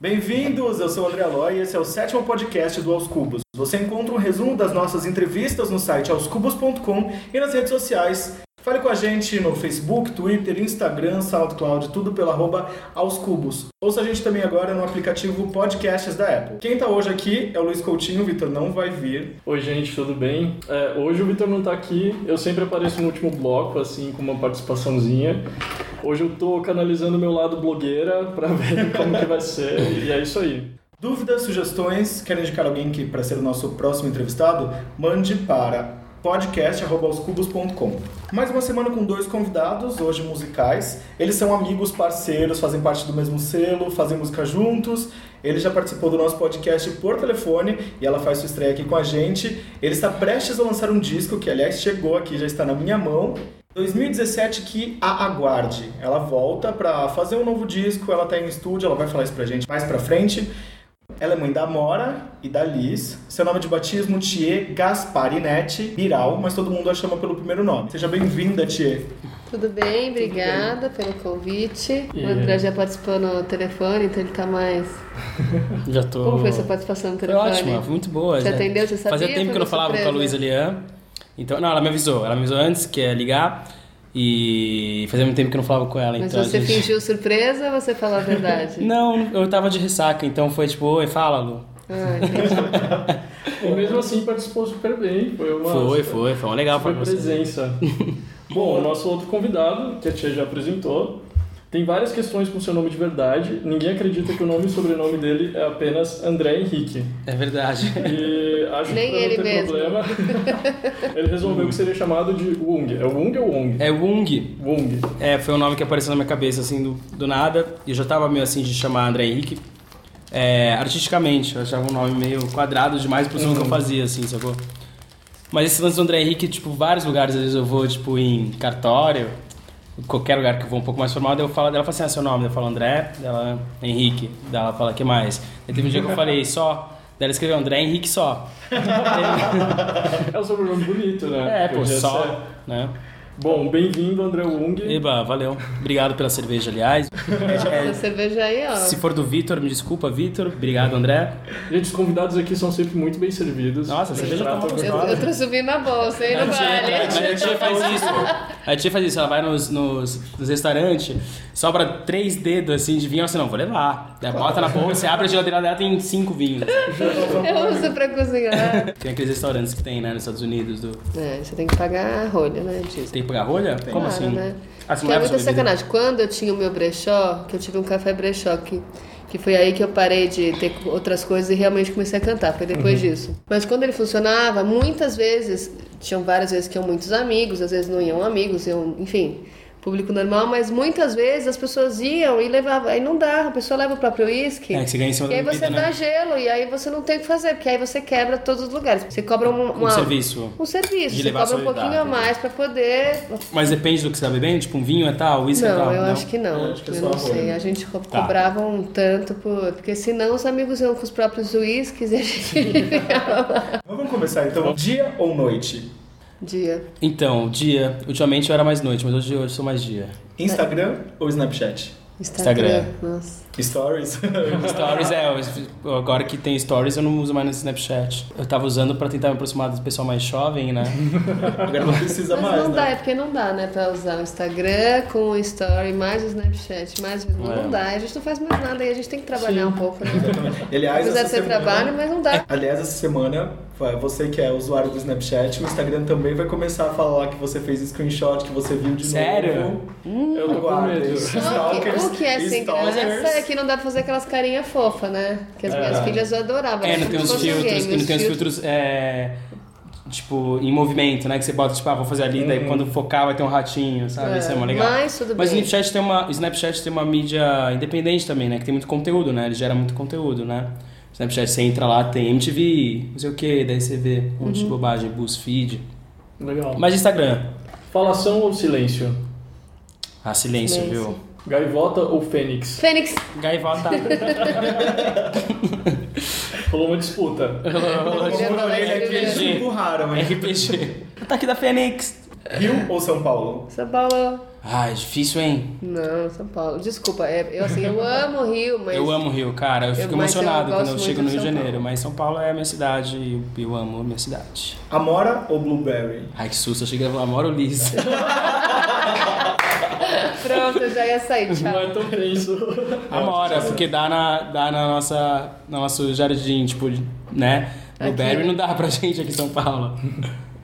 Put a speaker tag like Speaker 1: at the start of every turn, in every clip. Speaker 1: Bem-vindos, eu sou o André Ló e esse é o sétimo podcast do Aos Cubos. Você encontra um resumo das nossas entrevistas no site aoscubos.com e nas redes sociais. Fale com a gente no Facebook, Twitter, Instagram, SoundCloud, tudo pelo arroba aos cubos. Ouça a gente também agora no aplicativo Podcasts da Apple. Quem tá hoje aqui é o Luiz Coutinho, o Vitor não vai vir.
Speaker 2: Oi, gente, tudo bem? É, hoje o Vitor não tá aqui, eu sempre apareço no último bloco, assim, com uma participaçãozinha. Hoje eu tô canalizando meu lado blogueira pra ver como que vai ser, e é isso aí.
Speaker 1: Dúvidas, sugestões, quer indicar alguém que para ser o nosso próximo entrevistado? Mande para podcast@oscubos.com. Mais uma semana com dois convidados, hoje musicais. Eles são amigos, parceiros, fazem parte do mesmo selo, fazem música juntos. Ele já participou do nosso podcast por telefone e ela faz sua estreia aqui com a gente. Ele está prestes a lançar um disco que, aliás, chegou aqui, já está na minha mão. 2017 que a aguarde. Ela volta para fazer um novo disco, ela tá em estúdio, ela vai falar isso pra gente mais pra frente. Ela é mãe da Mora e da Liz. Seu nome de batismo, Thier Gasparinetti Biral, mas todo mundo a chama pelo primeiro nome. Seja bem-vinda, Thier.
Speaker 3: Tudo bem, obrigada pelo convite.
Speaker 4: É.
Speaker 2: E-
Speaker 3: O André já participou no telefone, então ele tá mais.
Speaker 4: Já tô.
Speaker 3: Como foi sua participação no
Speaker 4: Foi
Speaker 3: telefone?
Speaker 4: ótima, foi muito boa.
Speaker 3: Você
Speaker 4: já.
Speaker 3: atendeu, você sabia?
Speaker 4: Fazia tempo
Speaker 3: Foi
Speaker 4: que eu não
Speaker 3: uma
Speaker 4: falava com a
Speaker 3: surpresa.
Speaker 4: Luísa Lian. Então, não, ela me avisou. Ela me avisou antes que ia ligar. E fazia muito tempo que eu não falava com ela,
Speaker 3: Mas
Speaker 4: então. a
Speaker 3: você
Speaker 4: gente-
Speaker 3: fingiu surpresa ou você falou a verdade?
Speaker 4: Não, eu tava de ressaca, então foi tipo, oi, fala, Lu.
Speaker 3: Ah, entendi.
Speaker 2: E mesmo assim participou super bem, foi uma
Speaker 4: Foi, foi, foi um legal
Speaker 2: super
Speaker 4: falar com você.
Speaker 2: presença. Bom, o nosso outro convidado, que a tia já apresentou, tem várias questões com seu nome de verdade. Ninguém acredita que o nome e sobrenome dele é apenas André Henrique.
Speaker 4: É verdade.
Speaker 2: E acho que
Speaker 3: Nem
Speaker 2: pra
Speaker 3: ele
Speaker 2: não ter
Speaker 3: mesmo.
Speaker 2: problema, ele resolveu que seria chamado de Wung. É Wung ou Wong?
Speaker 4: É Wung.
Speaker 2: Wung.
Speaker 4: É, foi um nome que apareceu na minha cabeça, assim, do, do nada. E eu já tava meio assim de chamar André Henrique. É, artisticamente, eu achava um nome meio quadrado demais pro som
Speaker 2: Uhum.
Speaker 4: que eu fazia, assim, sacou? Mas esse lance do André Henrique, tipo, vários lugares, às vezes eu vou, tipo, em cartório, qualquer lugar que eu vou um pouco mais formal, daí eu falo, dela fala assim, ah, seu nome, daí eu falo André, dela Henrique, daí ela fala, que mais? Daí teve um dia que eu falei só, daí ela escreveu André Henrique só.
Speaker 2: É um sobrenome bonito, né?
Speaker 4: É, pô,
Speaker 2: Podia ser.
Speaker 4: só, né?
Speaker 2: Bom, bem-vindo, André Wung.
Speaker 4: Eba, valeu. Obrigado pela cerveja, aliás.
Speaker 2: É,
Speaker 1: É,
Speaker 3: Essa cerveja aí, ó.
Speaker 4: É. Se for do Vitor, me desculpa, Vitor. Obrigado, André.
Speaker 2: Gente, os convidados aqui são sempre muito bem servidos.
Speaker 4: Nossa, você já
Speaker 2: Tratam
Speaker 4: tá
Speaker 2: com-
Speaker 3: Eu, eu trouxe o vinho na bolsa, hein? Não
Speaker 4: A
Speaker 3: vale.
Speaker 4: tia, a tia faz isso. A tia faz isso, ela vai nos, nos, nos restaurantes, sobra três dedos assim de vinho, ela assim, não, vou levar. Daí Bota na bolsa, abre a geladeira dela, tem cinco vinhos. assim.
Speaker 3: Eu uso pra cozinhar.
Speaker 4: Tem aqueles restaurantes que tem, né, nos Estados Unidos. Do...
Speaker 3: É, você tem que pagar a rolha, né? Disso.
Speaker 4: Tem que pagar rolha? Como
Speaker 3: Claro,
Speaker 4: assim?
Speaker 3: né?
Speaker 4: Ah, você não
Speaker 3: Que é muita
Speaker 4: leva sua bebida?
Speaker 3: sacanagem. Quando eu tinha o meu brechó, que eu tive um café brechó, que, que foi aí que eu parei de ter outras coisas e realmente comecei a cantar, foi depois
Speaker 4: Uhum.
Speaker 3: disso. Mas quando ele funcionava, muitas vezes, tinham várias vezes que iam muitos amigos, às vezes não iam amigos, iam, enfim, público normal, mas muitas vezes as pessoas iam e levavam, aí não dá, a pessoa leva o próprio uísque.
Speaker 4: É, que você ganha em cima
Speaker 3: E aí
Speaker 4: da
Speaker 3: você tá-
Speaker 4: bebida,
Speaker 3: dá
Speaker 4: né?
Speaker 3: gelo, e aí você não tem o que fazer, porque aí você quebra todos os lugares. Você cobra um, uma-
Speaker 4: serviço.
Speaker 3: Um serviço, você
Speaker 4: De levar
Speaker 3: cobra um
Speaker 4: solidário,
Speaker 3: pouquinho a
Speaker 4: né?
Speaker 3: mais pra poder
Speaker 4: Mas depende do que você tá bebendo, tipo um vinho é tal, uísque é
Speaker 3: não,
Speaker 4: tal.
Speaker 3: eu acho que não.
Speaker 1: Eu acho que é
Speaker 3: eu
Speaker 1: só
Speaker 3: não
Speaker 1: arroz,
Speaker 3: sei.
Speaker 1: né?
Speaker 3: A gente co-
Speaker 4: Tá.
Speaker 3: cobrava um tanto por. Porque senão os amigos iam com os próprios uísques e a gente
Speaker 1: Mas vamos começar então, dia ou noite?
Speaker 3: dia.
Speaker 4: Então, dia. Ultimamente eu era mais noite, mas hoje, hoje eu sou mais dia.
Speaker 1: Instagram ou Snapchat?
Speaker 3: Instagram.
Speaker 4: Instagram.
Speaker 3: Nossa.
Speaker 1: Stories?
Speaker 4: Stories, é. eu- Agora que tem stories, eu não uso mais no Snapchat. Eu tava usando pra tentar me aproximar do pessoal mais jovem, né?
Speaker 1: Agora não precisa
Speaker 3: Mas
Speaker 1: mais,
Speaker 3: não
Speaker 1: né?
Speaker 3: dá, é porque não dá, né? Pra usar o Instagram com o Story, mais o Snapchat, mais o. Não,
Speaker 4: É.
Speaker 3: dá. A gente não faz mais nada aí, a gente tem que trabalhar um pouco, né?
Speaker 1: Aliás,
Speaker 3: Apesar
Speaker 1: essa
Speaker 3: de ser
Speaker 1: semana-
Speaker 3: trabalho, mas não dá.
Speaker 1: Aliás, essa semana, você que é usuário do Snapchat, o Instagram também vai começar a falar que você fez screenshot, que você viu de
Speaker 4: Sério?
Speaker 1: novo.
Speaker 2: Eu tô com
Speaker 1: Aguardem.
Speaker 2: medo.
Speaker 3: Não, o que- o que é sem graça é que não dá pra fazer aquelas carinhas fofas, né? Que as minhas filhas né? eu adorava.
Speaker 4: É,
Speaker 3: elas
Speaker 4: não tem uns
Speaker 3: conseguem,
Speaker 4: filtros,
Speaker 3: os
Speaker 4: não tem uns filtros, é, tipo, em movimento, né? Que você bota, tipo, ah, vou fazer ali, daí quando focar vai ter um ratinho, sabe? Isso é uma legal.
Speaker 3: Mas tudo
Speaker 4: Mas o
Speaker 3: bem.
Speaker 4: Snapchat tem uma, o Snapchat tem uma mídia independente também, né? Que tem muito conteúdo, né? Ele gera muito conteúdo, né? O Snapchat, você entra lá, tem MTV, não sei o que, daí você vê um monte
Speaker 3: Uhum.
Speaker 4: de bobagem, BuzzFeed.
Speaker 2: Legal.
Speaker 4: Mas Instagram,
Speaker 2: Falação ou silêncio?
Speaker 4: ah, silêncio,
Speaker 3: Silêncio.
Speaker 4: viu?
Speaker 2: Gaivota ou fênix?
Speaker 3: Fênix!
Speaker 4: Gaivota.
Speaker 2: Rolou uma disputa.
Speaker 3: tipo,
Speaker 1: é Por orelha aqui, eles
Speaker 4: RPG.
Speaker 1: empurraram, hein?
Speaker 4: RPG. Ataque da Fênix.
Speaker 1: é Rio ou São Paulo?
Speaker 3: São Paulo.
Speaker 4: Ah, é difícil, hein?
Speaker 3: Não, São Paulo. Desculpa, é- eu assim, eu amo o Rio, mas.
Speaker 4: Eu amo o Rio, cara. Eu
Speaker 3: Eu-
Speaker 4: fico
Speaker 3: mas eu
Speaker 4: emocionado quando
Speaker 3: gosto
Speaker 4: eu
Speaker 3: muito
Speaker 4: chego no
Speaker 3: de
Speaker 4: Rio de
Speaker 3: São
Speaker 4: Janeiro.
Speaker 3: Paulo.
Speaker 4: Mas São Paulo é a minha cidade e eu amo a minha cidade.
Speaker 1: Amora ou Blueberry?
Speaker 4: Ai, que susto. Eu cheguei a falar, moro Liz.
Speaker 3: Pronto, eu já ia sair,
Speaker 2: Não é
Speaker 3: tchau.
Speaker 2: tão tenso.
Speaker 4: Amora, porque dá na, dá na nossa, no nosso jardim, tipo, né? No
Speaker 3: Aqui.
Speaker 4: Berry não dá pra gente aqui em São Paulo.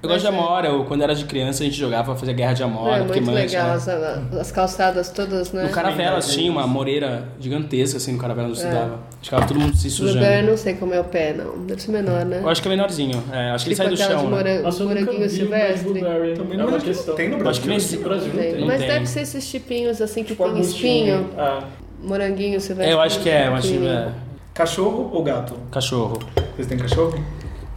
Speaker 4: Eu gosto de Amora, eu, quando era de criança a gente jogava, fazia guerra de
Speaker 3: Não,
Speaker 4: Amora,
Speaker 3: é
Speaker 4: porque
Speaker 3: muito
Speaker 4: mancha,
Speaker 3: legal
Speaker 4: né?
Speaker 3: as, as calçadas todas, né? É.
Speaker 4: No Caravelas
Speaker 1: Verdade,
Speaker 4: tinha
Speaker 1: é
Speaker 4: uma
Speaker 1: isso.
Speaker 4: moreira gigantesca, assim, no Caravelas eu estudava. Ficava todo mundo se
Speaker 3: Blueberry
Speaker 4: sujando.
Speaker 3: não sei como é o pé, não. Deve ser menor, né?
Speaker 4: Eu acho que é menorzinho, é, acho que ele
Speaker 3: tipo
Speaker 4: sai do
Speaker 3: aquela
Speaker 4: chão,
Speaker 3: de
Speaker 4: né?
Speaker 3: moran-
Speaker 2: Nossa, eu nunca
Speaker 3: moranguinho
Speaker 2: vi um mais
Speaker 3: silvestre.
Speaker 2: blueberry.
Speaker 1: Também
Speaker 2: é
Speaker 1: não
Speaker 2: uma
Speaker 1: acho que
Speaker 2: questão.
Speaker 1: tem no
Speaker 4: Acho que
Speaker 1: Brasil.
Speaker 4: nem
Speaker 2: No
Speaker 4: se-
Speaker 2: Brasil não
Speaker 3: Sei.
Speaker 2: tem.
Speaker 4: Não
Speaker 3: Mas
Speaker 4: tem.
Speaker 3: deve ser esses tipinhos assim que
Speaker 2: assim, né? Tipo,
Speaker 3: tem espinho.
Speaker 2: agostinho. Ah,
Speaker 3: Moranguinho silvestre.
Speaker 4: É, eu acho que é, eu acho que
Speaker 3: pequenininho.
Speaker 4: é
Speaker 1: Cachorro ou gato?
Speaker 4: cachorro.
Speaker 1: Vocês têm cachorro?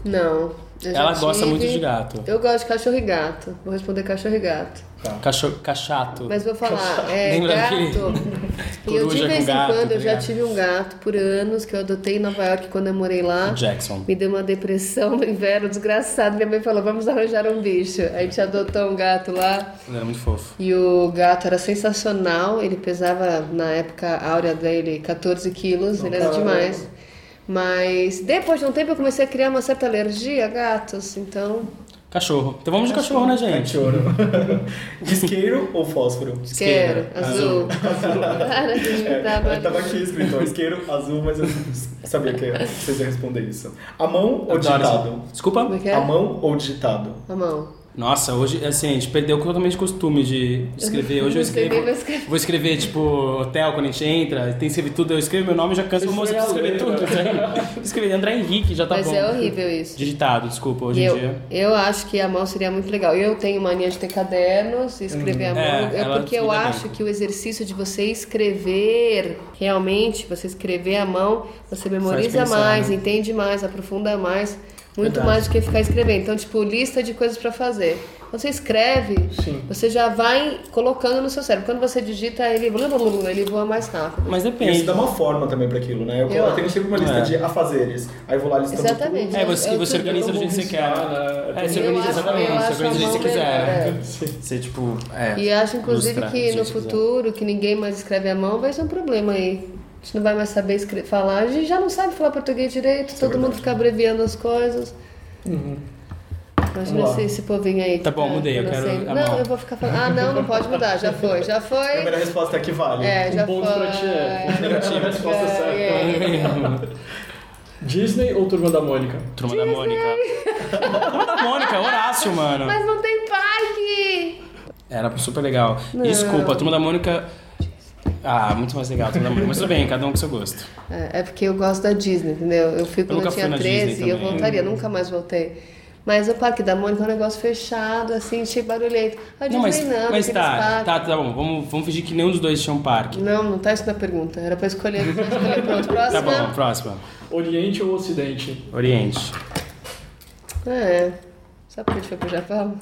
Speaker 3: Não. eu já
Speaker 4: Ela
Speaker 3: tive.
Speaker 4: gosta muito de gato.
Speaker 3: Eu gosto de cachorro e gato. Vou responder cachorro e gato.
Speaker 1: Tá.
Speaker 4: Cachorro, cachato.
Speaker 3: Mas vou falar, é
Speaker 4: Lembra
Speaker 3: gato.
Speaker 4: daquele-
Speaker 3: E eu
Speaker 4: Coruja
Speaker 3: de
Speaker 4: com
Speaker 3: vez em
Speaker 4: gato,
Speaker 3: quando,
Speaker 4: tá
Speaker 3: eu já
Speaker 4: ligado?
Speaker 3: tive um gato por anos que eu adotei em Nova York quando eu morei lá.
Speaker 4: Jackson.
Speaker 3: Me deu uma depressão no inverno, desgraçado. Minha mãe falou: vamos arranjar um bicho. Aí a gente adotou um gato lá.
Speaker 4: Ele era muito fofo.
Speaker 3: E o gato era sensacional, ele pesava na época áurea dele 14 quilos, ele era
Speaker 1: Caramba.
Speaker 3: demais. Mas depois de um tempo eu comecei a criar uma certa alergia a gatos, então.
Speaker 4: Cachorro. Então vamos de cachorro, né, gente?
Speaker 1: Cachorro. Isqueiro ou fósforo?
Speaker 3: Isqueiro,
Speaker 4: Esquerda.
Speaker 3: é azul. Para de
Speaker 1: Ah, É,
Speaker 3: imitar,
Speaker 1: eu tava
Speaker 3: mano.
Speaker 1: aqui escrito ó, isqueiro azul, mas eu não sabia que vocês iam responder isso. A mão ou
Speaker 4: Adoro essa-
Speaker 1: digitado?
Speaker 4: Desculpa?
Speaker 3: Como é que é?
Speaker 1: A mão ou digitado?
Speaker 3: A mão.
Speaker 4: Nossa, hoje, assim, a gente perdeu totalmente o costume de escrever. Hoje eu escrevo.
Speaker 3: Escrever, mas escrever.
Speaker 4: Vou escrever, tipo, hotel quando a gente entra, tem que escrever tudo, eu escrevo meu nome e já canso, vou
Speaker 2: Isso é
Speaker 4: mostrar escrever
Speaker 2: legal.
Speaker 4: tudo. né? escrever André Henrique, já tá
Speaker 3: Mas
Speaker 4: bom.
Speaker 3: é horrível isso.
Speaker 4: Digitado, desculpa, hoje
Speaker 3: E
Speaker 4: em
Speaker 3: eu,
Speaker 4: dia.
Speaker 3: eu acho que a mão seria muito legal. Eu tenho mania de ter cadernos e escrever a mão.
Speaker 4: É,
Speaker 3: É,
Speaker 4: ela
Speaker 3: porque eu
Speaker 4: lida bem.
Speaker 3: acho que o exercício de você escrever, realmente, você escrever a mão, você memoriza
Speaker 4: pensar,
Speaker 3: mais,
Speaker 4: né?
Speaker 3: entende mais, aprofunda mais. Muito
Speaker 1: Verdade.
Speaker 3: mais do que ficar escrevendo. Então, tipo, lista de coisas pra fazer. Quando Você escreve,
Speaker 2: Sim.
Speaker 3: você já vai colocando no seu cérebro. Quando você digita, ele, ele voa mais rápido.
Speaker 4: Mas
Speaker 1: E Isso
Speaker 4: depende.
Speaker 1: dá uma forma também pra aquilo, né? Eu,
Speaker 3: Eu
Speaker 1: tenho
Speaker 3: acho.
Speaker 1: sempre uma lista
Speaker 4: É.
Speaker 1: de afazeres. Aí eu vou lá listando tudo.
Speaker 3: Exatamente.
Speaker 4: É, você,
Speaker 3: Eu- eu
Speaker 4: você
Speaker 3: tudo-
Speaker 4: organiza do jeito que você quer.
Speaker 2: Ah, né?
Speaker 4: É, você
Speaker 3: Eu
Speaker 4: organiza
Speaker 3: acho-
Speaker 4: exatamente,
Speaker 3: eu
Speaker 4: você
Speaker 3: acho a
Speaker 4: organiza o que você
Speaker 3: mão melhor,
Speaker 4: quiser.
Speaker 3: é.
Speaker 4: Você, tipo, é.
Speaker 3: E acho, inclusive,
Speaker 4: ilustrar,
Speaker 3: que
Speaker 4: se
Speaker 3: no
Speaker 4: você quiser.
Speaker 3: futuro, que ninguém mais escreve a mão, vai ser um problema aí. A gente não vai mais saber escre- falar. A gente já não sabe falar português direito,
Speaker 2: é
Speaker 3: todo mundo fica abreviando as coisas. Imagina
Speaker 1: Vamos lá.
Speaker 3: esse, esse povinho aí. que
Speaker 4: Tá bom, mudei, eu quero
Speaker 3: nascendo.
Speaker 4: a
Speaker 3: Não,
Speaker 4: mão.
Speaker 3: eu vou ficar falando. Ah, não, não pode mudar. Já foi, já
Speaker 1: A
Speaker 3: foi.
Speaker 1: primeira resposta é que vale.
Speaker 3: É, já
Speaker 2: Um ponto
Speaker 3: foi.
Speaker 2: pra ti, é. Ponto negativo, resposta
Speaker 3: É, é.
Speaker 2: certa. Disney ou Turma da Mônica?
Speaker 4: Turma da Mônica. Turma da Mônica, Horácio, mano.
Speaker 3: Mas não tem parque!
Speaker 4: Era super legal.
Speaker 3: Não.
Speaker 4: Desculpa, a Turma da Mônica. Ah, muito mais legal, a Turma da Mônica. Mas tudo bem, cada um com seu gosto.
Speaker 3: É, é porque eu gosto da Disney, entendeu? Eu fui quando eu,
Speaker 4: nunca fui
Speaker 3: tinha
Speaker 4: na
Speaker 3: 13
Speaker 4: Disney
Speaker 3: e eu
Speaker 4: também.
Speaker 3: voltaria, nunca mais voltei. Mas o Parque da Mônica é um negócio fechado, assim, cheio de barulhento. A Disney
Speaker 4: Não, mas,
Speaker 3: não,
Speaker 4: mas
Speaker 3: aqueles
Speaker 4: tá,
Speaker 3: parques.
Speaker 4: tá, tá bom. Vamos, vamos fingir que nenhum dos dois tinha um parque.
Speaker 3: Não, não tá isso na pergunta. Era pra escolher. Pra escolher. Pronto, próxima.
Speaker 4: Tá bom, próxima.
Speaker 2: Oriente ou Ocidente?
Speaker 4: Oriente.
Speaker 3: É. Sabe por que a gente foi pro Japão?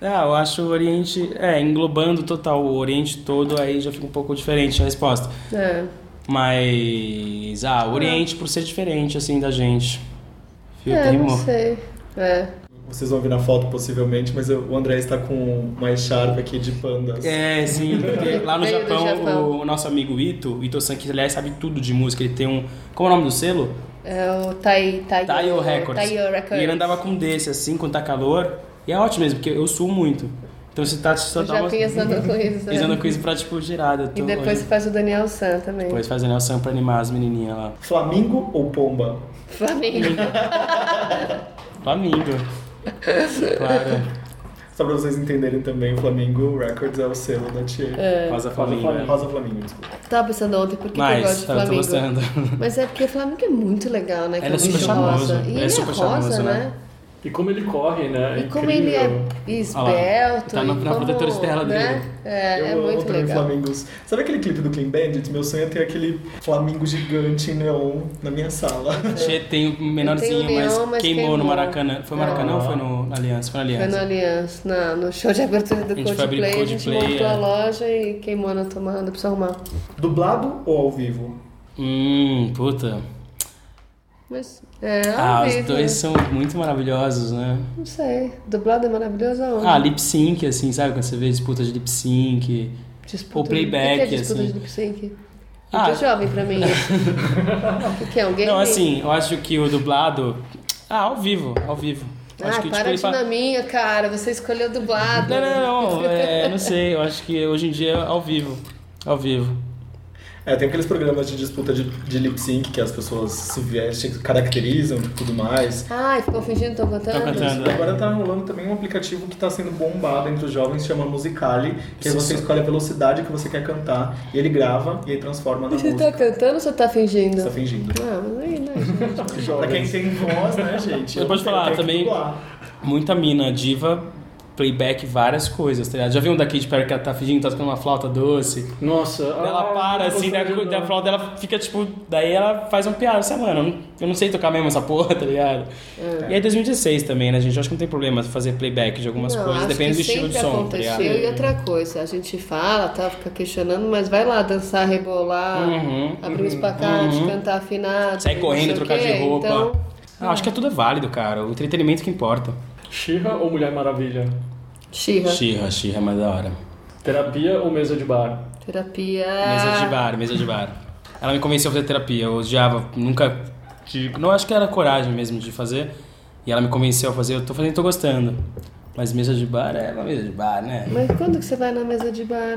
Speaker 4: Ah, eu acho o Oriente. É, englobando total o Oriente todo, aí já fica um pouco diferente a resposta.
Speaker 3: É.
Speaker 4: Mas. Ah, o Oriente por ser diferente, assim, da gente. Fio
Speaker 3: é, não
Speaker 4: teimou.
Speaker 3: sei. É.
Speaker 1: Vocês vão ver na foto possivelmente, mas eu- o André está com uma echarpe aqui de pandas.
Speaker 4: É, sim, porque lá no
Speaker 3: Veio do
Speaker 4: Japão,
Speaker 3: Japão.
Speaker 4: O, o nosso amigo Ito, o Ito-san, que aliás sabe tudo de música, ele tem um. Como é o nome do selo?
Speaker 3: É o Tai. Tai
Speaker 4: Taio Records.
Speaker 3: Taio Records.
Speaker 4: E ele andava com um desse, assim, quando tá calor. E é ótimo mesmo, porque eu suo muito. Então você tá só
Speaker 3: Eu
Speaker 4: dá
Speaker 3: já
Speaker 4: uma-
Speaker 3: conheço andando com isso. né?
Speaker 4: Eles andam com isso pra, tipo, girada.
Speaker 3: E depois você faz o Daniel San também.
Speaker 4: Depois fazendo ação pra animar as menininhas lá.
Speaker 1: Flamingo ou pomba?
Speaker 3: Flamengo.
Speaker 4: Flamingo. Claro.
Speaker 1: Só pra vocês entenderem também, Flamingo Records é o selo da Tia.
Speaker 4: Rosa
Speaker 2: Flamingo.
Speaker 4: Flamingo. é.
Speaker 1: Rosa Flamingo, desculpa.
Speaker 3: Tava pensando ontem por que, que eu gosto
Speaker 4: Mas,
Speaker 3: de
Speaker 4: tá, eu tô
Speaker 3: Flamengo.
Speaker 4: gostando.
Speaker 3: Mas é porque o Flamengo é muito legal, né? Que
Speaker 4: Ele
Speaker 3: é
Speaker 4: é super
Speaker 3: bicho
Speaker 4: charmoso.
Speaker 3: rosa. E
Speaker 4: Ele é
Speaker 3: ele é
Speaker 4: super
Speaker 3: rosa,
Speaker 4: charmoso,
Speaker 3: né?
Speaker 2: E como ele corre, né?
Speaker 3: E como ele
Speaker 2: Incrível.
Speaker 3: é
Speaker 4: Olha lá,
Speaker 3: esbelto.
Speaker 4: tá na-
Speaker 3: e
Speaker 4: na
Speaker 3: como,
Speaker 4: protetora externa dele.
Speaker 3: Né? É,
Speaker 1: eu
Speaker 3: é
Speaker 1: amo
Speaker 3: muito
Speaker 1: também
Speaker 3: legal.
Speaker 1: Flamingos. Sabe aquele clipe do Clean Bandit? Meu sonho é ter aquele Flamingo gigante em neon na minha sala.
Speaker 4: Che tem o menorzinho,
Speaker 3: Tem o leão,
Speaker 4: mas,
Speaker 3: mas
Speaker 4: queimou,
Speaker 3: queimou.
Speaker 4: no Maracanã. Foi no Maracanã
Speaker 1: Ah.
Speaker 4: ou foi no na Aliança? Foi na
Speaker 3: Foi
Speaker 4: Aliança.
Speaker 3: na Aliança, na- no show de abertura do
Speaker 4: A gente foi abrir
Speaker 3: Coldplay, a gente
Speaker 4: Coldplay,
Speaker 3: montou a
Speaker 4: é.
Speaker 3: loja e queimou né? na tomada, precisa arrumar.
Speaker 1: Dublado ou ao vivo?
Speaker 4: Hum, puta.
Speaker 3: Mas é
Speaker 4: Ah,
Speaker 3: ao
Speaker 4: os
Speaker 3: vivo,
Speaker 4: dois
Speaker 3: né?
Speaker 4: são muito maravilhosos, né?
Speaker 3: Não sei. Dublado é maravilhoso aonde?
Speaker 4: Ah, lip sync, assim, sabe? Quando você vê disputa de lip sync.
Speaker 3: Disputa
Speaker 4: o
Speaker 3: de-
Speaker 4: playback,
Speaker 3: o que que é disputa de
Speaker 4: assim.
Speaker 3: lip sync?
Speaker 4: Ah.
Speaker 3: Muito jovem pra mim isso. o que que é? Um game?
Speaker 4: Não, assim, eu acho que o dublado. Ah, ao vivo, ao vivo. Eu
Speaker 3: Ah,
Speaker 4: acho que, tipo,
Speaker 3: para
Speaker 4: ele
Speaker 3: de
Speaker 4: fala-
Speaker 3: na minha, cara. Você escolheu dublado.
Speaker 4: Não, não, não. é, não sei. Eu acho que hoje em dia é ao vivo. Ao vivo.
Speaker 1: É, tem aqueles programas de disputa de, de lip sync que as pessoas se vestem, caracterizam e tudo mais.
Speaker 3: Ai, ficou fingindo, tô cantando?
Speaker 4: Tô cantando.
Speaker 1: E Agora tá rolando também um aplicativo que tá sendo bombado entre os jovens, chama Musicali, que aí você escolhe a velocidade que você quer cantar, e ele grava e aí transforma na
Speaker 3: Você
Speaker 1: música.
Speaker 3: tá cantando ou você tá fingindo?
Speaker 1: Você tá fingindo.
Speaker 3: Ah, mas aí, né, gente?
Speaker 1: Pra quem tem voz, né, gente?
Speaker 4: Mas pode falar,
Speaker 1: Tem que
Speaker 4: também-
Speaker 1: dublar.
Speaker 4: Muita mina, diva, playback, várias coisas, tá ligado? Já viu um da Katy Perry que ela tá fingindo que tá tocando uma flauta doce?
Speaker 2: Nossa.
Speaker 4: Daí Ela
Speaker 2: ah,
Speaker 4: para,
Speaker 2: não
Speaker 4: assim, daí
Speaker 2: consigo
Speaker 4: a, daí a
Speaker 2: não.
Speaker 4: flauta dela fica tipo. Daí ela faz um piada, sabe, mano? eu não- Eu não sei tocar mesmo essa porra, tá ligado?
Speaker 3: É.
Speaker 4: E aí 2016 também, né, gente? Eu acho que não tem problema fazer playback de algumas
Speaker 3: Não,
Speaker 4: coisas,
Speaker 3: acho
Speaker 4: depende
Speaker 3: que
Speaker 4: do estilo de
Speaker 3: sempre
Speaker 4: som, tá
Speaker 3: aconteceu.
Speaker 4: ligado?
Speaker 3: E outra coisa, a gente fala, tá, fica questionando, mas vai lá dançar, rebolar,
Speaker 4: Uhum,
Speaker 3: abrir os pacotes, cantar afinado.
Speaker 4: Sair
Speaker 3: não
Speaker 4: correndo,
Speaker 3: sei o
Speaker 4: trocar de
Speaker 3: quê,
Speaker 4: roupa.
Speaker 3: Então,
Speaker 4: Ah, acho que é tudo é válido, cara. O entretenimento que importa.
Speaker 2: Xirra ou Mulher Maravilha?
Speaker 3: Xirra.
Speaker 4: Xirra, xirra é mais da hora.
Speaker 2: Terapia ou mesa de bar?
Speaker 3: Terapia.
Speaker 4: Mesa de bar, mesa de bar. Ela me convenceu a fazer terapia. Eu odiava, nunca. tive- Não acho que era coragem mesmo de fazer. E ela me convenceu a fazer. Eu tô fazendo, tô gostando. Mas mesa de bar é uma mesa de bar, né?
Speaker 3: Mas quando que você vai na mesa de bar?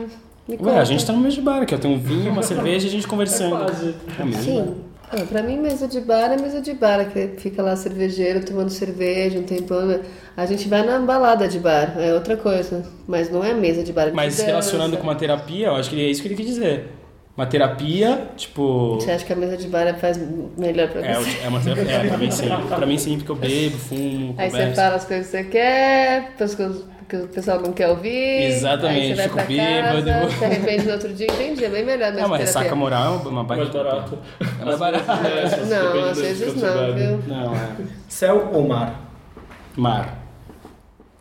Speaker 3: Me
Speaker 4: Ué,
Speaker 3: conta.
Speaker 4: a gente tá no mesa de bar, que eu tenho um vinho, uma cerveja e a gente conversando.
Speaker 2: É quase.
Speaker 4: É mesa de bar.
Speaker 3: Sim. Ah, pra mim, mesa de bar é mesa de bar, que fica lá cervejeiro tomando cerveja, um tempão. né? A gente vai na balada de bar, é outra coisa. Mas não é mesa de bar.
Speaker 4: Mas relacionando com uma terapia, eu acho que é isso que ele quis dizer. Uma terapia, tipo.
Speaker 3: Você acha que a mesa de bar é, faz melhor pra
Speaker 4: É,
Speaker 3: você?
Speaker 4: é uma terapia. É, pra mim sim. Pra mim sim, porque eu bebo, fumo,
Speaker 3: Aí você
Speaker 4: converso.
Speaker 3: fala as coisas que você quer, as coisas que o pessoal não quer ouvir.
Speaker 4: Exatamente,
Speaker 3: aí você vai
Speaker 4: fico
Speaker 3: pra casa,
Speaker 4: bêbado.
Speaker 3: Se arrepende no outro dia, entendi, é bem melhor mesmo.
Speaker 4: É uma
Speaker 3: terapia.
Speaker 4: ressaca moral, é uma baita.
Speaker 2: Mais barato.
Speaker 4: É mais barato.
Speaker 3: Não, às vezes não, viu?
Speaker 4: Não, é.
Speaker 1: Céu ou mar?
Speaker 4: Mar.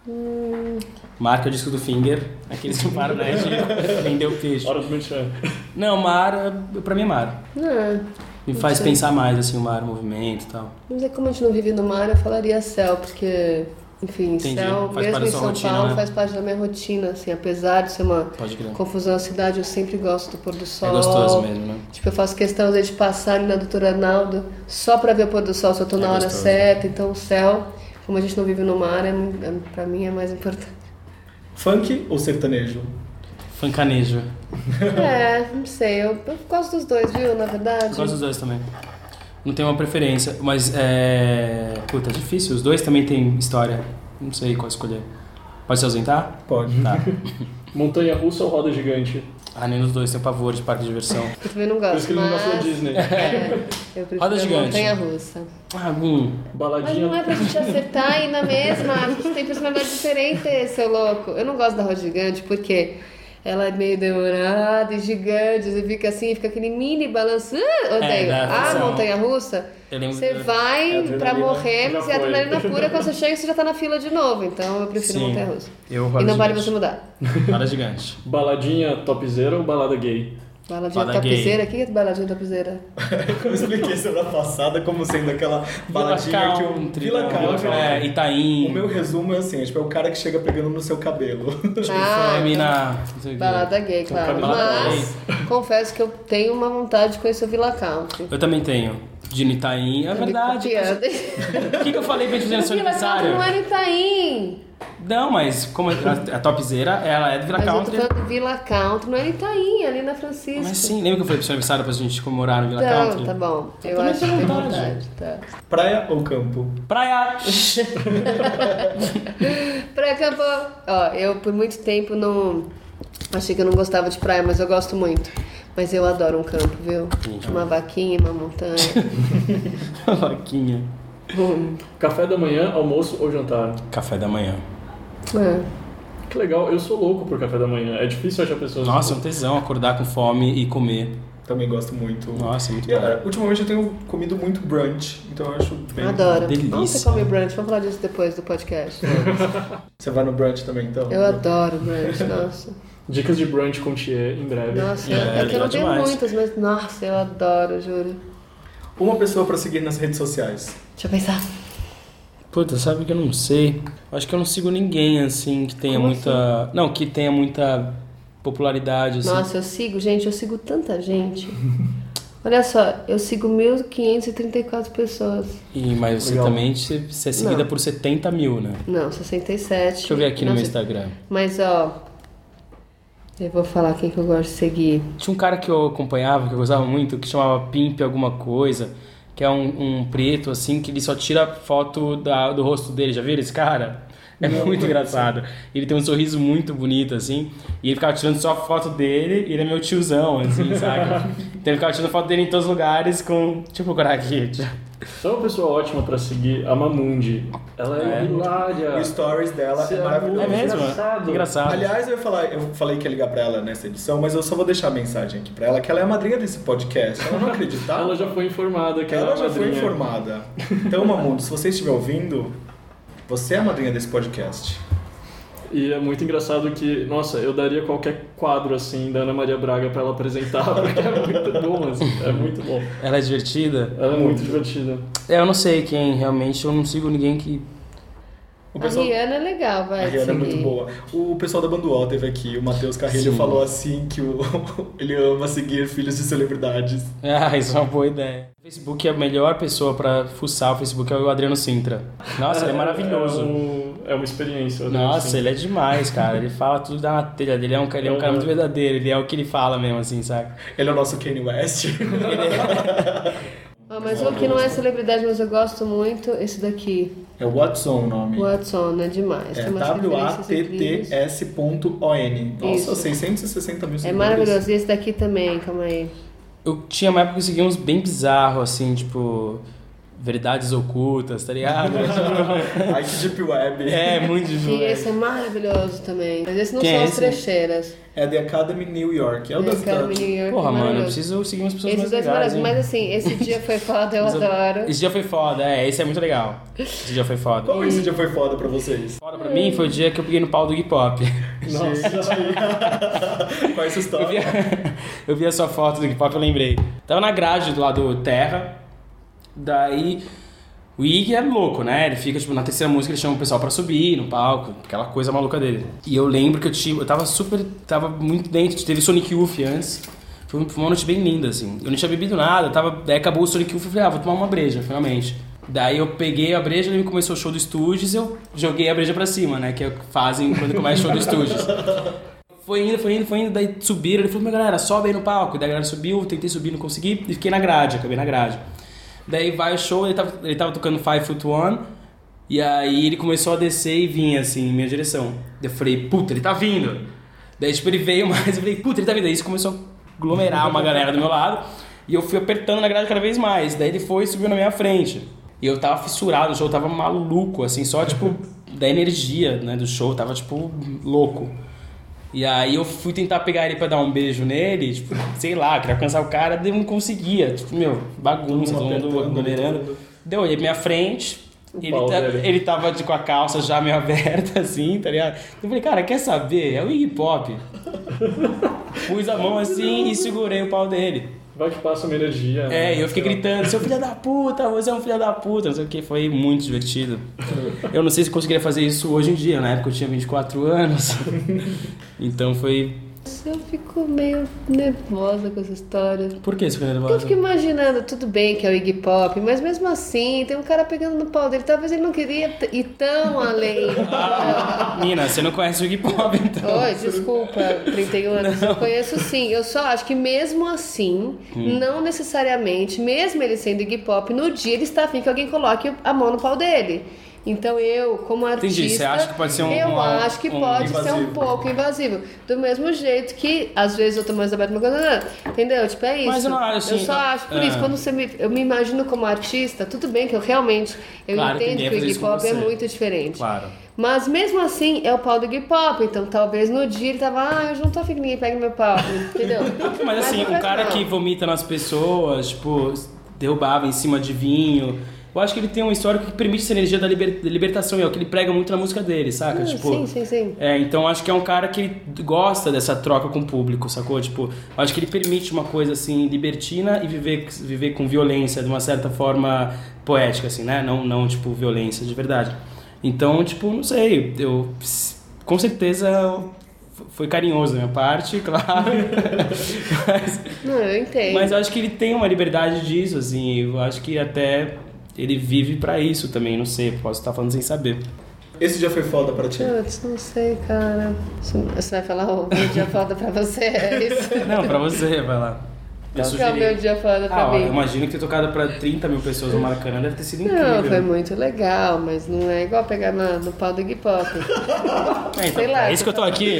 Speaker 3: Hum.
Speaker 4: Mar, que é o disco do Finger. Aqueles que param, né? De vender o peixe.
Speaker 2: Hora do merchan.
Speaker 4: Não, mar, é- pra mim é mar.
Speaker 3: Não,
Speaker 4: Me faz pensar mais, assim, o mar, o movimento e tal.
Speaker 3: mas é como a gente não vive no mar, eu falaria céu, porque, enfim,
Speaker 4: Entendi,
Speaker 3: céu,
Speaker 4: faz parte
Speaker 3: mesmo
Speaker 4: da
Speaker 3: em
Speaker 4: sua
Speaker 3: São
Speaker 4: rotina,
Speaker 3: Paulo,
Speaker 4: né?
Speaker 3: faz parte da minha rotina, assim, apesar de ser uma
Speaker 4: Pode crer.
Speaker 3: confusão na cidade, eu sempre gosto do pôr do sol.
Speaker 4: É gostoso mesmo, né?
Speaker 3: Tipo, eu faço questão às vezes, de passar ali na doutora Arnaldo só pra ver o pôr do sol, se eu tô na
Speaker 4: É
Speaker 3: hora
Speaker 4: gostoso.
Speaker 3: certa, então o céu, como a gente não vive no mar, é, é, pra mim é mais importante.
Speaker 1: Funk ou sertanejo?
Speaker 4: Fancanejo.
Speaker 3: É, não sei, eu, eu gosto dos dois, viu, na
Speaker 4: Eu
Speaker 3: verdade.
Speaker 4: gosto dos dois também. Não tenho uma preferência, mas é. Puta, é difícil. Os dois também têm história. Não sei qual escolher. Pode se ausentar?
Speaker 1: Pode.
Speaker 4: Tá.
Speaker 2: Montanha russa ou roda gigante?
Speaker 4: Ah, nem dos dois, tenho pavor de parque de diversão.
Speaker 3: Eu também não
Speaker 2: Por
Speaker 3: gosto,
Speaker 2: isso que ele não gosta da
Speaker 3: mas...
Speaker 2: Disney.
Speaker 3: É, eu
Speaker 4: Roda
Speaker 3: prefiro a
Speaker 4: gigante.
Speaker 3: montanha russa.
Speaker 4: Ah, hum.
Speaker 3: Mas
Speaker 2: Baladinha.
Speaker 3: não é pra gente acertar e ir na mesma. A gente tem personalidade diferente, seu louco. Eu não gosto da roda gigante porque ela é meio demorada e gigante. Você fica assim, fica aquele mini balanço.
Speaker 4: É,
Speaker 3: Ah, odeio.
Speaker 4: dá
Speaker 3: a
Speaker 4: aflição.
Speaker 3: montanha russa,
Speaker 4: Eu lembro.
Speaker 3: você
Speaker 1: É
Speaker 3: vai
Speaker 1: adrenalina,
Speaker 3: pra morrer,
Speaker 2: já
Speaker 3: mas
Speaker 2: foi.
Speaker 3: é adrenalina pura. Quando você chega, você já tá na fila de novo. Então eu prefiro
Speaker 4: Sim.
Speaker 3: montanha russa.
Speaker 4: Eu,
Speaker 3: E
Speaker 4: roda
Speaker 3: não vale você
Speaker 4: gigante.
Speaker 3: mudar.
Speaker 4: Roda gigante.
Speaker 2: Baladinha topzera ou balada gay?
Speaker 3: Baladinha
Speaker 4: Bala gay.
Speaker 3: topzeira. O que é baladinha topzeira?
Speaker 1: Eu expliquei semana passada como sendo aquela baladinha
Speaker 4: Vila
Speaker 1: que
Speaker 4: Country,
Speaker 1: eu.
Speaker 4: né?
Speaker 1: Vila Country.
Speaker 4: É, Itaim.
Speaker 1: O meu resumo é assim, é, tipo, é o cara que chega pegando no seu cabelo.
Speaker 4: Ah,
Speaker 3: Ah,
Speaker 4: mina. não sei o quê.
Speaker 3: Balada
Speaker 4: um
Speaker 3: gay, claro.
Speaker 4: balada
Speaker 3: Mas confesso que eu tenho uma vontade de conhecer o Villa Country.
Speaker 4: Eu também tenho. De no Itaim. É
Speaker 3: Eu me
Speaker 4: verdade. é.
Speaker 3: copiando.
Speaker 4: O que, que eu falei pra gente fazer no seu
Speaker 3: Vila Country
Speaker 4: aniversário?
Speaker 3: assim, não é era Itaim.
Speaker 4: Não, mas como a, a topzera, ela é do Vila
Speaker 3: Mas eu tô
Speaker 4: Country.
Speaker 3: falando Vila Country, não era Itaim, é ali na Francisco.
Speaker 4: Mas sim, lembra que eu falei pro seu aniversário pra gente comemorar no Vila
Speaker 3: Então,
Speaker 4: Country?
Speaker 3: tá bom. Eu
Speaker 4: também
Speaker 3: acho que
Speaker 4: tenho
Speaker 3: tem
Speaker 4: vontade.
Speaker 3: vontade. Tá.
Speaker 1: Praia ou campo?
Speaker 4: Praia!
Speaker 3: Praia Campo. Ó, eu por muito tempo não. Achei que eu não gostava de praia, mas eu gosto muito. Mas eu adoro um campo, viu?
Speaker 4: Uhum.
Speaker 3: Uma vaquinha, uma montanha.
Speaker 4: Loquinha.
Speaker 3: Hum.
Speaker 2: Café da manhã, almoço ou jantar?
Speaker 4: Café da manhã.
Speaker 3: É.
Speaker 2: Que legal, eu sou louco por café da manhã. É difícil achar pessoas.
Speaker 4: Nossa, é um tesão acordar com fome e comer.
Speaker 1: Também gosto muito.
Speaker 4: Nossa, muito
Speaker 1: E,
Speaker 4: bom.
Speaker 1: é, ultimamente eu tenho comido muito brunch, então eu acho bem.
Speaker 3: Adoro.
Speaker 4: delícia.
Speaker 3: Onde você come brunch? Vamos falar disso depois do podcast.
Speaker 1: Você vai no brunch também, então?
Speaker 3: Eu adoro brunch, nossa.
Speaker 2: Dicas de brunch com Thier em breve.
Speaker 3: Nossa,
Speaker 4: É,
Speaker 3: é, que eu não tenho
Speaker 4: demais.
Speaker 3: muitas, mas nossa, eu adoro, juro.
Speaker 1: Uma pessoa pra seguir nas redes sociais.
Speaker 3: Deixa eu pensar.
Speaker 4: Puta, sabe que eu não sei. Acho que eu não sigo ninguém, assim, que tenha
Speaker 3: Como assim?
Speaker 4: muita. Não, que tenha muita popularidade, assim.
Speaker 3: Nossa, eu sigo, gente, eu sigo tanta gente. Olha só, eu sigo 1.534 pessoas.
Speaker 4: E, mas você
Speaker 1: Legal.
Speaker 4: também se- você é seguida
Speaker 3: Não.
Speaker 4: por 70 mil, né?
Speaker 3: Não, 67.
Speaker 4: Deixa eu ver aqui no
Speaker 3: Nossa,
Speaker 4: meu Instagram.
Speaker 3: Mas ó, eu vou falar quem que eu gosto de seguir.
Speaker 4: Tinha um cara que eu acompanhava, que eu gostava muito, que chamava Pimp alguma coisa, que é um, um preto, assim, que ele só tira foto da- do rosto dele. Já viram esse cara? É muito engraçado. Ele tem um sorriso muito bonito, assim, e ele ficava tirando só foto dele, e ele é meu tiozão, assim, saca? Então ele ficava tirando foto dele em todos os lugares com... Deixa eu procurar aqui.
Speaker 2: Então, uma pessoa ótima pra seguir, a Mamundi. Ela é,
Speaker 4: É.
Speaker 2: hilária.
Speaker 1: O stories dela
Speaker 2: Você
Speaker 1: é
Speaker 2: é
Speaker 1: maravilhoso.
Speaker 2: muito
Speaker 4: É mesmo?
Speaker 2: Engraçado.
Speaker 4: Engraçado.
Speaker 1: Aliás, eu, ia falar, eu falei que ia ligar pra ela nessa edição, mas eu só vou deixar a mensagem aqui pra ela, que ela é a madrinha desse podcast. Ela não acreditava.
Speaker 2: Ela já foi informada que
Speaker 1: Ela
Speaker 2: era
Speaker 1: já foi
Speaker 2: madrinha.
Speaker 1: informada. Então, Mamundo, se você estiver ouvindo, você é a madrinha desse podcast.
Speaker 2: E é muito engraçado que, nossa, eu daria qualquer quadro assim da Ana Maria Braga pra ela apresentar, porque é muito bom, assim, é muito bom.
Speaker 4: Ela é divertida?
Speaker 2: Ela é muito divertida.
Speaker 4: É, eu não sei quem, realmente, eu não sigo ninguém que...
Speaker 1: O
Speaker 3: A Rihanna é legal, vai.
Speaker 1: A Rihanna é
Speaker 3: seguir.
Speaker 1: muito boa. O pessoal da Banduol teve aqui, o Matheus Carrilho
Speaker 4: Sim.
Speaker 1: falou assim que o- ele ama seguir filhos de celebridades.
Speaker 4: Ah, isso é uma boa ideia. O Facebook é a melhor pessoa pra fuçar o Facebook é o Adriano Sintra. Nossa, ele é maravilhoso.
Speaker 2: É, um- é uma experiência. né,
Speaker 4: Nossa,
Speaker 2: assim.
Speaker 4: ele é demais, cara. Ele fala tudo da telha dele. É um, cara- ele é um cara muito verdadeiro. Ele é o que ele fala mesmo, assim, saca?
Speaker 1: Ele é o nosso Kanye West.
Speaker 3: Ó, mas um que não é celebridade, mas eu gosto muito, esse daqui.
Speaker 1: É o Watson o nome.
Speaker 3: Watson, é demais.
Speaker 1: É
Speaker 3: Tem umas referências incríveis.
Speaker 1: W-A-T-T-S.O-N. Nossa,
Speaker 3: Isso.
Speaker 1: 660 mil seguidores.
Speaker 3: É maravilhoso. E esse daqui também, calma aí.
Speaker 4: Eu tinha uma época que eu seguia uns bem bizarros, assim, tipo. Verdades ocultas, tá ligado?
Speaker 1: Ai, que deep web.
Speaker 4: é, muito
Speaker 3: E esse
Speaker 4: difícil.
Speaker 3: é maravilhoso também. Mas esse não
Speaker 4: Quem
Speaker 3: são
Speaker 4: é
Speaker 3: as
Speaker 4: esse?
Speaker 3: trecheiras.
Speaker 1: É The Academy New York. É o das
Speaker 3: Esse cara, menino, é
Speaker 4: Porra, mano, eu
Speaker 3: maravilhoso.
Speaker 4: preciso seguir umas pessoas
Speaker 3: Esses
Speaker 4: mais
Speaker 3: dois
Speaker 4: legais,
Speaker 3: maravilhosos.
Speaker 4: hein?
Speaker 3: Mas assim, esse dia foi foda, eu
Speaker 4: Mas eu-
Speaker 3: adoro.
Speaker 4: Esse dia foi foda, é, esse é muito legal. Esse dia foi foda.
Speaker 1: Qual esse dia foi foda pra vocês?
Speaker 4: Foda pra mim foi o dia que eu peguei no pau do hip hop.
Speaker 1: Qual é essa
Speaker 4: Eu vi,
Speaker 1: história?
Speaker 4: eu vi a sua foto do hip hop, eu lembrei. Tava na grade do lado do Terra. Daí o Iggy é louco, né? Ele fica, tipo, na terceira música ele chama o pessoal pra subir no palco, aquela coisa maluca dele. E eu lembro que eu, tive, eu tava super. tava muito dentro. Teve Sonic Youth antes. Foi um- foi uma noite bem linda, assim. Eu não tinha bebido nada, tava, daí acabou o Sonic Youth, eu falei, ah, vou tomar uma breja, finalmente. Daí eu peguei a breja, lembro que começou o show do Estúdios, eu joguei a breja pra cima, né? Que é o que fazem quando começa o show do Estúdios. Foi indo, foi indo, foi indo, daí subiram, ele falou, meu galera, sobe aí no palco. Daí a galera subiu, eu tentei subir, não consegui, e fiquei na grade, acabei na grade. Daí vai o show, ele tava, ele tava tocando Five Foot One, e aí ele começou a descer e vinha, assim, em minha direção. Daí Eu falei, puta, ele tá vindo. Daí, tipo, ele veio mais, eu falei, puta, ele tá vindo. Daí isso começou a aglomerar uma galera do meu lado, e eu fui apertando na grade cada vez mais. Daí ele foi e subiu na minha frente. E eu tava fissurado, o show tava maluco, assim, só, tipo, da energia, né, do show, tava, tipo, louco. E aí eu fui tentar pegar ele pra dar um beijo nele, tipo, sei lá, queria alcançar o cara, daí eu não conseguia. Tipo, meu, bagunça,
Speaker 1: Todo mundo
Speaker 4: todo mundo
Speaker 1: apertando, todo
Speaker 4: aglomerando.
Speaker 1: mundo.
Speaker 4: Deu, olhei pra minha frente, ele,
Speaker 2: pau
Speaker 4: tá-
Speaker 2: dele.
Speaker 4: ele tava de, com a calça já meio aberta, assim, tá ligado? Eu falei, cara, quer saber? É o hip hop. Pus a mão assim e segurei o pau dele.
Speaker 2: Vai que passa uma energia.
Speaker 4: É,
Speaker 2: né?
Speaker 4: e eu fiquei gritando, seu filho da puta, você é um filho da puta, não sei o que, foi muito divertido. Eu não sei se conseguiria fazer isso hoje em dia, na época eu tinha 24 anos. Então foi.
Speaker 3: Eu fico meio nervosa com essa história.
Speaker 4: Por que você ficou
Speaker 3: Porque eu
Speaker 4: nervosa?
Speaker 3: fico imaginando, tudo bem que é o Iggy Pop, mas mesmo assim, tem um cara pegando no pau dele. Talvez ele não queria t- ir tão além.
Speaker 4: Mina, você não conhece o hip hop, então.
Speaker 3: Oi, desculpa, 31 anos. Eu conheço sim. Eu só acho que mesmo assim,
Speaker 4: Hum.
Speaker 3: não necessariamente, mesmo ele sendo Iggy Pop, no dia ele está afim que alguém coloque a mão no pau dele. Então eu, como artista,
Speaker 4: Entendi, você acha que pode ser um-
Speaker 3: eu
Speaker 4: um-
Speaker 3: acho que
Speaker 4: um
Speaker 3: pode ser um
Speaker 1: invasivo.
Speaker 3: pouco invasivo. Do mesmo jeito que às vezes eu tô mais aberto uma coisa, não, entendeu? Tipo, é isso.
Speaker 4: Mas eu não acho, assim,
Speaker 3: só
Speaker 4: eu-
Speaker 3: acho, por
Speaker 4: é.
Speaker 3: isso, quando você me, eu me imagino como artista, tudo bem que eu realmente eu
Speaker 4: Claro que
Speaker 3: entendo
Speaker 4: ninguém
Speaker 3: que,
Speaker 4: ia
Speaker 3: o
Speaker 4: fazer
Speaker 3: Iggy
Speaker 4: isso com
Speaker 3: Pop é
Speaker 4: você.
Speaker 3: muito diferente.
Speaker 4: Claro.
Speaker 3: Mas mesmo assim, é o pau do hip hop, então talvez no dia ele tava, ah, eu não tô afim que ninguém pegue meu pau, entendeu?
Speaker 4: Mas assim,
Speaker 3: não
Speaker 4: o
Speaker 3: faz
Speaker 4: cara
Speaker 3: mal.
Speaker 4: que vomita nas pessoas, tipo, derrubava em cima de vinho. Eu acho que ele tem um histórico que permite essa energia da liber- da libertação, e é o que ele prega muito na música dele, saca?
Speaker 3: Hum,
Speaker 4: tipo,
Speaker 3: sim, sim, sim.
Speaker 4: é, então acho que é um cara que ele gosta dessa troca com o público, sacou? Tipo, acho que ele permite uma coisa assim libertina e viver, viver com violência de uma certa forma poética, assim, né? Não, não tipo violência de verdade. Então, tipo, não sei, eu com certeza foi carinhoso da minha parte, claro. Mas-
Speaker 3: Não, eu entendo.
Speaker 4: mas eu acho que ele tem uma liberdade disso, assim. Eu acho que até ele vive pra isso também, não sei, posso estar falando sem saber.
Speaker 1: Esse dia foi foda pra ti?
Speaker 3: Putz, não sei, cara. Você- Você vai falar o meu dia foda pra você? É isso?
Speaker 4: Não, pra você, vai lá. Eu
Speaker 3: Qual que é o meu dia foda pra
Speaker 4: Ah, ó,
Speaker 3: mim?
Speaker 4: eu imagino que ter tocado pra 30 mil pessoas no Maracanã deve ter sido incrível.
Speaker 3: Não, foi muito legal, mas não é igual pegar na- no pau do Iggy Pop.
Speaker 4: É, então,
Speaker 3: sei lá.
Speaker 4: é isso que eu tô aqui.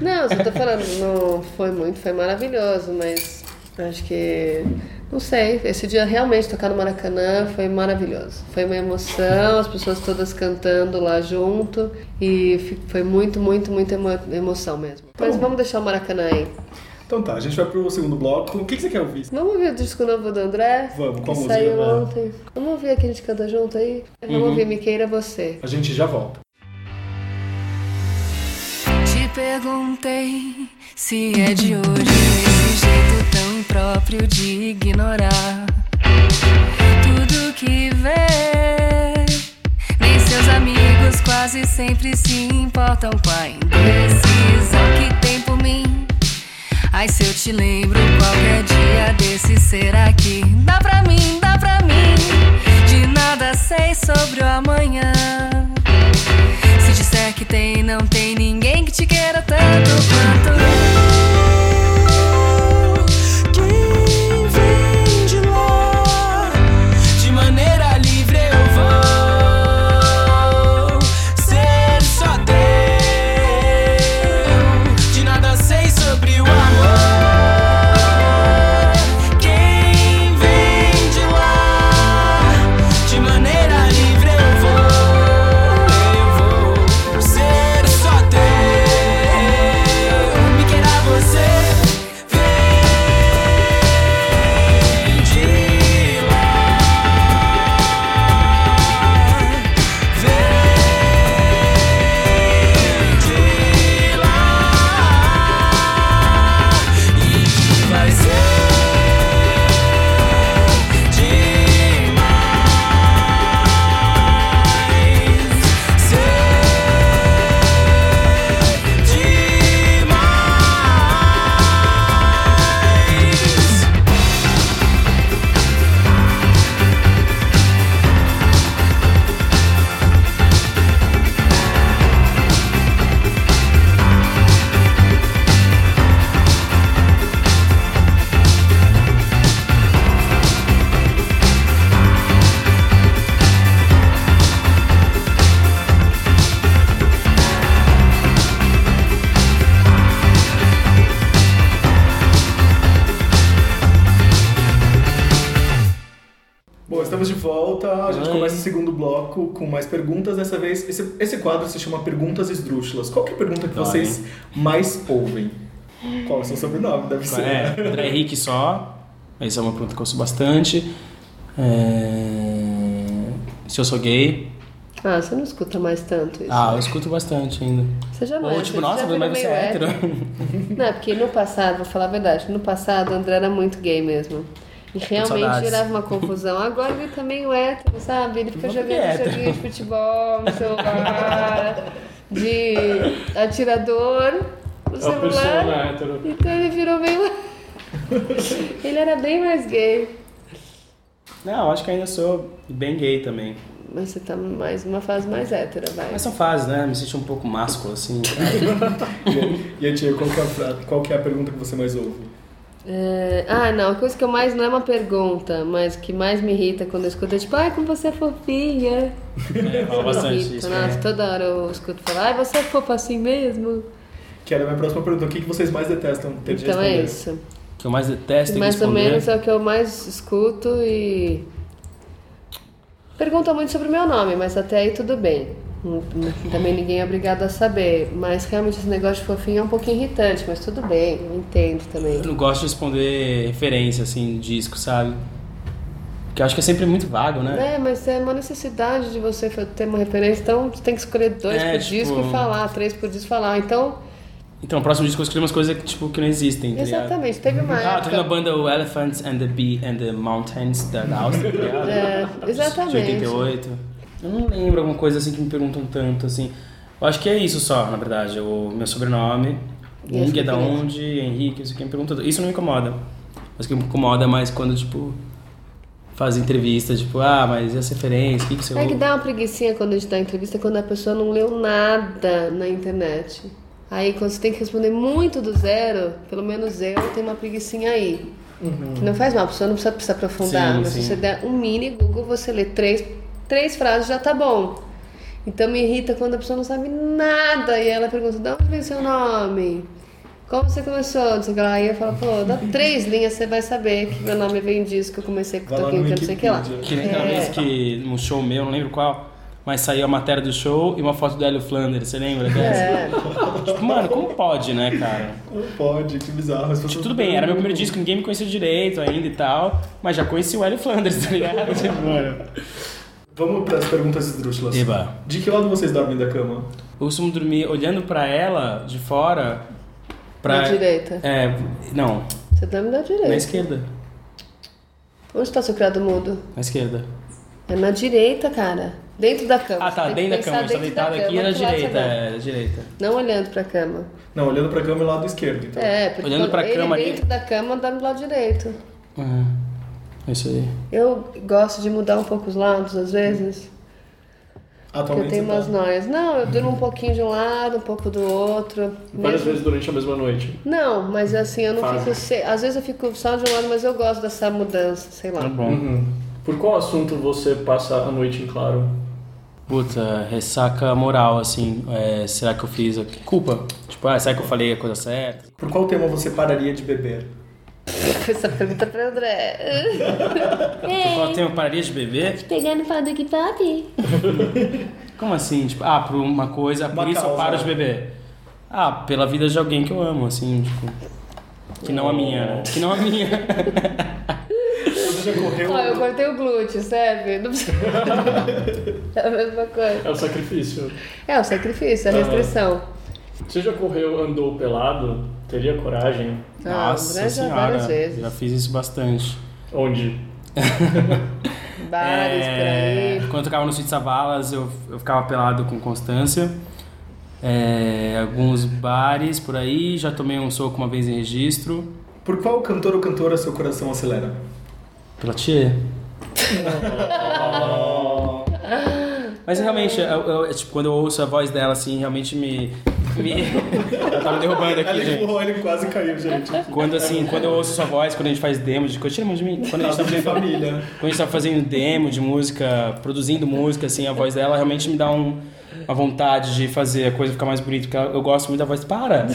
Speaker 3: Não, só tô falando, não foi muito, foi maravilhoso, mas acho que. Não sei, esse dia realmente tocar no Maracanã foi maravilhoso. Foi uma emoção, as pessoas todas cantando lá junto e fi- foi muito, muito, muita emo- emoção mesmo.
Speaker 1: Tá
Speaker 3: Mas vamos deixar o Maracanã aí.
Speaker 1: Então tá, a gente vai pro segundo bloco. O que, que você quer ouvir?
Speaker 3: Vamos ouvir o disco novo do André?
Speaker 1: Vamos,
Speaker 3: que
Speaker 1: qual música,
Speaker 3: saiu
Speaker 1: né? Uhum.
Speaker 3: ontem. Vamos ouvir aquele que a gente canta junto aí? Vamos ouvir Me Queira Você.
Speaker 1: A gente já volta.
Speaker 5: Te perguntei se é de hoje esse jeito tão impróprio de ignorar tudo que vê. Nem seus amigos quase sempre se importam com a indecisão que tem por mim. Ai, se eu te lembro qualquer dia desse, será que dá pra mim, dá pra mim? De nada sei sobre o amanhã. Se disser que tem, não tem ninguém que te queira tanto quanto eu. Quem vem de lá?
Speaker 4: De maneira livre eu vou ser só teu. De nada sei sobre o amor. Quem vem de lá? De maneira livre eu vou, eu vou ser só teu. Me queira você. Vem de lá.
Speaker 6: é é
Speaker 1: Bom, estamos de volta. A gente
Speaker 4: Oi.
Speaker 1: começa o segundo bloco com mais perguntas. Dessa vez, esse, esse quadro se chama Perguntas Esdrúxulas. Qual que é a pergunta que
Speaker 4: Dói,
Speaker 1: vocês mais ouvem? Qual é o seu sobrenome? Deve ser.
Speaker 4: É, André Henrique só. Essa é uma pergunta que eu ouço bastante. É, Se eu sou gay.
Speaker 3: Ah, você não escuta mais tanto isso.
Speaker 4: Ah, eu escuto bastante ainda.
Speaker 3: Você já
Speaker 4: Ou
Speaker 3: manja,
Speaker 4: tipo,
Speaker 3: você
Speaker 4: nossa,
Speaker 3: já
Speaker 4: mas
Speaker 3: virou
Speaker 4: você
Speaker 3: meio
Speaker 4: é hétero.
Speaker 3: Não, é porque no passado, vou falar a verdade, no passado o André era muito gay mesmo. E realmente
Speaker 4: saudades.
Speaker 3: gerava uma confusão. Agora ele também é hétero, sabe? Ele fica
Speaker 4: Vamos
Speaker 3: jogando
Speaker 4: que é hétero.
Speaker 3: joguinho de futebol no celular, de atirador no
Speaker 2: É o
Speaker 4: né?
Speaker 2: persona
Speaker 3: celular.
Speaker 2: hétero.
Speaker 3: Então ele virou meio. ele era bem mais gay.
Speaker 4: Não, eu acho que ainda sou bem gay também.
Speaker 3: Mas você tá mais uma fase mais hétera, vai.
Speaker 4: Mas são fases, né? Me sinto um pouco másculo, assim.
Speaker 1: E a tia, qual que é a, fra- qual que é a pergunta que você mais ouve?
Speaker 3: É, Ah, não, a coisa que eu mais não é uma pergunta, mas que mais me irrita quando eu escuto é tipo, ai, como você é fofinha.
Speaker 4: É, falo bastante
Speaker 3: Irrita,
Speaker 4: isso.
Speaker 3: nossa,
Speaker 4: né?
Speaker 3: toda hora eu escuto falar, ai, você é fofa assim mesmo?
Speaker 1: Que era a minha próxima pergunta. O que, que vocês mais detestam ter de
Speaker 3: então é
Speaker 1: responder?
Speaker 3: isso.
Speaker 4: O que eu mais detesto é
Speaker 3: mais ou
Speaker 4: responder.
Speaker 3: menos é o que eu mais escuto e. Pergunta muito sobre o meu nome, mas até aí tudo bem. Hum, hum, Também ninguém é obrigado a saber. Mas realmente esse negócio de fofinho é um pouquinho irritante, mas tudo bem, eu entendo também.
Speaker 4: Eu não gosto de responder referência, assim, de disco, sabe? Que eu acho que é sempre muito vago, né?
Speaker 3: É, mas é uma necessidade de você fa- ter uma referência, então você tem que escolher dois
Speaker 4: É,
Speaker 3: por
Speaker 4: tipo-
Speaker 3: disco e falar, três por disco e falar. Então,
Speaker 4: Então, o próximo disco eu escolhi umas coisas que, tipo, que não existem, tá ligado?
Speaker 3: exatamente, teve uma
Speaker 4: Ah, teve
Speaker 3: época.
Speaker 4: na banda o Elephants and the Bee and the Mountains da da Áustria, tá ligado?
Speaker 3: É,
Speaker 4: De
Speaker 3: exatamente.
Speaker 4: 88. Eu não lembro alguma coisa assim que me perguntam tanto, assim. Eu acho que é isso só, na verdade. O meu sobrenome,
Speaker 3: E as
Speaker 4: Ing é da
Speaker 3: referências.
Speaker 4: onde, Henrique, isso aqui me pergunta. tudo. Isso não me incomoda. Mas o que me incomoda é mais quando, tipo, faz entrevista, tipo, ah, mas e as referências? O que, que você
Speaker 3: É que dá uma preguiçinha quando a gente dá entrevista quando a pessoa não leu nada na internet. Aí quando você tem que responder muito do zero, pelo menos eu tenho uma preguiçinha aí.
Speaker 1: Uhum.
Speaker 3: Que não faz mal, a pessoa não precisa, precisa aprofundar.
Speaker 4: Sim,
Speaker 3: mas
Speaker 4: sim.
Speaker 3: se você der um mini Google, você lê três, três frases já tá bom. Então me irrita quando a pessoa não sabe nada e ela pergunta, de onde vem seu nome? Como você começou? Não sei o que lá. Aí eu falo, pô, dá três linhas, você vai saber que meu nome vem disso, que eu comecei com
Speaker 1: Vai lá no
Speaker 3: toquinho, que eu não sei o que lá.
Speaker 1: Wikipedia.
Speaker 4: Que nem aquela
Speaker 3: É.
Speaker 4: vez que num show meu, não lembro qual, mas saiu a matéria do show e uma foto do Hélio Flanders, você lembra dessa?
Speaker 3: É.
Speaker 4: Tipo, mano, como pode, né, cara?
Speaker 1: Não "Oh, pode, que bizarro. as
Speaker 4: Tipo,
Speaker 1: pessoas-
Speaker 4: tudo bem, era meu primeiro disco, ninguém me conhecia direito ainda e tal, mas já conheci o Hélio Flanders, tá ligado?
Speaker 1: Mano. É. Vamos para as perguntas esdrúxulas.
Speaker 4: Eba.
Speaker 1: De que lado vocês dormem da cama?
Speaker 4: Eu costumo dormir olhando pra ela de fora. Pra...
Speaker 3: Da direita.
Speaker 4: É, não,
Speaker 3: Você tá dorme da
Speaker 4: na
Speaker 3: direita.
Speaker 4: esquerda.
Speaker 3: Onde está seu criado mudo?
Speaker 4: Na esquerda.
Speaker 3: É na direita, cara. Dentro da cama.
Speaker 4: Ah, tá,
Speaker 3: Você tem
Speaker 4: dentro da
Speaker 3: que
Speaker 4: cama,
Speaker 3: pensar
Speaker 4: está
Speaker 3: dentro da
Speaker 4: deitado aqui
Speaker 3: cama,
Speaker 4: é na
Speaker 3: que lado você
Speaker 4: direita,
Speaker 3: dorme.
Speaker 4: é, na direita.
Speaker 3: Não olhando pra cama.
Speaker 1: Não, olhando para a cama é lado esquerdo, então.
Speaker 3: É, porque
Speaker 4: Olhando
Speaker 3: quando
Speaker 4: pra
Speaker 3: ele
Speaker 4: cama ali-
Speaker 3: dentro da cama dorme do lado direito.
Speaker 4: É, é isso aí.
Speaker 3: Eu gosto de mudar um pouco os lados às
Speaker 4: Hum.
Speaker 3: vezes. Porque eu
Speaker 1: Atualmente
Speaker 3: tenho
Speaker 4: então.
Speaker 1: você tá-
Speaker 3: umas noias. Não, eu durmo um pouquinho de um lado, um pouco do outro.
Speaker 2: Várias
Speaker 3: Mesmo-
Speaker 2: vezes durante a mesma noite.
Speaker 3: Não, mas assim, eu não
Speaker 2: Fala.
Speaker 3: fico. se- Às vezes eu fico só de um lado, mas eu gosto dessa mudança, sei lá.
Speaker 4: Tá bom.
Speaker 2: Uhum. Por qual assunto você passa a noite em claro?
Speaker 4: Puta, é ressaca moral, assim. é, será que eu fiz. a- Culpa. Tipo, ah, será que eu falei a coisa certa?
Speaker 1: Por qual tema você pararia de beber?
Speaker 3: Essa pergunta é pra André.
Speaker 4: Por qual tema Tipo, eu pararia de beber?
Speaker 7: Pegando pau do que pop?
Speaker 4: Como assim? Tipo, ah, por uma coisa, por
Speaker 1: Uma
Speaker 4: isso eu
Speaker 1: causa. né?
Speaker 4: paro de beber. Ah, pela vida de alguém que eu amo, assim, tipo. Que não a minha, né? Que não a minha.
Speaker 1: Você já correu?
Speaker 3: Ó,
Speaker 4: Ah,
Speaker 3: eu cortei o glúteo, serve? Não precisa. é a mesma coisa.
Speaker 2: É o sacrifício.
Speaker 3: É o sacrifício, a
Speaker 4: Tá
Speaker 2: Aham.
Speaker 3: restrição.
Speaker 2: Você já correu, andou pelado? Teria coragem?
Speaker 3: Ah, o André já várias vezes.
Speaker 4: já fiz isso bastante.
Speaker 2: Onde?
Speaker 3: Bares
Speaker 4: É,
Speaker 3: por aí.
Speaker 4: Quando eu tocava no Sítio Savalas, eu, eu ficava pelado com constância. É, alguns bares por aí, já tomei um soco uma vez em registro.
Speaker 1: Por qual cantor ou cantora seu coração acelera?
Speaker 4: Pela tia. Mas realmente, eu- eu- é, tipo, quando eu ouço a voz dela, assim, realmente me. me... Ela tá me derrubando aqui,
Speaker 1: Ele
Speaker 4: gente.
Speaker 1: empurrou, ele quase caiu, gente.
Speaker 4: Quando assim, quando eu ouço sua voz, quando a gente faz demo de coisa. Tira a mão de mim. Quando a gente tá
Speaker 1: Casa de
Speaker 4: fazendo
Speaker 1: família.
Speaker 4: Quando a gente tá fazendo demo de música, produzindo música, assim, a voz dela realmente me dá um- uma vontade de fazer a coisa ficar mais bonita, porque ela- eu gosto muito da voz. Para!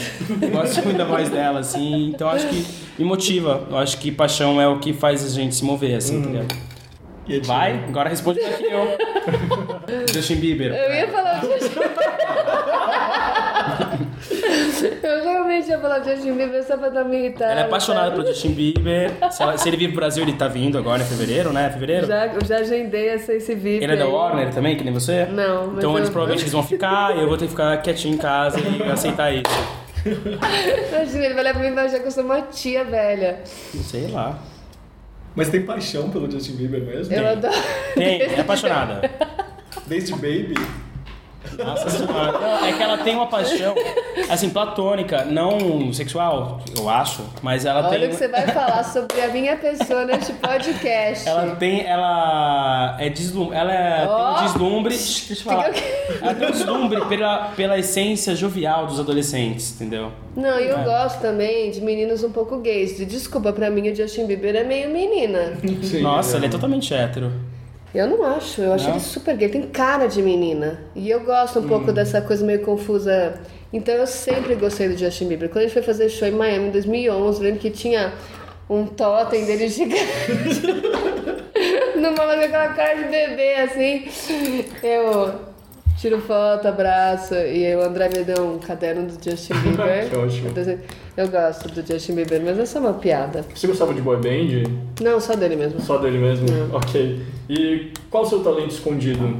Speaker 4: Eu gosto muito da voz dela, assim, então acho que me motiva. Eu acho que paixão é o que faz a gente se mover, assim, entendeu?
Speaker 1: E é a tia?
Speaker 4: Vai, agora responde pra que eu. Justin Bieber.
Speaker 3: Eu ia falar de. eu realmente ia falar de Justin Bieber só pra dar uma irritada.
Speaker 4: Ela é apaixonada pelo Justin Bieber. Se, ela- se ele vir pro Brasil, ele tá vindo agora em fevereiro, né? Fevereiro?
Speaker 3: Já, eu já agendei essa, esse vídeo.
Speaker 4: Ele é da
Speaker 3: aí.
Speaker 4: Warner também, que nem você?
Speaker 3: Não, mas
Speaker 4: Então
Speaker 3: eu-
Speaker 4: eles provavelmente eles vão ficar e eu vou ter que ficar quietinho em casa e aceitar isso.
Speaker 3: Imagina, ele vai lá pra mim e vai achar que eu sou uma tia velha.
Speaker 4: Sei lá.
Speaker 1: Mas tem paixão pelo Justin Bieber mesmo?
Speaker 3: Eu adoro.
Speaker 4: Tem, é apaixonada.
Speaker 1: Desde Baby?
Speaker 4: Nossa senhora. Não, É que ela tem uma paixão, assim, platônica, não sexual, eu acho, mas ela
Speaker 3: Olha
Speaker 4: tem.
Speaker 3: o que você vai falar sobre a minha pessoa neste podcast.
Speaker 4: Ela tem. Ela é deslumbre. Ela é-
Speaker 3: Ó.
Speaker 4: tem um deslumbre. Deixa eu falar. Ela tem um deslumbre pela, pela essência jovial dos adolescentes, entendeu?
Speaker 3: Não, e eu gosto também de meninos um pouco gays. De- Desculpa, pra mim o Justin Bieber é meio menina.
Speaker 2: Sim.
Speaker 4: Nossa, ele é totalmente hétero.
Speaker 3: Eu não acho, eu acho
Speaker 4: Não?
Speaker 3: ele super gay, ele tem cara de menina. E eu gosto um
Speaker 2: Hum.
Speaker 3: pouco dessa coisa meio confusa. Então eu sempre gostei do Justin Bieber. Quando a gente foi fazer show em Miami em 2011, eu lembro que tinha um totem dele gigante. Numa com aquela cara de bebê, assim. Eu. Tiro foto, abraço. E aí o André me deu um caderno do Justin Bieber.
Speaker 2: Que ótimo.
Speaker 3: Eu desenho- Eu gosto do Justin Bieber, mas essa é uma piada.
Speaker 2: Você gostava de boy band?
Speaker 3: Não, só dele mesmo.
Speaker 2: Só dele mesmo?
Speaker 1: É.
Speaker 2: Ok. E qual o seu talento escondido?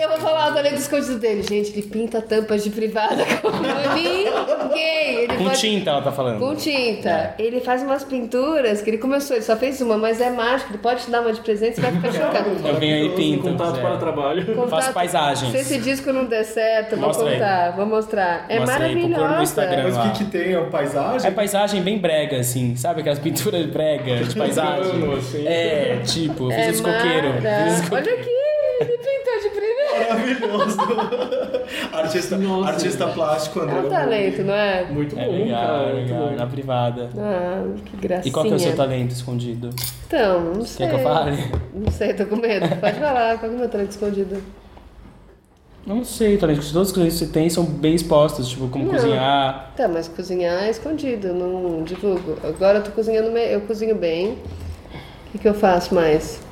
Speaker 3: Eu vou falar o talento escondido dele. Gente, ele pinta tampas de privada como ninguém. Ele
Speaker 4: Com
Speaker 3: faz-
Speaker 4: tinta, ela tá falando.
Speaker 3: Com tinta. É. Ele faz umas pinturas que ele começou, ele só fez uma, mas é mágico. Ele pode te dar uma de presente, você vai ficar chocado.
Speaker 4: Eu venho aí
Speaker 2: Em
Speaker 4: pinta. É.
Speaker 2: contato
Speaker 4: Então, Zé.
Speaker 2: para trabalho.
Speaker 3: Contato-
Speaker 4: Faço paisagens.
Speaker 3: Se esse disco não der certo, eu vou
Speaker 4: Mostra aí.
Speaker 3: contar, vou mostrar. É
Speaker 4: Mostra aí, procura no
Speaker 3: maravilhosa.
Speaker 4: Instagram.
Speaker 1: Mas o que, que tem? É o
Speaker 4: É
Speaker 1: paisagem?
Speaker 4: paisagem bem brega, assim, sabe? Aquelas pinturas de brega, de paisagem.
Speaker 2: Piano, assim.
Speaker 4: É, tipo,
Speaker 3: É
Speaker 4: fiz os coqueiros.
Speaker 3: mara.
Speaker 4: Fiz os
Speaker 3: Olha aqui, ele pintou de primeira.
Speaker 1: Maravilhoso. artista
Speaker 2: Nossa,
Speaker 1: artista plástico,
Speaker 3: É
Speaker 1: André.
Speaker 3: um talento, não é?
Speaker 2: Muito
Speaker 4: É
Speaker 2: bom,
Speaker 4: legal,
Speaker 2: cara.
Speaker 4: é
Speaker 2: muito
Speaker 4: legal,
Speaker 2: bom.
Speaker 4: na privada.
Speaker 3: Ah, que gracinha.
Speaker 4: E qual que é o seu talento escondido?
Speaker 3: Então, não sei.
Speaker 4: Quer que eu fale?
Speaker 3: Não sei, tô com medo. Pode falar, qual que é o meu talento escondido?
Speaker 4: Não sei, talento escondido. Todas as coisas que você tem são bem expostas, tipo, como
Speaker 3: Não.
Speaker 4: cozinhar.
Speaker 3: Tá, mas cozinhar é escondido, não divulgo. Agora eu tô cozinhando, me- eu cozinho bem. O que, que eu faço mais?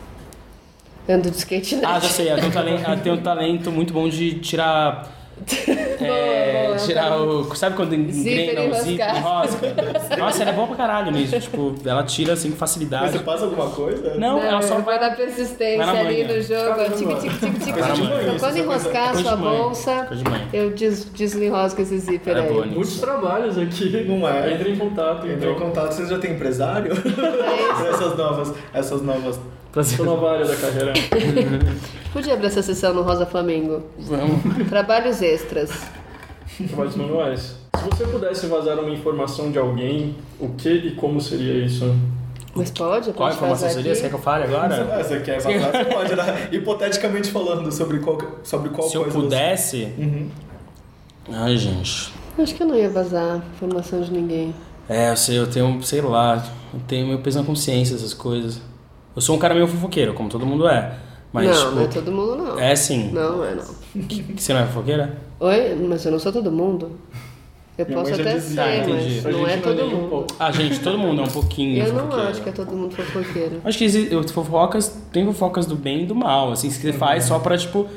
Speaker 3: Ando de skate na
Speaker 4: Ah, já sei, ela tem um talento, ela tem um talento muito bom de tirar.
Speaker 3: Boa,
Speaker 4: É,
Speaker 3: boa,
Speaker 4: tirar o. Sabe quando
Speaker 3: Zíper
Speaker 4: engrena o
Speaker 3: enroscado.
Speaker 4: zíper, enrosca? Nossa, ela é boa pra caralho mesmo. Tipo, ela tira assim com
Speaker 1: Mas você
Speaker 4: facilidade.
Speaker 1: passa alguma coisa?
Speaker 4: Não, ela só
Speaker 3: vai
Speaker 4: vai.
Speaker 3: dar persistência
Speaker 4: vai na
Speaker 3: ali
Speaker 4: manhã.
Speaker 3: no jogo.
Speaker 1: Caramba.
Speaker 3: Tic, tic, tic, tic,
Speaker 1: Coisa
Speaker 4: de
Speaker 3: tic. Então,
Speaker 4: manhã,
Speaker 1: isso,
Speaker 3: quando
Speaker 1: essa coisa-
Speaker 3: enroscar a
Speaker 4: coisa
Speaker 3: sua
Speaker 4: de manhã,
Speaker 3: bolsa,
Speaker 4: coisa de manhã.
Speaker 3: eu des, desenrosco esse zíper
Speaker 4: Ela é
Speaker 3: aí.
Speaker 4: boa, né?
Speaker 2: Muitos trabalhos aqui.
Speaker 1: Não é?
Speaker 2: Entre em contato,
Speaker 1: Entrou em
Speaker 2: então.
Speaker 1: contato, vocês já têm empresário? essas novas, essas novas.
Speaker 2: Sou nova área da carreira.
Speaker 3: Podia abrir essa sessão no Rosa Flamengo.
Speaker 4: Vamos.
Speaker 3: Trabalhos extras.
Speaker 2: Trabalhos manuais. Se você pudesse vazar uma informação de alguém, o que e como seria isso?
Speaker 3: Mas pode?
Speaker 4: Qual é a
Speaker 3: Pode
Speaker 4: informação
Speaker 3: fazer
Speaker 4: seria?
Speaker 3: aqui?
Speaker 4: Você quer que eu fale agora?
Speaker 1: Ah, Você quer vazar? Você pode, né? Hipoteticamente falando sobre qual, sobre qual
Speaker 4: Se eu
Speaker 1: coisa. você-
Speaker 4: pudesse. Uhum. Ai, gente.
Speaker 3: Acho que eu não ia vazar informação de ninguém.
Speaker 4: É, eu sei, eu tenho, sei lá, eu tenho meu peso na consciência, essas coisas. Eu sou um cara meio fofoqueiro, como todo mundo é. Mas,
Speaker 3: não,
Speaker 4: tipo,
Speaker 3: não é todo mundo, não.
Speaker 4: é sim.
Speaker 3: Não, é não.
Speaker 4: Você não é fofoqueira?
Speaker 3: Oi? Mas eu não sou todo mundo. Eu
Speaker 1: Minha
Speaker 3: posso
Speaker 1: mãe já
Speaker 3: até
Speaker 1: dizia,
Speaker 3: ser,
Speaker 4: tá, entendi.
Speaker 3: mas
Speaker 2: A
Speaker 3: não é
Speaker 2: gente
Speaker 3: todo
Speaker 2: nem um
Speaker 3: mundo.
Speaker 2: pouco.
Speaker 4: Ah, gente, todo mundo é um pouquinho
Speaker 3: Eu não
Speaker 4: fofoqueiro.
Speaker 3: acho que é todo mundo fofoqueiro.
Speaker 4: Acho que exi- eu- fofocas, tem fofocas do bem e do mal, assim, que você faz só pra, tipo,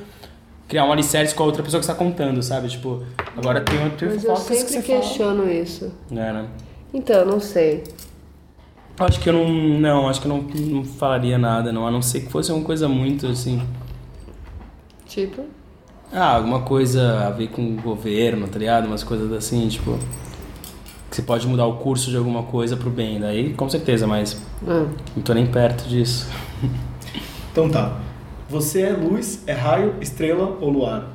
Speaker 4: criar um alicerce com a outra pessoa que você tá contando, sabe? Tipo, agora tem, tem
Speaker 3: Mas eu
Speaker 4: fofocas que
Speaker 3: sempre
Speaker 4: você
Speaker 3: questiono isso.
Speaker 4: fala. É, né?
Speaker 3: Então, não sei.
Speaker 4: Acho que eu não. Não, acho que eu não, não falaria nada, não. A não ser que fosse uma coisa muito assim.
Speaker 3: Tipo,
Speaker 4: Ah, alguma coisa a ver com o governo, tá ligado? Umas coisas assim, tipo. Que você pode mudar o curso de alguma coisa pro bem. Daí, com certeza, mas
Speaker 3: ah,
Speaker 4: não tô nem perto disso.
Speaker 1: Então tá. Você é luz, é raio, estrela ou luar?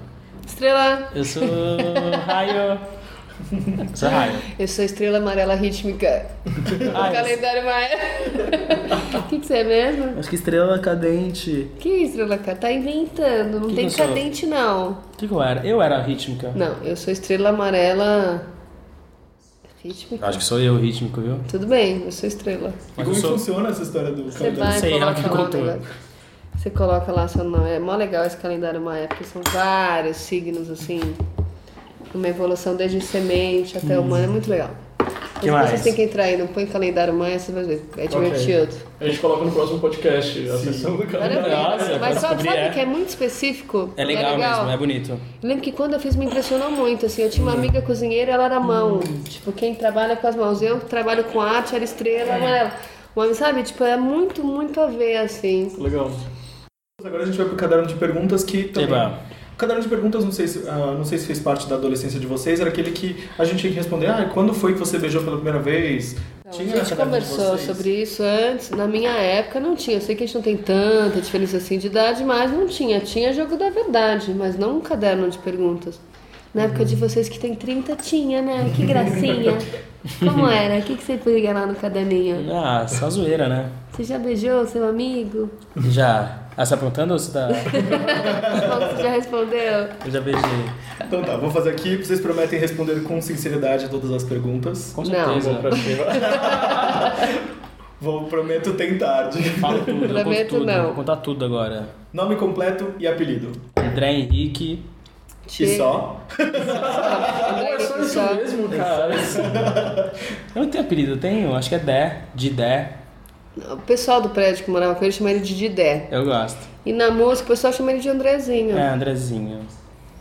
Speaker 3: estrela.
Speaker 4: Eu sou raio. Eu sou raio.
Speaker 3: Eu sou estrela amarela rítmica. do
Speaker 4: Ah,
Speaker 3: calendário maia. O que, que você é mesmo?
Speaker 4: Acho que estrela cadente.
Speaker 3: Que estrela, cara? Tá inventando. Não
Speaker 4: Que
Speaker 3: tem
Speaker 4: que eu sou?
Speaker 3: cadente, não.
Speaker 4: O que, que eu era? Eu era rítmica.
Speaker 3: Não, eu sou estrela amarela rítmica.
Speaker 4: Acho que sou eu rítmico, viu?
Speaker 3: Tudo bem, eu sou estrela.
Speaker 1: E
Speaker 4: Mas
Speaker 1: como
Speaker 4: eu sou-
Speaker 1: funciona essa história do
Speaker 3: Você
Speaker 1: calendário?
Speaker 3: vai
Speaker 4: sei,
Speaker 3: e
Speaker 4: ela
Speaker 3: coloca
Speaker 4: que
Speaker 3: lá o
Speaker 4: contou.
Speaker 3: negócio. Você coloca lá seu nome. É mó legal esse calendário maia, porque são vários signos, assim. Uma evolução desde semente até humano. É muito legal.
Speaker 4: Hum.
Speaker 3: Mas
Speaker 4: Que mais?
Speaker 3: vocês têm que entrar aí. Não põe calendário maia, você vai ver. É divertido.
Speaker 2: A gente coloca no próximo podcast a sessão do cara.
Speaker 4: Nossa,
Speaker 3: Maravilhoso. Mas
Speaker 4: eu
Speaker 3: só,
Speaker 4: descobri,
Speaker 3: sabe
Speaker 4: é.
Speaker 3: que é muito específico?
Speaker 4: É legal, mesmo, é bonito.
Speaker 3: Eu lembro que quando eu fiz me impressionou muito, assim, eu tinha uma amiga cozinheira, ela era mão.
Speaker 4: Hum.
Speaker 3: Tipo, quem trabalha com as mãos. Eu que trabalho com arte, era
Speaker 4: É.
Speaker 3: estrela, amarela. O homem, sabe? Tipo, é muito, muito a ver, assim.
Speaker 2: Legal.
Speaker 1: Agora a gente vai pro caderno de perguntas que também...
Speaker 4: Eba.
Speaker 1: O caderno de perguntas, não sei, se, ah, não sei se fez parte da adolescência de vocês, era aquele que a gente tinha que responder, ah, quando foi que você beijou pela primeira vez?
Speaker 3: Então, A
Speaker 1: no
Speaker 3: gente
Speaker 1: caderno de
Speaker 3: conversou
Speaker 1: vocês?
Speaker 3: sobre isso antes. Na minha época não tinha. Eu sei que a gente não tem tanta diferença assim de idade, mas não tinha. Tinha jogo da verdade, mas não um caderno de perguntas. Na época de vocês que tem 30, tinha, né? Que gracinha. Como era? O que, que você liga lá no caderninho?
Speaker 4: Ah, só zoeira, né?
Speaker 3: Você já beijou seu amigo?
Speaker 4: Já. Ah, você tá perguntando ou você tá.
Speaker 3: Você já respondeu?
Speaker 4: Eu já beijei.
Speaker 1: Então tá, vou fazer aqui, vocês prometem responder com sinceridade a todas as perguntas.
Speaker 4: Com
Speaker 3: Não.
Speaker 4: certeza.
Speaker 2: Vamos pra cima.
Speaker 3: É,
Speaker 1: Vou, prometo tentar. de-
Speaker 4: Falo tudo, eu conto
Speaker 3: Prometo
Speaker 4: tudo.
Speaker 3: não.
Speaker 4: Vou contar tudo agora.
Speaker 1: Nome completo e apelido.
Speaker 4: André Henrique.
Speaker 1: E só?
Speaker 2: É só isso mesmo, cara.
Speaker 4: Eu não tenho apelido, eu tenho. Acho que é Dé, de Dé.
Speaker 3: O pessoal do prédio que morava com ele chama ele de Didé.
Speaker 4: Eu gosto.
Speaker 3: E na música o pessoal chama ele de Andrezinho.
Speaker 4: É, Andrezinho.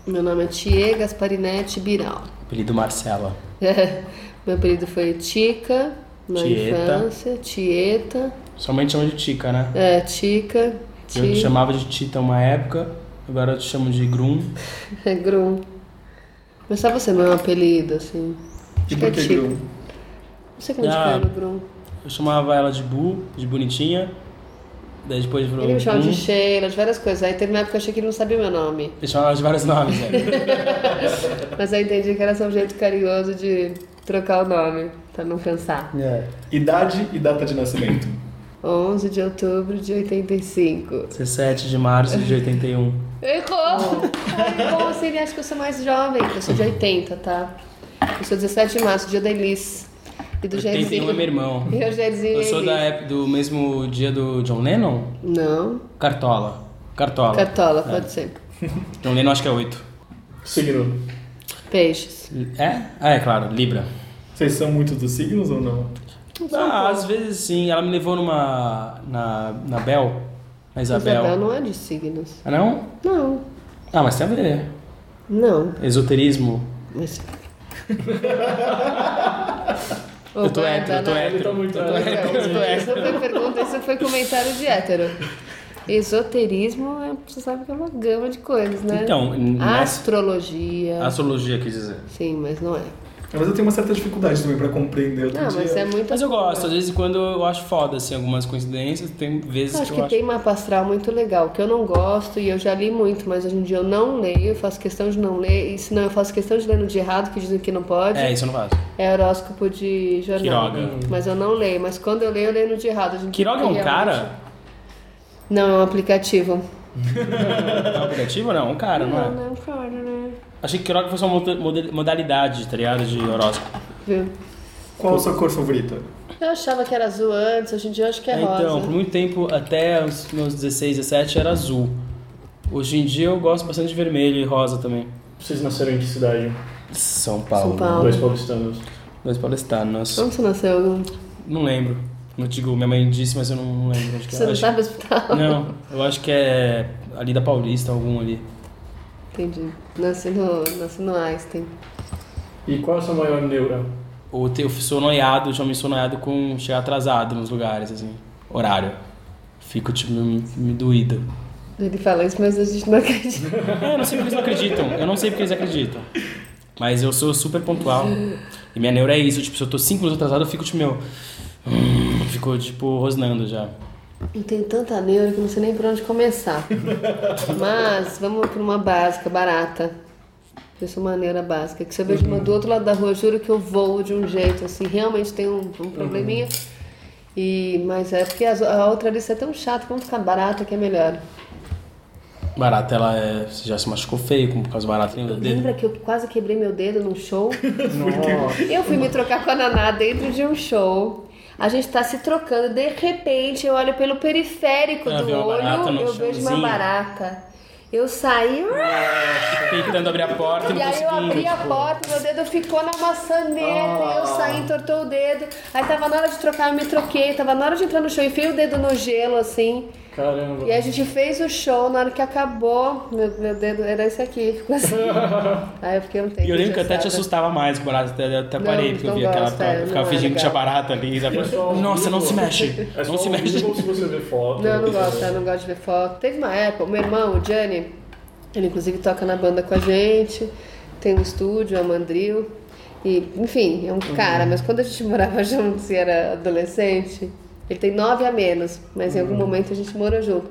Speaker 3: Meu nome é Thier Gasparinete Biral.
Speaker 4: Apelido Marcela.
Speaker 3: Meu apelido foi Tica na
Speaker 4: Tieta.
Speaker 3: infância, Tieta,
Speaker 4: Sua mãe te chama de Tica, né?
Speaker 3: é, Tica,
Speaker 4: Eu te
Speaker 3: Ti,
Speaker 4: chamava de Tita uma época, agora eu te chamo de Grum.
Speaker 3: é, Grum. Mas sabe você meu apelido, assim?
Speaker 1: E
Speaker 3: Acho
Speaker 1: por
Speaker 3: é
Speaker 1: que
Speaker 3: Tica.
Speaker 1: Grum?
Speaker 3: Não sei como
Speaker 4: Ah.
Speaker 3: ah. no Grum.
Speaker 4: Eu chamava ela de Bu, de bonitinha. Daí depois virou.
Speaker 3: Ele me chamava
Speaker 4: Grum.
Speaker 3: de Sheila, de várias coisas. Aí teve uma época que eu achei que ele não sabia meu nome.
Speaker 4: Eu chamava ela de vários nomes, né? É.
Speaker 3: Mas aí entendi que era só um jeito carinhoso de trocar o nome, pra não cansar.
Speaker 1: Idade e data de nascimento.
Speaker 3: 11 de outubro de 85.
Speaker 4: 17 de março de 81.
Speaker 3: Errou! Ai, como assim? Ele acha que eu sou mais jovem. Eu sou de 80, tá? Eu sou 17 de março, dia da Elis. E do Jairzinho.
Speaker 4: 81 é meu irmão.
Speaker 3: E o Jairzinho
Speaker 4: Eu
Speaker 3: e a
Speaker 4: sou
Speaker 3: Elis.
Speaker 4: da época do mesmo dia do John Lennon?
Speaker 3: Não,
Speaker 4: Cartola. Cartola.
Speaker 3: Cartola, pode ser.
Speaker 4: John Lennon acho que é 8.
Speaker 1: Signo.
Speaker 3: Peixes.
Speaker 4: É? Ah, é claro, Libra.
Speaker 1: Vocês são muito dos signos ou não?
Speaker 4: Ah, às vezes sim, ela me levou numa. na. na Bel, na Isabel.
Speaker 3: Isabel não é de signos.
Speaker 4: Ah, não?
Speaker 3: Não,
Speaker 4: Ah, mas tem a ver.
Speaker 3: não.
Speaker 4: Esoterismo.
Speaker 3: Mas...
Speaker 4: Eu tô hétero, eu tô
Speaker 3: hétero.
Speaker 2: Ele tá muito
Speaker 4: Eu tô
Speaker 2: hétero.
Speaker 3: né? Isso não foi pergunta, isso foi comentário de hétero. Esoterismo, é- você sabe que é uma gama de coisas, né?
Speaker 4: Então, n- nessa-
Speaker 3: Astrologia.
Speaker 4: Astrologia, quis dizer.
Speaker 3: Sim, mas não é.
Speaker 1: Mas eu tenho uma certa dificuldade também pra compreender. Outro
Speaker 3: Não,
Speaker 1: dia-
Speaker 3: mas é muito.
Speaker 4: Mas eu gosto, às vezes em quando eu acho foda, assim, algumas coincidências, tem vezes
Speaker 3: Eu acho
Speaker 4: que
Speaker 3: que
Speaker 4: eu acho.
Speaker 3: tem mapa astral muito legal, que eu não gosto e eu já li muito, mas hoje em dia eu não leio, eu faço questão de não ler, e se não eu faço questão de ler no dia errado, que dizem que não pode.
Speaker 4: É, isso eu não faço.
Speaker 3: É horóscopo de jornal.
Speaker 4: Quiroga.
Speaker 3: Mas eu não leio, mas quando eu leio, eu leio no dia errado. A gente
Speaker 4: Quiroga é um
Speaker 3: realmente-
Speaker 4: cara?
Speaker 3: Não, é um aplicativo.
Speaker 4: É um aplicativo? Não, um cara, não, é?
Speaker 3: não é um cara, né?
Speaker 4: Achei que Quiroga fosse uma moda- moda- modalidade, tá ligado? De horóscopo.
Speaker 3: Viu?
Speaker 1: Qual a sua cor favorita?
Speaker 3: Eu achava que era azul antes, hoje em dia eu acho que é
Speaker 4: É,
Speaker 3: rosa.
Speaker 4: Então, por muito tempo, até os meus 16, 17, era azul. Hoje em dia eu gosto bastante de vermelho e rosa também.
Speaker 2: Vocês nasceram em que cidade?
Speaker 4: São Paulo. né?
Speaker 3: São Paulo.
Speaker 2: Dois paulistanos.
Speaker 4: Dois paulistanos.
Speaker 3: Onde você nasceu?
Speaker 4: Não lembro. Não digo, minha mãe disse, mas eu não não lembro. Acho que
Speaker 3: Você não tá
Speaker 4: acho-
Speaker 3: sabe o hospital?
Speaker 4: Não, eu acho que é ali da Paulista, algum ali.
Speaker 3: Entendi. Nasci no, nasci no Einstein.
Speaker 2: E qual é a sua maior neura?
Speaker 4: Ou te- eu sou noiado, já me sou noiado com chegar atrasado nos lugares, assim, horário. Fico, tipo, me, me doído.
Speaker 3: Ele fala isso, mas a gente não acredita.
Speaker 4: É, eu não sei porque eles não acreditam. Eu não sei porque eles acreditam. Mas eu sou super pontual. E minha neura é isso, tipo, se eu tô cinco minutos atrasado, eu fico, tipo, meu. hum, Fico, tipo, rosnando já.
Speaker 3: Eu tenho tanta neura que eu não sei nem por onde começar. Mas vamos por uma básica, barata. Eu sou uma neura básica. Que se eu vejo uma do outro lado da rua, eu juro que eu voo de um jeito, assim, realmente tem um, um probleminha. E, mas é porque as- a outra lista é tão chata, vamos ficar barata que é melhor.
Speaker 4: Barata, ela é, você já se machucou feio com por causa do barata, lembra do dedo?
Speaker 3: Lembra que eu quase quebrei meu dedo num show?
Speaker 2: Nossa.
Speaker 3: Eu fui me trocar com a Naná dentro de um show. A gente tá se trocando, de repente eu olho pelo periférico
Speaker 4: Ela
Speaker 3: do
Speaker 4: Ah, viu uma barata
Speaker 3: olho,
Speaker 4: no
Speaker 3: eu vejo uma
Speaker 4: chãozinho. Ah,
Speaker 3: barata. Eu saí ah,
Speaker 4: Tentando abrir a porta e
Speaker 3: e
Speaker 4: não
Speaker 3: aí eu
Speaker 4: conseguindo.
Speaker 3: abri a porta, meu dedo ficou na maçaneta, e
Speaker 4: Ah.
Speaker 3: eu saí, entortou o dedo. Aí tava na hora de trocar, eu me troquei, tava na hora de entrar no show, enfiei o dedo no gelo assim.
Speaker 2: Caramba.
Speaker 3: E a gente fez o show, na hora que acabou, meu, meu dedo era esse aqui, ficou assim. Aí eu fiquei um tempo.
Speaker 4: E eu lembro que eu até
Speaker 3: engessada.
Speaker 4: te assustava mais com barata, até, até
Speaker 3: Não,
Speaker 4: parei, porque eu
Speaker 3: não
Speaker 4: via aquela.
Speaker 3: gosto, é,
Speaker 4: eu ficava
Speaker 3: não é
Speaker 4: fingindo que tinha
Speaker 3: legal.
Speaker 4: barata ali. sabe?
Speaker 2: É só um
Speaker 4: Nossa, não
Speaker 2: livro.
Speaker 4: se mexe!
Speaker 2: É só
Speaker 4: não se
Speaker 2: um
Speaker 4: mexe!
Speaker 2: Google se você ver foto. né?
Speaker 3: Não, eu não gosto, eu não gosto de ver foto. Teve uma época, o meu irmão, o Gianni, ele inclusive toca na banda com a gente, tem um estúdio, é um mandril. E, enfim, é um cara, mas quando a gente morava juntos e era adolescente, ele tem nove a menos, mas em algum momento a gente morou junto.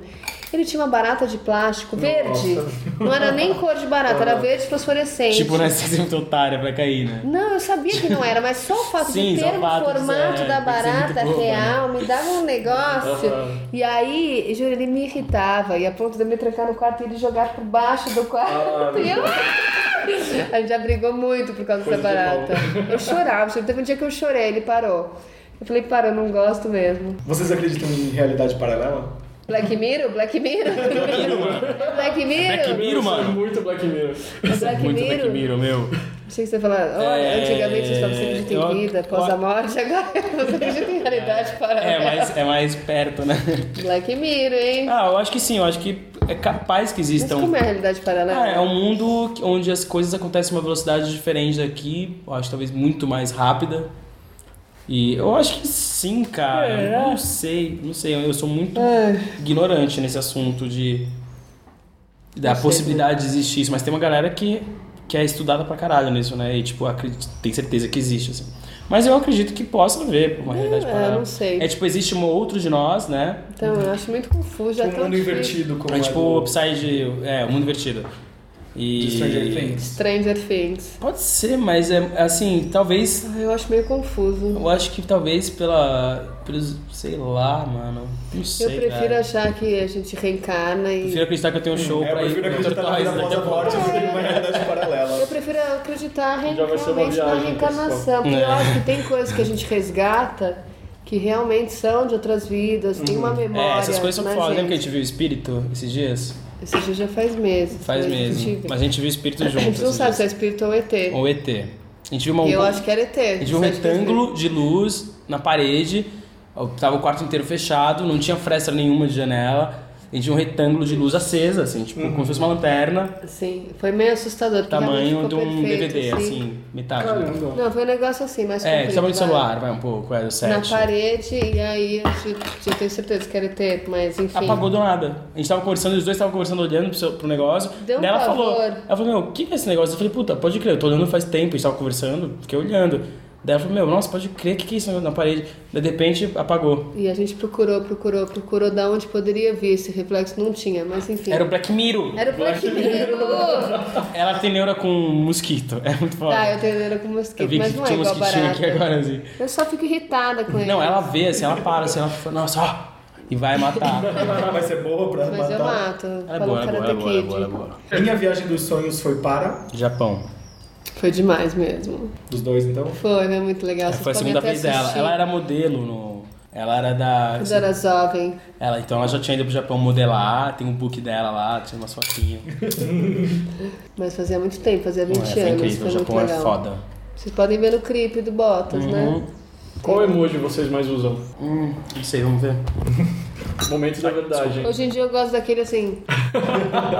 Speaker 3: Ele tinha uma barata de plástico verde. Não era nem cor de barata, era verde fosforescente.
Speaker 4: Tipo, né? Você é muito otária pra cair, né?
Speaker 3: Não, eu sabia que não era, mas só o fato
Speaker 4: Sim,
Speaker 3: de
Speaker 4: só
Speaker 3: ter
Speaker 4: o
Speaker 3: o
Speaker 4: fato de
Speaker 3: formato
Speaker 4: ser-
Speaker 3: da
Speaker 4: de ser muito
Speaker 3: barata
Speaker 4: boba, né?
Speaker 3: real me dava um negócio.
Speaker 2: Aham.
Speaker 3: E aí, juro, ele me irritava. E a ponto de eu me trancar no quarto e ele jogar por baixo do quarto.
Speaker 2: Ah,
Speaker 3: e eu... A gente já brigou muito por causa
Speaker 2: Coisa
Speaker 3: dessa
Speaker 2: de
Speaker 3: barata. Eu chorava, juro. teve um dia que eu chorei, ele parou. Eu falei, para, eu não gosto mesmo.
Speaker 1: Vocês acreditam em realidade paralela?
Speaker 3: Black Mirror? Black Mirror? Black
Speaker 4: Black
Speaker 3: Mirror?
Speaker 4: Mirror, mano.
Speaker 2: é Muito Black Mirror.
Speaker 3: É Black
Speaker 4: Muito Black
Speaker 3: Mirror?
Speaker 4: Mirror, meu.
Speaker 3: Achei que você ia falar, olha,
Speaker 4: É,
Speaker 3: antigamente a gente estava sempre
Speaker 4: eu-
Speaker 3: em vida, após
Speaker 4: eu-
Speaker 3: a morte, agora você acredita em realidade paralela.
Speaker 4: É mais, é mais perto, né?
Speaker 3: Black Mirror, hein?
Speaker 4: Ah, eu acho que sim, eu acho que é capaz que
Speaker 3: Mas
Speaker 4: existam.
Speaker 3: como é a realidade paralela?
Speaker 4: Ah, é um mundo que- onde as coisas acontecem a uma velocidade diferente daqui, eu acho talvez muito mais rápida. E eu acho que sim, cara.
Speaker 2: É.
Speaker 4: Não sei, não sei. Eu sou muito
Speaker 3: Ai,
Speaker 4: ignorante nesse assunto de da
Speaker 3: Não sei, né?
Speaker 4: possibilidade de existir isso, mas tem uma galera que, que é estudada pra caralho nisso, né? E tipo, acredita, tem certeza que existe, assim. Mas eu acredito que possa haver uma realidade
Speaker 3: é,
Speaker 4: paralela.
Speaker 3: não sei.
Speaker 4: É tipo, existe um outro de nós, né?
Speaker 3: Então, eu acho muito confuso, já
Speaker 1: Um
Speaker 3: é tão
Speaker 1: mundo
Speaker 3: difícil.
Speaker 1: invertido, como
Speaker 4: É tipo o
Speaker 1: do-
Speaker 4: Upside. É, o mundo invertido. E.
Speaker 1: de Stranger Things.
Speaker 3: Stranger Things.
Speaker 4: Pode ser, mas é assim, talvez.
Speaker 3: Ai, eu acho meio confuso.
Speaker 4: Eu acho que talvez pela. Pelos, sei lá, mano. Não sei.
Speaker 3: Eu prefiro
Speaker 4: cara.
Speaker 3: achar que a gente reencarna e.
Speaker 4: Prefiro acreditar que eu tenho um show
Speaker 1: É, eu
Speaker 4: pra ir
Speaker 1: prefiro acreditar na vida após a
Speaker 4: né?
Speaker 1: morte do que uma realidade
Speaker 3: Eu
Speaker 1: paralela.
Speaker 3: prefiro acreditar re-
Speaker 2: Já vai ser uma
Speaker 3: realmente na
Speaker 2: viagem,
Speaker 3: reencarnação. Porque
Speaker 4: É.
Speaker 3: eu acho que tem coisas que a gente resgata que realmente são de outras vidas, tem uma memória.
Speaker 4: É, essas coisas são
Speaker 3: na
Speaker 4: foda. Lembra que a
Speaker 3: gente.
Speaker 4: gente viu o espírito esses dias?
Speaker 3: Esse dia já faz meses.
Speaker 4: Faz
Speaker 3: mas
Speaker 4: mesmo.
Speaker 3: tive.
Speaker 4: Mas a gente viu o espírito junto.
Speaker 3: A gente não
Speaker 4: esses
Speaker 3: sabe
Speaker 4: dias.
Speaker 3: se é espírito ou ET.
Speaker 4: Ou ET. A gente viu uma.
Speaker 3: Eu acho que era ET.
Speaker 4: A gente viu um retângulo de luz na parede, ó, tava o quarto inteiro fechado, não tinha fresta nenhuma de janela. A gente viu um retângulo de luz acesa, assim, tipo, como se fosse uma lanterna,
Speaker 3: Sim, foi meio assustador. porque
Speaker 4: tamanho
Speaker 3: realmente
Speaker 4: de
Speaker 3: Uhum. ficou
Speaker 4: um
Speaker 3: perfeito,
Speaker 4: DVD,
Speaker 3: assim.
Speaker 4: assim, metade.
Speaker 2: Caramba.
Speaker 3: Não, foi um negócio assim, mas.
Speaker 4: É,
Speaker 3: comprido,
Speaker 4: tamanho de
Speaker 3: vai.
Speaker 4: celular, vai um pouco, era o 7.
Speaker 3: Na parede, e aí eu, te- eu tenho certeza que era ET, mas enfim.
Speaker 4: Apagou do nada. A gente tava conversando, os dois estavam conversando, olhando pro, seu- pro negócio.
Speaker 3: Deu um
Speaker 4: Daí ela falou.
Speaker 3: pavor.
Speaker 4: Ela falou, meu, o que que é esse negócio? Eu falei, puta, pode crer, eu tô olhando faz tempo, a gente tava conversando, fiquei olhando. Daí ela falou, meu, nossa, pode crer, o que que é isso na parede? Daí de repente apagou.
Speaker 3: E a gente procurou, procurou, procurou da onde poderia vir esse reflexo, não tinha, mas enfim.
Speaker 4: Era o Black Mirror.
Speaker 3: Era o Black Mirror!
Speaker 4: Ela tem neura com mosquito. É muito foda.
Speaker 3: tá, eu tenho neura com
Speaker 4: Eu
Speaker 3: mosquito,
Speaker 4: vi que
Speaker 3: mas não é
Speaker 4: tinha um
Speaker 3: igual
Speaker 4: mosquitinho
Speaker 3: barato.
Speaker 4: aqui agora, assim.
Speaker 3: Eu só fico irritada com ele.
Speaker 4: Não, ela vê, assim, ela para, assim, ela fala, nossa, ó, e vai matar.
Speaker 1: Vai ser boa pra
Speaker 3: Mas eu
Speaker 1: matar.
Speaker 3: mato.
Speaker 4: Ela
Speaker 3: Falou
Speaker 4: é boa, ela é boa,
Speaker 3: Karate
Speaker 4: ela é boa, ela é
Speaker 3: Kid.
Speaker 4: boa, ela é boa.
Speaker 1: Minha viagem dos sonhos foi para.
Speaker 4: Japão.
Speaker 3: Foi demais mesmo.
Speaker 1: Dos dois, então.
Speaker 3: Foi, foi muito legal. Vocês
Speaker 4: É, Foi a
Speaker 3: podem
Speaker 4: segunda
Speaker 3: até
Speaker 4: vez dela.
Speaker 3: assistir.
Speaker 4: Ela era modelo no. Ela era da. assim,
Speaker 3: Quando era jovem.
Speaker 4: Ela, então ela já tinha ido pro Japão modelar, tem um book dela lá, tinha umas fotinhas.
Speaker 3: Mas fazia muito tempo, fazia 20
Speaker 4: Não, é, foi
Speaker 3: anos.
Speaker 4: incrível,
Speaker 3: foi
Speaker 4: o
Speaker 3: muito
Speaker 4: Japão
Speaker 3: legal.
Speaker 4: é foda. Uhum.
Speaker 3: Vocês podem ver no clipe do Bottas, né?
Speaker 2: Qual
Speaker 4: é
Speaker 2: emoji vocês mais usam?
Speaker 4: Hum, não sei, vamos ver.
Speaker 2: Momento da verdade, hein?
Speaker 3: Hoje em dia eu gosto daquele assim.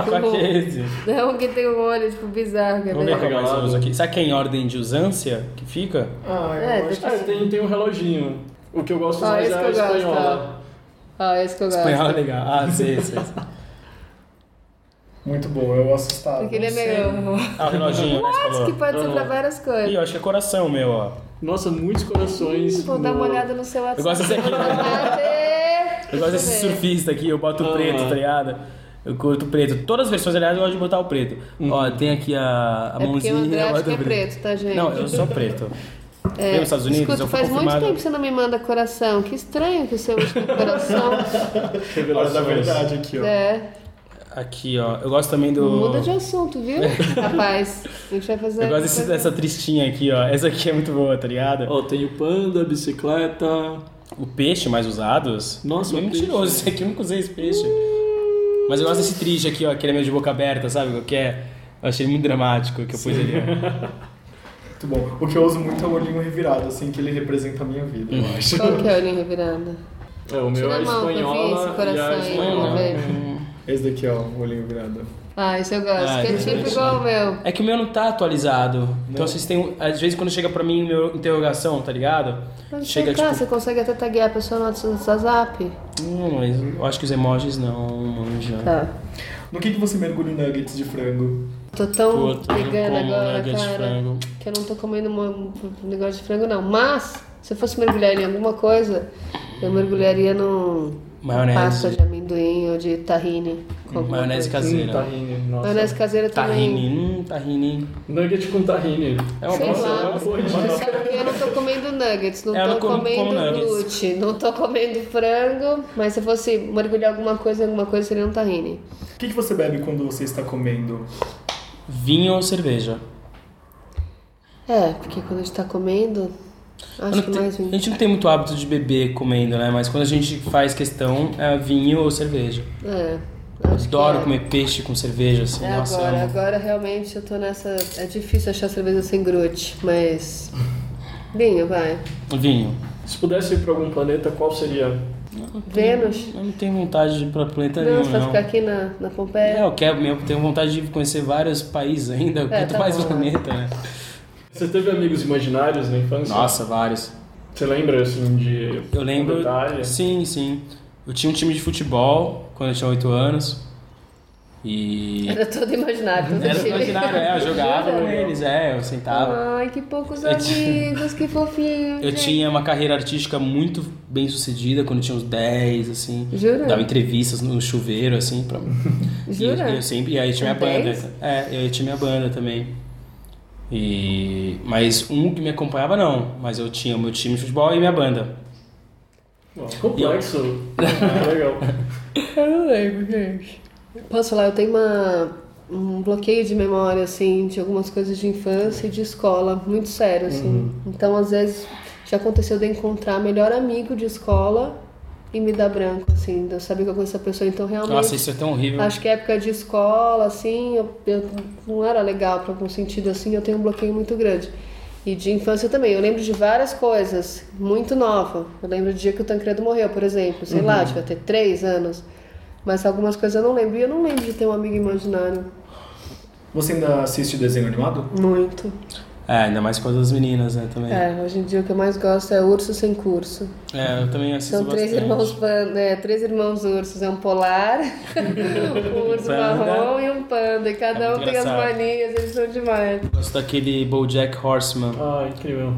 Speaker 4: Só que esse.
Speaker 3: Não, que tem um olho, tipo, bizarro, quer
Speaker 4: Vamos ver
Speaker 3: ver?
Speaker 4: qual mais eu uso aqui. Sabe que é em ordem de usância que fica?
Speaker 1: Ah, eu
Speaker 3: É,
Speaker 1: acho que
Speaker 2: Ah, tem, tem um reloginho. O que eu gosto
Speaker 3: Ah,
Speaker 2: mais
Speaker 3: esse
Speaker 2: é
Speaker 3: que
Speaker 2: a
Speaker 3: eu gosto,
Speaker 2: espanhola.
Speaker 3: Ah, esse que eu gosto.
Speaker 4: Espanhol é legal. Ah, sei, sei. sei.
Speaker 1: Muito bom, eu assustado.
Speaker 3: Porque ele é meio.
Speaker 4: Ah, o reloginho, né? Você
Speaker 3: Acho que
Speaker 4: falou.
Speaker 3: pode ser
Speaker 2: Não.
Speaker 3: pra várias
Speaker 4: Ih,
Speaker 3: coisas.
Speaker 4: eu acho que é coração, meu, ó.
Speaker 2: Nossa, muitos corações.
Speaker 3: Vou dar
Speaker 2: no-
Speaker 3: uma olhada no seu WhatsApp.
Speaker 4: Eu gosto desse aqui, né?
Speaker 3: Cadê?
Speaker 4: Eu gosto desse
Speaker 3: Deixa eu ver.
Speaker 4: surfista aqui, eu boto o
Speaker 2: Ah.
Speaker 4: preto, tá ligado? Eu curto o preto. Todas as versões, aliás, eu gosto de botar o preto.
Speaker 2: Hum.
Speaker 4: Ó, tem aqui a, a
Speaker 3: É porque
Speaker 4: mãozinha.
Speaker 3: o André
Speaker 4: eu
Speaker 3: acha
Speaker 4: boto
Speaker 3: que é
Speaker 4: o
Speaker 3: preto, tá, gente?
Speaker 4: Não, eu sou preto. É. nos Estados Unidos,
Speaker 3: Escuta,
Speaker 4: eu fui
Speaker 3: faz muito
Speaker 4: confirmado.
Speaker 3: tempo que você não me manda coração. Que estranho que o seu último coração.
Speaker 1: Hora da
Speaker 2: Revelações.
Speaker 1: verdade aqui, ó.
Speaker 3: é.
Speaker 4: Aqui, ó. Eu gosto também do.
Speaker 3: Muda de né? assunto, viu? Rapaz, a gente vai fazer.
Speaker 4: Eu gosto desse- dessa tristinha aqui, ó. Essa aqui é muito boa, tá ligado?
Speaker 2: Ó, tem o panda, bicicleta.
Speaker 4: O peixe mais usados.
Speaker 2: Nossa,
Speaker 4: é
Speaker 2: o
Speaker 4: mentiroso.
Speaker 2: peixe.
Speaker 4: Esse aqui eu nunca usei esse peixe. Mas eu gosto desse triste aqui, ó. Aquele meio de boca aberta, sabe? Que é. Eu achei muito dramático que eu pus ele. ó.
Speaker 1: Muito bom. O que eu uso muito é o olhinho revirado, assim, que ele representa a minha vida, eu acho.
Speaker 3: Qual que é o olhinho virando?
Speaker 2: É, o meu
Speaker 3: Tira
Speaker 2: é
Speaker 3: a mão pra ver
Speaker 2: espanhola.
Speaker 3: esse coração
Speaker 2: e a
Speaker 3: aí, vamos
Speaker 2: espanhola. Assim,
Speaker 3: ver.
Speaker 1: Esse daqui, ó, o olhinho virado.
Speaker 3: Ah, esse eu gosto.
Speaker 4: Ah,
Speaker 3: que é
Speaker 4: esse
Speaker 3: tipo
Speaker 4: é
Speaker 3: igual o meu.
Speaker 4: É que o meu não tá atualizado. Então vocês têm. Às vezes quando chega pra mim meu interrogação, tá ligado?
Speaker 3: Mas
Speaker 4: chega
Speaker 3: vem cá,
Speaker 4: tipo.
Speaker 3: você consegue até taguear a pessoa no WhatsApp?
Speaker 4: Hum, mas eu acho que os emojis não, manja.
Speaker 3: Tá.
Speaker 1: No que, que você mergulha em nuggets de frango?
Speaker 3: Tô tão
Speaker 4: Puta, eu
Speaker 3: vegana
Speaker 4: como
Speaker 3: agora,
Speaker 4: nuggets de
Speaker 3: cara,
Speaker 4: frango.
Speaker 3: que eu não tô comendo uma- um negócio de frango, não. Mas, se eu fosse mergulhar em alguma coisa, eu mergulharia num
Speaker 4: Maionese.
Speaker 3: pasta de amendoim ou de tahine. com alguma
Speaker 4: Maionese
Speaker 3: coisa.
Speaker 2: Hum,
Speaker 4: caseira.
Speaker 2: tahine, nossa.
Speaker 3: Maionese caseira também.
Speaker 4: Tahine, hum, tahine.
Speaker 2: Nugget com tahine.
Speaker 4: É uma
Speaker 3: Sei
Speaker 4: boa.
Speaker 3: lá,
Speaker 2: é uma boa dica.
Speaker 3: mas só que eu não tô comendo nuggets, não
Speaker 4: É, eu não
Speaker 3: tô
Speaker 4: como- como
Speaker 3: comendo
Speaker 4: nuggets.
Speaker 3: glúten, não tô comendo frango, mas se eu fosse mergulhar alguma coisa, alguma coisa seria um tahine.
Speaker 1: O que, que você bebe quando você está comendo?
Speaker 4: Vinho ou cerveja?
Speaker 3: É, porque quando a gente tá comendo, Acho que
Speaker 4: Não tem-
Speaker 3: mais
Speaker 4: a
Speaker 3: vinho.
Speaker 4: gente não tem muito hábito de beber comendo, né? Mas quando a gente faz questão, é vinho ou cerveja.
Speaker 3: É.
Speaker 4: Eu
Speaker 3: acho que
Speaker 4: adoro
Speaker 3: é.
Speaker 4: comer peixe com cerveja, assim.
Speaker 3: É
Speaker 4: Nossa, eu
Speaker 3: agora,
Speaker 4: amo.
Speaker 3: agora realmente eu tô nessa. É difícil achar cerveja sem grote, mas. Vinho, vai.
Speaker 4: Vinho.
Speaker 2: Se pudesse ir pra algum planeta, qual seria?
Speaker 3: Vênus?
Speaker 4: Eu não tenho vontade de ir pra planeta
Speaker 3: Não,
Speaker 4: nenhum,
Speaker 3: você vai
Speaker 4: não.
Speaker 3: ficar aqui na, na
Speaker 4: É,
Speaker 3: Pompeia?
Speaker 4: eu quero mesmo, tenho vontade de conhecer vários países ainda, quanto
Speaker 3: tá
Speaker 4: mais
Speaker 3: bom, né?
Speaker 4: planeta, né?
Speaker 2: Você teve amigos imaginários na infância?
Speaker 4: Nossa, vários.
Speaker 2: Você lembra, assim, de...
Speaker 4: Eu lembro.
Speaker 2: Um detalhe?
Speaker 4: Sim, sim. Eu tinha um time de futebol quando eu tinha 8 anos. E.
Speaker 3: Era todo imaginário, todo
Speaker 4: Era
Speaker 3: time.
Speaker 4: imaginário, é, eu jogava com
Speaker 3: Jura?
Speaker 4: eles, é, eu sentava.
Speaker 3: Ai, que poucos
Speaker 4: Eu tinha-
Speaker 3: amigos, que fofinho.
Speaker 4: Eu
Speaker 3: gente.
Speaker 4: tinha uma carreira artística muito bem sucedida quando eu tinha uns 10, assim.
Speaker 3: Jura?
Speaker 4: Dava entrevistas no chuveiro, assim, pra. E
Speaker 3: Jura?
Speaker 4: eu- eu sempre, e aí tinha minha
Speaker 3: Com
Speaker 4: banda.
Speaker 3: 10?
Speaker 4: É, eu tinha minha banda também. E. Mas um que me acompanhava não, mas eu tinha o meu time de futebol e minha banda.
Speaker 2: Ó, Complexo. Ah, Legal.
Speaker 3: Eu não lembro, gente. Posso falar, eu tenho uma, um bloqueio de memória, assim, de algumas coisas de infância e de escola, muito sério, assim. Então, às vezes, já aconteceu de eu encontrar melhor amigo de escola e me dar branco, assim, de eu saber que eu conheço essa pessoa. Então, realmente,
Speaker 4: Nossa, isso é tão horrível.
Speaker 3: acho que época de escola, assim, eu, eu não era legal pra algum sentido, assim, eu tenho um bloqueio muito grande. E de infância também, eu lembro de várias coisas, muito nova. Eu lembro do dia que o Tancredo morreu, por exemplo, sei
Speaker 4: Uhum.
Speaker 3: lá, devia ter três anos. Mas algumas coisas eu não lembro. E eu não lembro de ter um amigo imaginário.
Speaker 1: Você ainda assiste desenho animado?
Speaker 3: Muito.
Speaker 4: É, ainda mais com as meninas, né, também.
Speaker 3: É, hoje em dia o que eu mais gosto é Urso Sem Curso.
Speaker 4: É, eu também assisto
Speaker 3: São três
Speaker 4: bastante.
Speaker 3: irmãos, pan- né, três irmãos ursos, é um polar, um urso
Speaker 4: Panda.
Speaker 3: marrom e um panda. E cada
Speaker 4: É
Speaker 3: um
Speaker 4: muito
Speaker 3: tem as
Speaker 4: engraçado.
Speaker 3: manias, eles são demais.
Speaker 4: Gosto daquele BoJack Horseman.
Speaker 2: Ah, incrível.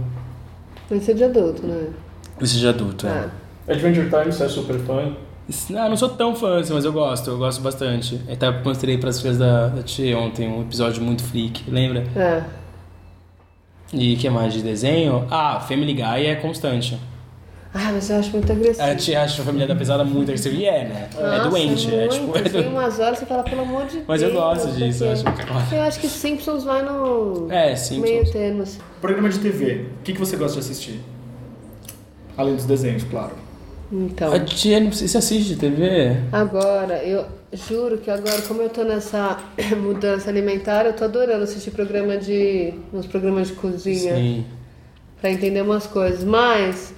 Speaker 3: Isso é de adulto, né?
Speaker 4: Esse de adulto,
Speaker 3: Ah,
Speaker 4: é.
Speaker 2: Adventure Time, você é super fã?
Speaker 4: Esse- Não, eu não sou tão fã, assim, mas eu gosto, eu gosto bastante. Até mostrei pras filhas da, da Tia ontem um episódio muito freak, lembra?
Speaker 3: é.
Speaker 4: E que é mais de desenho? Ah, Family Guy é constante.
Speaker 3: Ah, mas eu acho muito
Speaker 4: A
Speaker 3: agressivo.
Speaker 4: Tia acha a família da pesada muito agressiva, e é, né?
Speaker 3: Nossa,
Speaker 4: tipo, é doente, é
Speaker 3: muito. assim,
Speaker 4: tipo... é
Speaker 3: Tem
Speaker 4: do-
Speaker 3: umas horas que você fala, pelo amor de
Speaker 4: Mas eu
Speaker 3: Deus.
Speaker 4: gosto
Speaker 3: não sei
Speaker 4: disso,
Speaker 3: o
Speaker 4: eu
Speaker 3: quê.
Speaker 4: acho...
Speaker 3: Eu acho que Simpsons vai no
Speaker 4: É, sim.
Speaker 3: meio termo. assim.
Speaker 1: Programa de TV, o que, que você gosta de assistir? Além dos desenhos, claro.
Speaker 3: Então.
Speaker 4: A Tia, não sei se assiste TV.
Speaker 3: Agora, eu juro que agora, como eu tô nessa mudança alimentar, eu tô adorando assistir programa de. uns programas de cozinha.
Speaker 4: Sim.
Speaker 3: Pra entender umas coisas. Mas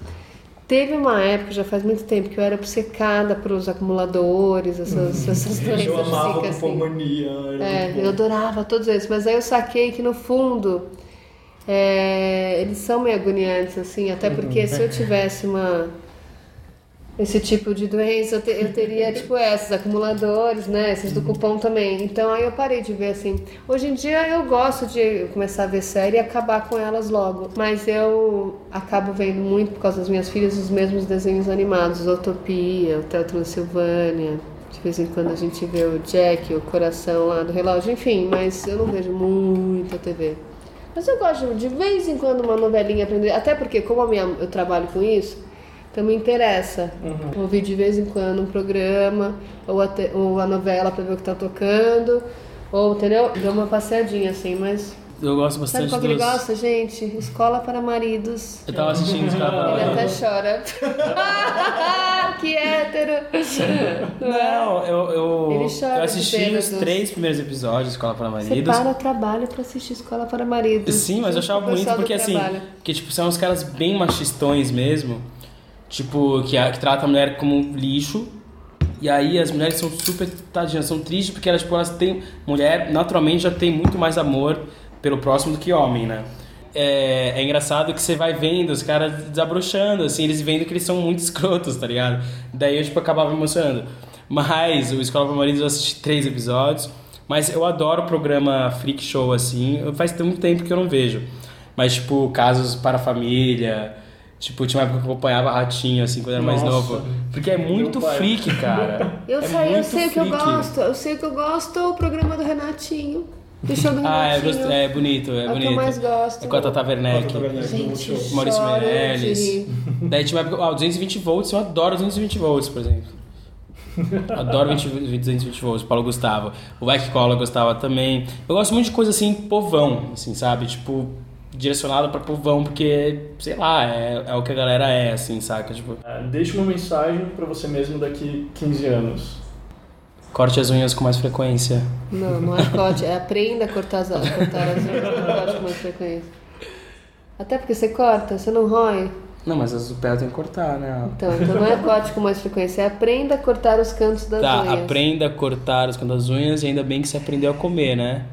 Speaker 3: teve uma época, já faz muito tempo, que eu era obcecada pelos acumuladores, essas, essas doenças
Speaker 1: Eu amava
Speaker 3: psíquicas, assim.
Speaker 1: Cupomania, era
Speaker 3: É,
Speaker 1: muito bom.
Speaker 3: eu adorava todos eles, mas aí eu saquei que no fundo é, eles são meio agoniantes, assim, até
Speaker 1: Uhum.
Speaker 3: porque se eu tivesse uma esse tipo de doença, eu, te- eu teria tipo esses acumuladores, né? Esses do cupom também. Então aí eu parei de ver assim. Hoje em dia eu gosto de começar a ver série e acabar com elas logo, mas eu acabo vendo muito por causa das minhas filhas os mesmos desenhos animados, Utopia, Hotel Transilvânia. De vez em quando a gente vê o Jack, o coração lá do relógio, enfim, mas eu não vejo muita TV. Mas eu gosto de vez em quando uma novelinha aprender, até porque como a minha, eu trabalho com isso, então me interessa
Speaker 4: Uhum.
Speaker 3: ouvir de vez em quando um programa ou, até, ou a novela pra ver o que tá tocando, ou entendeu? Dá uma passeadinha assim, mas
Speaker 4: Eu gosto
Speaker 3: sabe
Speaker 4: bastante
Speaker 3: qual que ele
Speaker 4: dos...
Speaker 3: gosta, gente? Escola para maridos.
Speaker 4: Eu tava assistindo os caras
Speaker 3: Ele
Speaker 4: falando...
Speaker 3: até chora. né? que hétero!
Speaker 4: Não, eu, eu,
Speaker 3: Ele chora
Speaker 4: eu assisti
Speaker 3: de
Speaker 4: os
Speaker 3: pena,
Speaker 4: três primeiros episódios de Escola para
Speaker 3: Você
Speaker 4: Maridos.
Speaker 3: para o trabalho pra assistir Escola para Maridos.
Speaker 4: Sim, mas eu
Speaker 3: Junto com
Speaker 4: achava
Speaker 3: o
Speaker 4: bonito
Speaker 3: pessoal do
Speaker 4: porque assim,
Speaker 3: trabalho.
Speaker 4: que tipo, são uns caras bem machistões mesmo. Tipo, que, a- que trata a mulher como um lixo. E aí as mulheres são super tadinhas, são tristes porque elas, tipo, elas têm. Mulher naturalmente já tem muito mais amor pelo próximo do que homem, né? É, é engraçado que você vai vendo os caras desabrochando, assim, eles vendo que eles são muito escrotos, tá ligado? Daí eu, tipo, acabava me emocionando. Mas o Escola para Maridos eu assisti três episódios. Mas eu adoro o programa Freak Show, assim. Faz muito tempo que eu não vejo. Mas, tipo, casos para a família. Tipo, tinha uma época que eu acompanhava ratinho, assim, quando eu era mais
Speaker 2: Nossa.
Speaker 4: novo. Porque é muito
Speaker 2: pai.
Speaker 4: freak, cara.
Speaker 3: Eu
Speaker 4: é
Speaker 3: sei, eu
Speaker 4: muito
Speaker 3: sei o que eu
Speaker 4: freak.
Speaker 3: gosto. Eu sei o que eu gosto o programa do Renatinho. Do show do
Speaker 4: Ah, é,
Speaker 3: Renatinho.
Speaker 4: gost- é bonito, é,
Speaker 3: É o que eu
Speaker 4: bonito.
Speaker 3: mais gosto.
Speaker 4: É com a Tata Werneck.
Speaker 1: Tata Werneck.
Speaker 3: Gente,
Speaker 4: Maurício
Speaker 3: choro de
Speaker 4: Meirelles.
Speaker 3: rir.
Speaker 4: Daí tinha uma época. Ah, 220 volts, eu adoro 220 volts, por exemplo. Adoro 20, 220 volts, Paulo Gustavo. O Vai Que Cola eu gostava também. Eu gosto muito de coisa assim, povão, assim, sabe? Tipo, direcionada pra povão, porque, sei lá, é, é o que a galera é, assim, saca? Tipo,
Speaker 2: Ah, Deixe uma mensagem pra você mesmo daqui 15 anos.
Speaker 4: corte as unhas com mais frequência.
Speaker 3: Não, não é corte, é aprenda a cortar as, cortar as unhas, não corte com mais frequência. Até porque você corta, você não rói.
Speaker 4: Não, mas as do pé tem que cortar, né?
Speaker 3: Então, então não é corte com mais frequência, é aprenda a cortar os cantos das
Speaker 4: Tá,
Speaker 3: unhas.
Speaker 4: aprenda a cortar os cantos das unhas e ainda bem que você aprendeu a comer, né?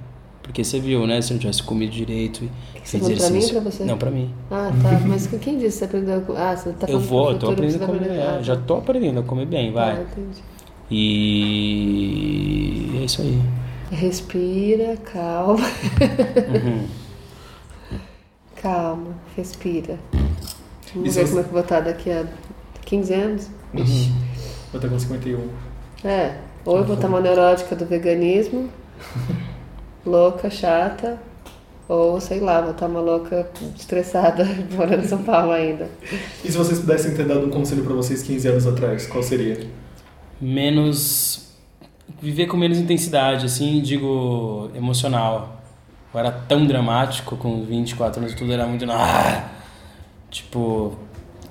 Speaker 4: Porque você viu, né? Se não tivesse comido direito e
Speaker 3: você falou, pra mim ou pra você?
Speaker 4: Não, pra mim.
Speaker 3: Ah, tá. Mas com quem disse que você aprendeu a co- Ah, você tá
Speaker 4: eu
Speaker 3: falando
Speaker 4: vou,
Speaker 3: pro
Speaker 4: eu tô
Speaker 3: futuro, você
Speaker 4: aprendendo a
Speaker 3: tá
Speaker 4: comer.
Speaker 3: aprendendo-
Speaker 4: é, já tô aprendendo a comer bem,
Speaker 3: Ah,
Speaker 4: vai.
Speaker 3: entendi.
Speaker 4: E é isso aí.
Speaker 3: Respira, calma.
Speaker 4: Uhum.
Speaker 3: Calma, respira. Vamos
Speaker 1: Isso
Speaker 3: ver
Speaker 1: você-
Speaker 3: como é que eu vou estar daqui a 15 anos. Ixi.
Speaker 1: Vou estar com 51.
Speaker 3: É, ou eu vou estar uma neurótica do veganismo, louca, chata, ou sei lá, vou estar uma louca estressada morando em São Paulo ainda.
Speaker 1: E se vocês pudessem ter dado um conselho pra vocês 15 anos atrás, qual seria?
Speaker 4: Menos. Viver com menos intensidade, assim, digo, emocional. Eu era tão dramático com 24 anos, tudo era muito. Ah! Tipo.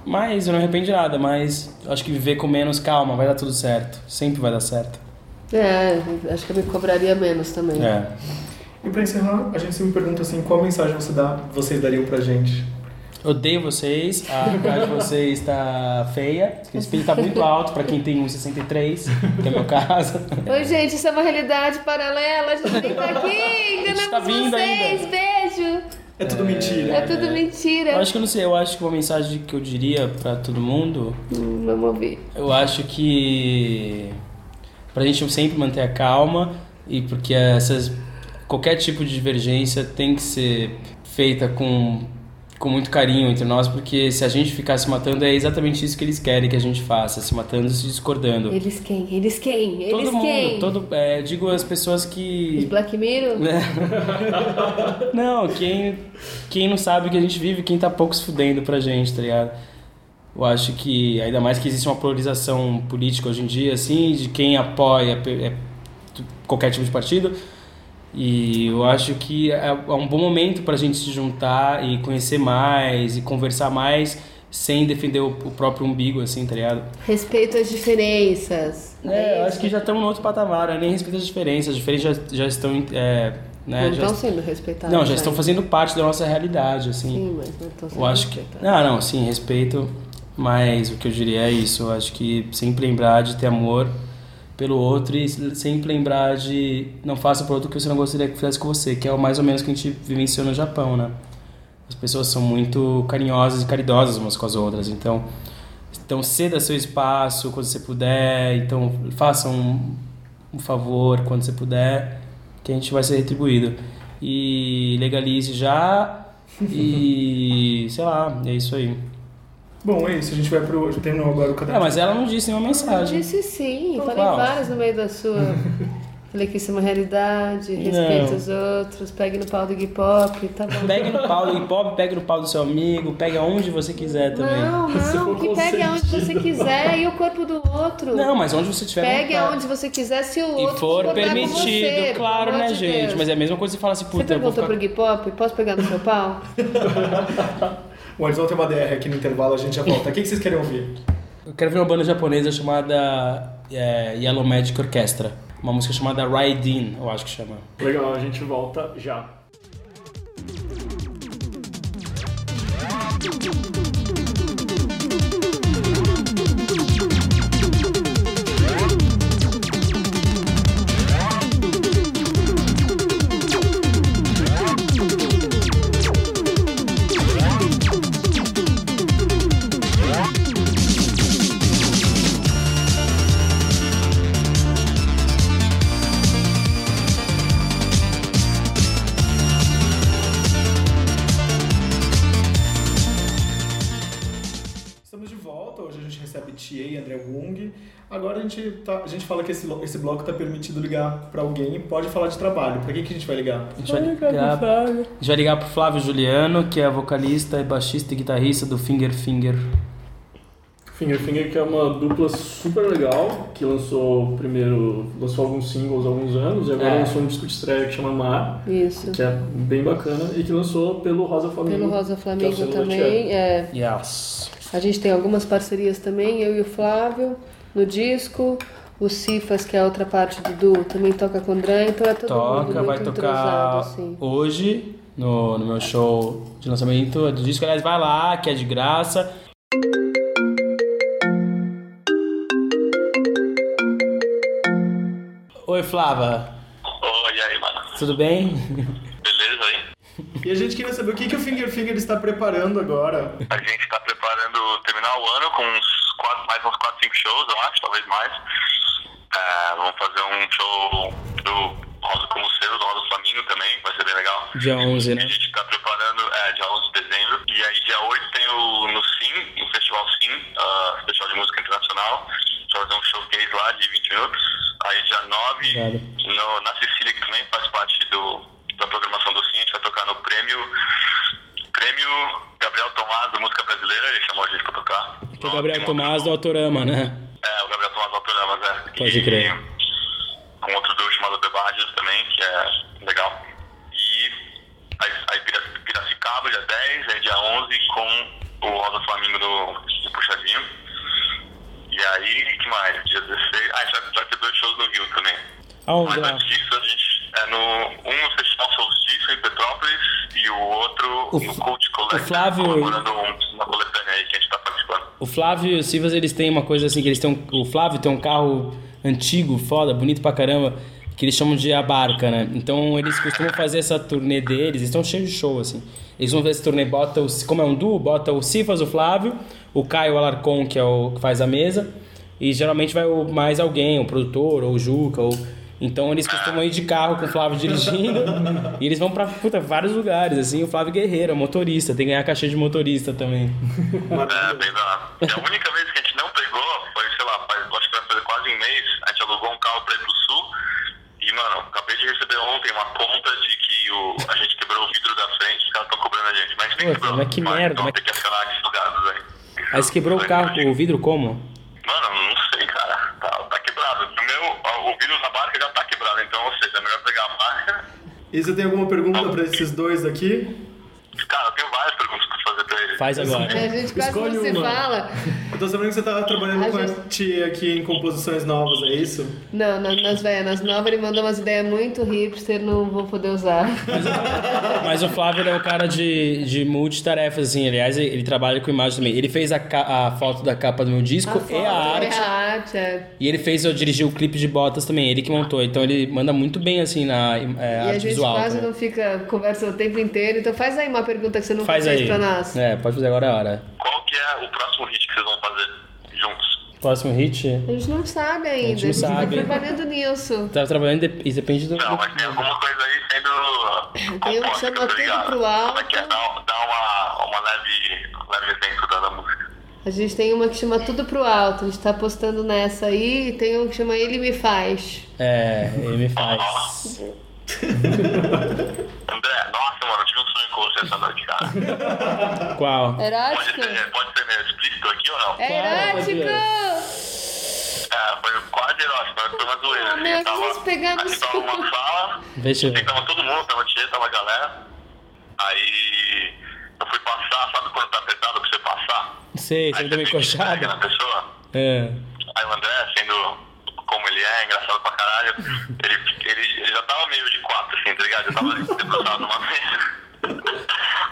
Speaker 4: Mas eu não me arrependo de nada, mas eu acho que viver com menos calma vai dar tudo certo. Sempre vai dar certo.
Speaker 3: É, acho que eu me cobraria menos também.
Speaker 4: É.
Speaker 1: E pra encerrar, a gente sempre pergunta assim, qual mensagem você dá, vocês dariam pra gente?
Speaker 4: Odeio vocês, a cara de vocês tá feia, esse espelho tá muito alto pra quem tem 1,63, que é meu caso.
Speaker 3: Oi, gente, isso é uma realidade paralela, a gente nem tá aqui, enganamos
Speaker 4: tá vindo
Speaker 3: vocês,
Speaker 4: ainda. né?
Speaker 3: beijo!
Speaker 1: É tudo mentira.
Speaker 3: É tudo mentira.
Speaker 4: Eu acho que eu não sei, eu acho que uma mensagem que eu diria pra todo mundo,
Speaker 3: Hum, vamos ouvir.
Speaker 4: eu acho que pra gente sempre manter a calma e porque essas qualquer tipo de divergência tem que ser feita com com muito carinho entre nós, porque se a gente ficar se matando é exatamente isso que eles querem que a gente faça, se matando e se discordando.
Speaker 3: Eles quem? Eles quem? Eles
Speaker 4: Todo mundo, É.
Speaker 3: quem?
Speaker 4: todo, é, digo as pessoas
Speaker 3: Os
Speaker 4: que.
Speaker 3: Black Mirror?
Speaker 4: Não, quem, quem não sabe o que a gente vive, quem tá pouco se fudendo pra gente, tá ligado? Eu acho que, ainda mais que existe uma polarização política hoje em dia, assim, de quem apoia pe- é, tu- qualquer tipo de partido. E eu acho que é é um bom momento pra gente se juntar e conhecer mais e conversar mais sem defender o, o próprio umbigo, assim, tá ligado?
Speaker 3: Respeito às diferenças.
Speaker 4: É, eu acho que já estamos no outro patamar, né? nem respeito as diferenças, as diferenças já, já estão. É, né?
Speaker 3: não
Speaker 4: já,
Speaker 3: estão sendo respeitados.
Speaker 4: não, já
Speaker 3: né?
Speaker 4: estão fazendo parte da nossa realidade, assim.
Speaker 3: Sim, mas não estão sendo
Speaker 4: eu acho que.
Speaker 3: respeitados.
Speaker 4: Não, não, sim, respeito, mas o que eu diria é isso. Eu acho que sempre lembrar de ter amor pelo outro e sempre lembrar de não faça por outro o que você não gostaria que fizesse com você, que é o mais ou menos que a gente vivenciou no Japão, né? As pessoas são muito carinhosas e caridosas umas com as outras, então então ceda seu espaço quando você puder, então faça um, um favor quando você puder, que a gente vai ser retribuído. E legalize já e sei lá, é isso aí.
Speaker 1: Bom, é isso, a gente vai pro... já terminou agora o
Speaker 4: É,
Speaker 1: caderno.
Speaker 4: mas ela não disse nenhuma
Speaker 3: Eu
Speaker 4: mensagem.
Speaker 3: disse sim,
Speaker 4: Então,
Speaker 3: falei
Speaker 4: qual?
Speaker 3: várias no meio da sua. falei que isso é uma realidade, respeita
Speaker 4: Não.
Speaker 3: os outros, pegue no pau do hip hop, tá bom.
Speaker 4: Pegue no pau do hip pegue no pau do seu amigo, pegue aonde você quiser também.
Speaker 3: Não,
Speaker 2: Se
Speaker 3: não,
Speaker 2: for
Speaker 3: que pegue aonde você
Speaker 2: consentido.
Speaker 3: quiser e o corpo do outro.
Speaker 4: Não, mas onde você tiver
Speaker 3: Pegue
Speaker 4: vontade.
Speaker 3: aonde você quiser se o outro
Speaker 4: E
Speaker 3: te
Speaker 4: for
Speaker 3: botar com
Speaker 4: permitido,
Speaker 3: você,
Speaker 4: claro,
Speaker 3: pelo amor
Speaker 4: né,
Speaker 3: de
Speaker 4: gente?
Speaker 3: Deus.
Speaker 4: Mas é a mesma coisa que você fala assim,
Speaker 3: Você
Speaker 4: puta, eu vou
Speaker 3: perguntou
Speaker 4: ficar...
Speaker 3: pro hip hop, posso pegar no seu pau?
Speaker 1: Bom, eles vão ter uma DR aqui no intervalo, a gente já volta. O que que vocês querem ouvir?
Speaker 4: Eu quero ver uma banda japonesa chamada é, Yellow Magic Orchestra. Uma música chamada Raidin, eu acho que chama.
Speaker 2: Legal, a gente volta já.
Speaker 1: Estamos de volta, hoje a gente recebe Tia e André Wung. Agora a gente, tá- a gente fala que esse, lo- esse bloco tá permitido ligar pra alguém e pode falar de trabalho. Pra que, que a gente vai ligar?
Speaker 4: A gente vai ligar, a gente vai ligar pro Flávio Juliano, que é vocalista, baixista e guitarrista do Finger Finger.
Speaker 2: Finger Finger, que é uma dupla super legal, que lançou primeiro, lançou alguns singles há alguns anos, e agora
Speaker 4: É.
Speaker 2: lançou um disco de estreia que chama Mar,
Speaker 3: Isso.
Speaker 2: que é bem bacana, e que lançou pelo Rosa Flamengo.
Speaker 3: Pelo
Speaker 2: que
Speaker 3: Rosa
Speaker 2: é
Speaker 3: Flamengo
Speaker 2: o selo da Cherry.
Speaker 3: também. É,
Speaker 4: Yes.
Speaker 3: a gente tem algumas parcerias também, eu e o Flávio, no disco. O Cifas, que é a outra parte do Duo, também toca com o Dran, então é todo mundo
Speaker 4: Toca,
Speaker 3: muito
Speaker 4: vai
Speaker 3: entrosado,
Speaker 4: tocar
Speaker 3: assim.
Speaker 4: hoje no, no meu show de lançamento é do disco. Aliás, vai lá, que é de graça. Oi, Flava,
Speaker 7: Oi, e aí, mano.
Speaker 4: tudo bem?
Speaker 7: Beleza aí?
Speaker 1: E a gente queria saber o que, que o Finger Finger está preparando agora.
Speaker 7: A gente tá preparando terminar o ano com uns quatro, mais uns 4, 5 shows, eu acho, talvez mais. É, vamos fazer um show do Rosa com o Selo, do Rosa Flamingo também, vai ser bem legal.
Speaker 4: Dia 11,
Speaker 7: E a
Speaker 4: né?
Speaker 7: gente tá preparando, é, dia 11 de dezembro. E aí, dia 8 tem o no Sim, no Festival Sim, ah, Festival de Música Internacional. A gente vai fazer um showcase lá de 20 minutos. Aí, dia 9,
Speaker 4: Obrigado.
Speaker 7: no, na Sicília, que também faz parte do, da programação do Sim, a gente vai tocar no prêmio. Prêmio Gabriel Tomás, da música brasileira, ele chamou a gente pra tocar.
Speaker 4: Que é o Gabriel Tomás do Autorama, né?
Speaker 7: É, o Gabriel Tomás Autoramas, é.
Speaker 4: Pode
Speaker 7: E
Speaker 4: crer.
Speaker 7: Com outro duo chamado Bebardias também, que é legal. E aí, aí Pira- Piracicaba, dia 10, aí dia 11 com o Rosa Flamengo no, no Puxadinho. E aí, que mais? Dia 16. Ah, já, já tem dois shows no Rio também.
Speaker 4: Aonde
Speaker 7: Mas
Speaker 4: lá?
Speaker 7: antes disso, a gente. É no, um no Festival Solstício em Petrópolis e o outro
Speaker 4: O
Speaker 7: no
Speaker 4: Fl-
Speaker 7: Cult Collective,
Speaker 4: o Flávio-
Speaker 7: comemorando um- uma coletânea aí que a gente tá participando.
Speaker 4: O Flávio e o Sivas, eles têm uma coisa assim, que eles têm um, O Flávio tem um carro antigo, foda, bonito pra caramba, que eles chamam de a barca, né? Então eles costumam fazer essa turnê deles, eles estão cheios de show, assim. Eles vão fazer essa turnê, bota o, como é um duo, bota o Sivas, o Flávio, o Caio Alarcon, que é o que faz a mesa, e geralmente vai o- mais alguém, o produtor, ou o Juca, ou. Então eles costumam ir de carro com o Flávio dirigindo. e eles vão pra puta, vários lugares, assim. O Flávio é Guerreiro, é motorista, tem que ganhar cachê de motorista também.
Speaker 7: É, bem da E a única vez que a gente não pegou foi, sei lá, faz, acho que vai fazer quase um mês. A gente alugou um carro pra ir pro sul. E, mano, acabei de receber ontem uma conta de que o, a gente quebrou o vidro da frente, os caras estão cobrando a gente. Mas nem
Speaker 4: Pô,
Speaker 7: quebrou.
Speaker 4: mas que merda,
Speaker 7: Então
Speaker 4: mas-
Speaker 7: tem que acionar esses lugares aí.
Speaker 4: Aí você quebrou o carro com o vidro como?
Speaker 7: Mano, não sei, cara. Tá, tá quebrado. O, meu, ó, o vidro da barca já tá quebrado. Então, ou seja, é melhor pegar a barca.
Speaker 1: E você tem alguma pergunta para esses dois aqui?
Speaker 7: Cara, eu tenho várias perguntas pra fazer pra eles.
Speaker 4: Faz agora.
Speaker 3: A gente quase
Speaker 2: Escolhe
Speaker 3: não se
Speaker 2: uma.
Speaker 3: fala.
Speaker 1: Eu tô sabendo que você tá trabalhando
Speaker 3: A
Speaker 1: com
Speaker 3: gente-
Speaker 1: a tia aqui em composições novas, é isso?
Speaker 3: Não, na- nas velhas, nas novas ele mandou umas ideias muito hipster, não vou poder usar.
Speaker 4: Mas o Flávio ele é um cara de, de multitarefas, assim. Aliás, ele ele trabalha com imagem também. Ele fez a, ca- a foto da capa do meu disco e a arte.
Speaker 3: É a arte, é.
Speaker 4: E ele fez eu dirigir o clipe de botas também, ele que montou. Então ele manda muito bem, assim, na
Speaker 3: e
Speaker 4: é,
Speaker 3: a
Speaker 4: arte
Speaker 3: gente
Speaker 4: visual.
Speaker 3: quase
Speaker 4: também.
Speaker 3: não fica conversa o tempo inteiro. Então faz aí uma pergunta que você não
Speaker 4: Faz
Speaker 3: fez
Speaker 4: aí.
Speaker 3: pra nós.
Speaker 4: É, pode fazer agora a hora.
Speaker 7: Qual que é o próximo hit que vocês vão fazer juntos?
Speaker 4: Próximo hit?
Speaker 3: A gente não sabe ainda.
Speaker 4: gente não sabe.
Speaker 3: tá trabalhando nisso.
Speaker 4: Tava Tá trabalhando de- e depende do.
Speaker 7: Não, mas tem alguma coisa aí sendo.
Speaker 3: Tem um que
Speaker 7: composta,
Speaker 3: chama
Speaker 7: tá
Speaker 3: Tudo
Speaker 7: ligado?
Speaker 3: Pro Alto.
Speaker 7: Como é que é? Dá, dá uma, uma leve, leve exemplo da da música.
Speaker 3: A gente tem uma que chama Tudo Pro Alto. A gente tá apostando nessa aí. E tem uma que chama Ele Me Faz.
Speaker 4: É, ele me faz.
Speaker 7: André, nossa, mano, eu tive um sonho com você essa noite, cara.
Speaker 4: Qual?
Speaker 7: Pode
Speaker 3: Erótico?
Speaker 7: ser, pode ser meio explícito aqui ou não? É,
Speaker 3: É erótico!
Speaker 7: foi quase erótico, mas foi uma zoeira.
Speaker 3: Ah,
Speaker 7: A gente
Speaker 3: meu,
Speaker 7: tava-
Speaker 3: vocês pegaram
Speaker 7: A gente
Speaker 3: no
Speaker 7: tava numa
Speaker 3: soco.
Speaker 7: sala,
Speaker 4: Deixa eu
Speaker 7: Aí
Speaker 4: ver.
Speaker 7: tava todo mundo, tava tia, tava a galera. Aí eu fui passar, sabe quando tá apertado pra você passar?
Speaker 4: Sei,
Speaker 7: Aí
Speaker 4: você deu uma
Speaker 7: tem que pegar
Speaker 4: encoxada.
Speaker 7: na pessoa.
Speaker 4: É.
Speaker 7: Aí o André, sendo como ele é, engraçado pra caralho, ele, ele, ele já tava meio de quatro, assim, tá ligado? Eu tava debruçado numa mesa.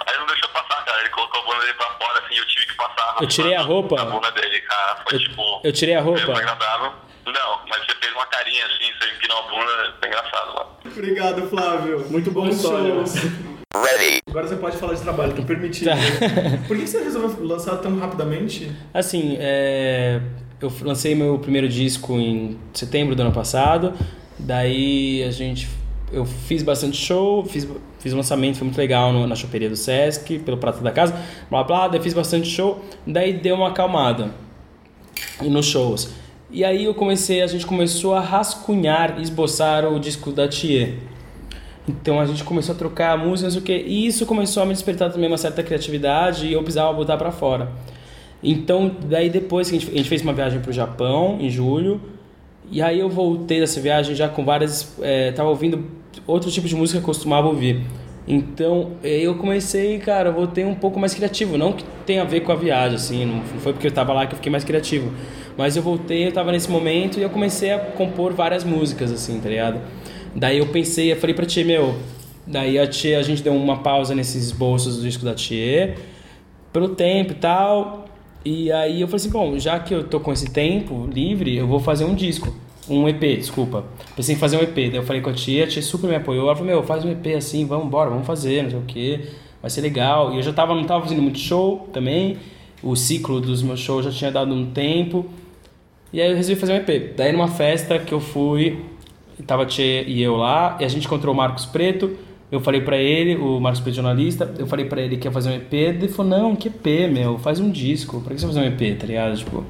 Speaker 7: Aí não deixou passar, cara. Ele colocou a bunda dele pra fora, assim, eu tive que passar.
Speaker 4: Eu tirei a roupa.
Speaker 7: A bunda dele, cara. Foi tipo.
Speaker 4: Eu tirei a
Speaker 7: meio
Speaker 4: roupa.
Speaker 7: desagradável. Não, mas você fez uma carinha assim, você empinou a bunda, foi engraçado, mano.
Speaker 1: Obrigado, Flávio.
Speaker 2: Muito bom
Speaker 1: Bons
Speaker 2: história.
Speaker 1: shows. Agora você pode falar de trabalho, tô permitido.
Speaker 4: Tá.
Speaker 1: Por que você resolveu lançar tão rapidamente?
Speaker 4: Assim, é, eu lancei meu primeiro disco em setembro do ano passado. Daí a gente. Eu fiz bastante show, fiz, fiz um lançamento, foi muito legal no- na choperia do Sesc, pelo Prato da Casa, blá blá, daí fiz bastante show, daí deu uma acalmada e nos shows. E aí eu comecei, a gente começou a rascunhar, esboçar o disco da Thier. Então a gente começou a trocar músicas, não sei o quê. E isso começou a me despertar também uma certa criatividade e eu precisava botar pra fora. Então, daí depois que a gente, a gente fez uma viagem pro Japão, em julho, e aí eu voltei dessa viagem já com várias. É, tava ouvindo outro tipo de música que eu costumava ouvir. Então, aí eu comecei, cara, eu voltei um pouco mais criativo. Não que tenha a ver com a viagem, assim, não foi porque eu tava lá que eu fiquei mais criativo. Mas eu voltei, eu tava nesse momento e eu comecei a compor várias músicas, assim, tá ligado? Daí eu pensei, eu falei pra tia, meu. Daí a tia, a gente deu uma pausa nesses esboços do disco da tia, pelo tempo e tal. E aí eu falei assim, bom, já que eu tô com esse tempo livre, eu vou fazer um disco. Um EP, desculpa. Pensei em fazer um EP. Daí eu falei com a tia, a tia super me apoiou. Ela falou, meu, faz um EP assim, vamos embora, vamos fazer, não sei o que. Vai ser legal. E eu já tava, não tava fazendo muito show também. O ciclo dos meus shows já tinha dado um tempo. E aí eu resolvi fazer um EP. Daí numa festa que eu fui, tava a tia e eu lá, e a gente encontrou o Marcos Preto. Eu falei pra ele, o Marcos Preto jornalista, eu falei pra ele que ia fazer um EP, ele falou, não, que EP, meu, faz um disco, pra que você fazer um EP, tá ligado? Tipo,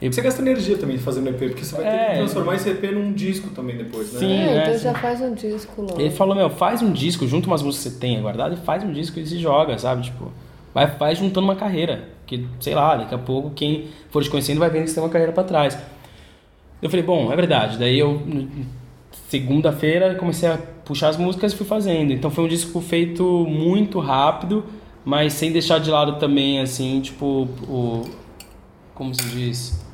Speaker 1: Você gasta energia também fazendo EP, porque você vai ter
Speaker 4: É.
Speaker 1: que transformar esse EP num disco também depois, né?
Speaker 4: Sim.
Speaker 3: É, então
Speaker 4: né?
Speaker 3: já faz um disco logo.
Speaker 4: ele falou, meu, faz um disco, junta umas músicas que você tem guardado e faz um disco e se joga, sabe? Tipo, vai, vai juntando uma carreira, que, sei lá, daqui a pouco quem for te conhecendo vai vendo que você tem uma carreira pra trás. Eu falei, bom, é verdade. Daí eu, no- segunda-feira, comecei a puxar as músicas e fui fazendo. Então foi um disco feito muito rápido, mas sem deixar de lado também, assim, tipo, o. Como se diz?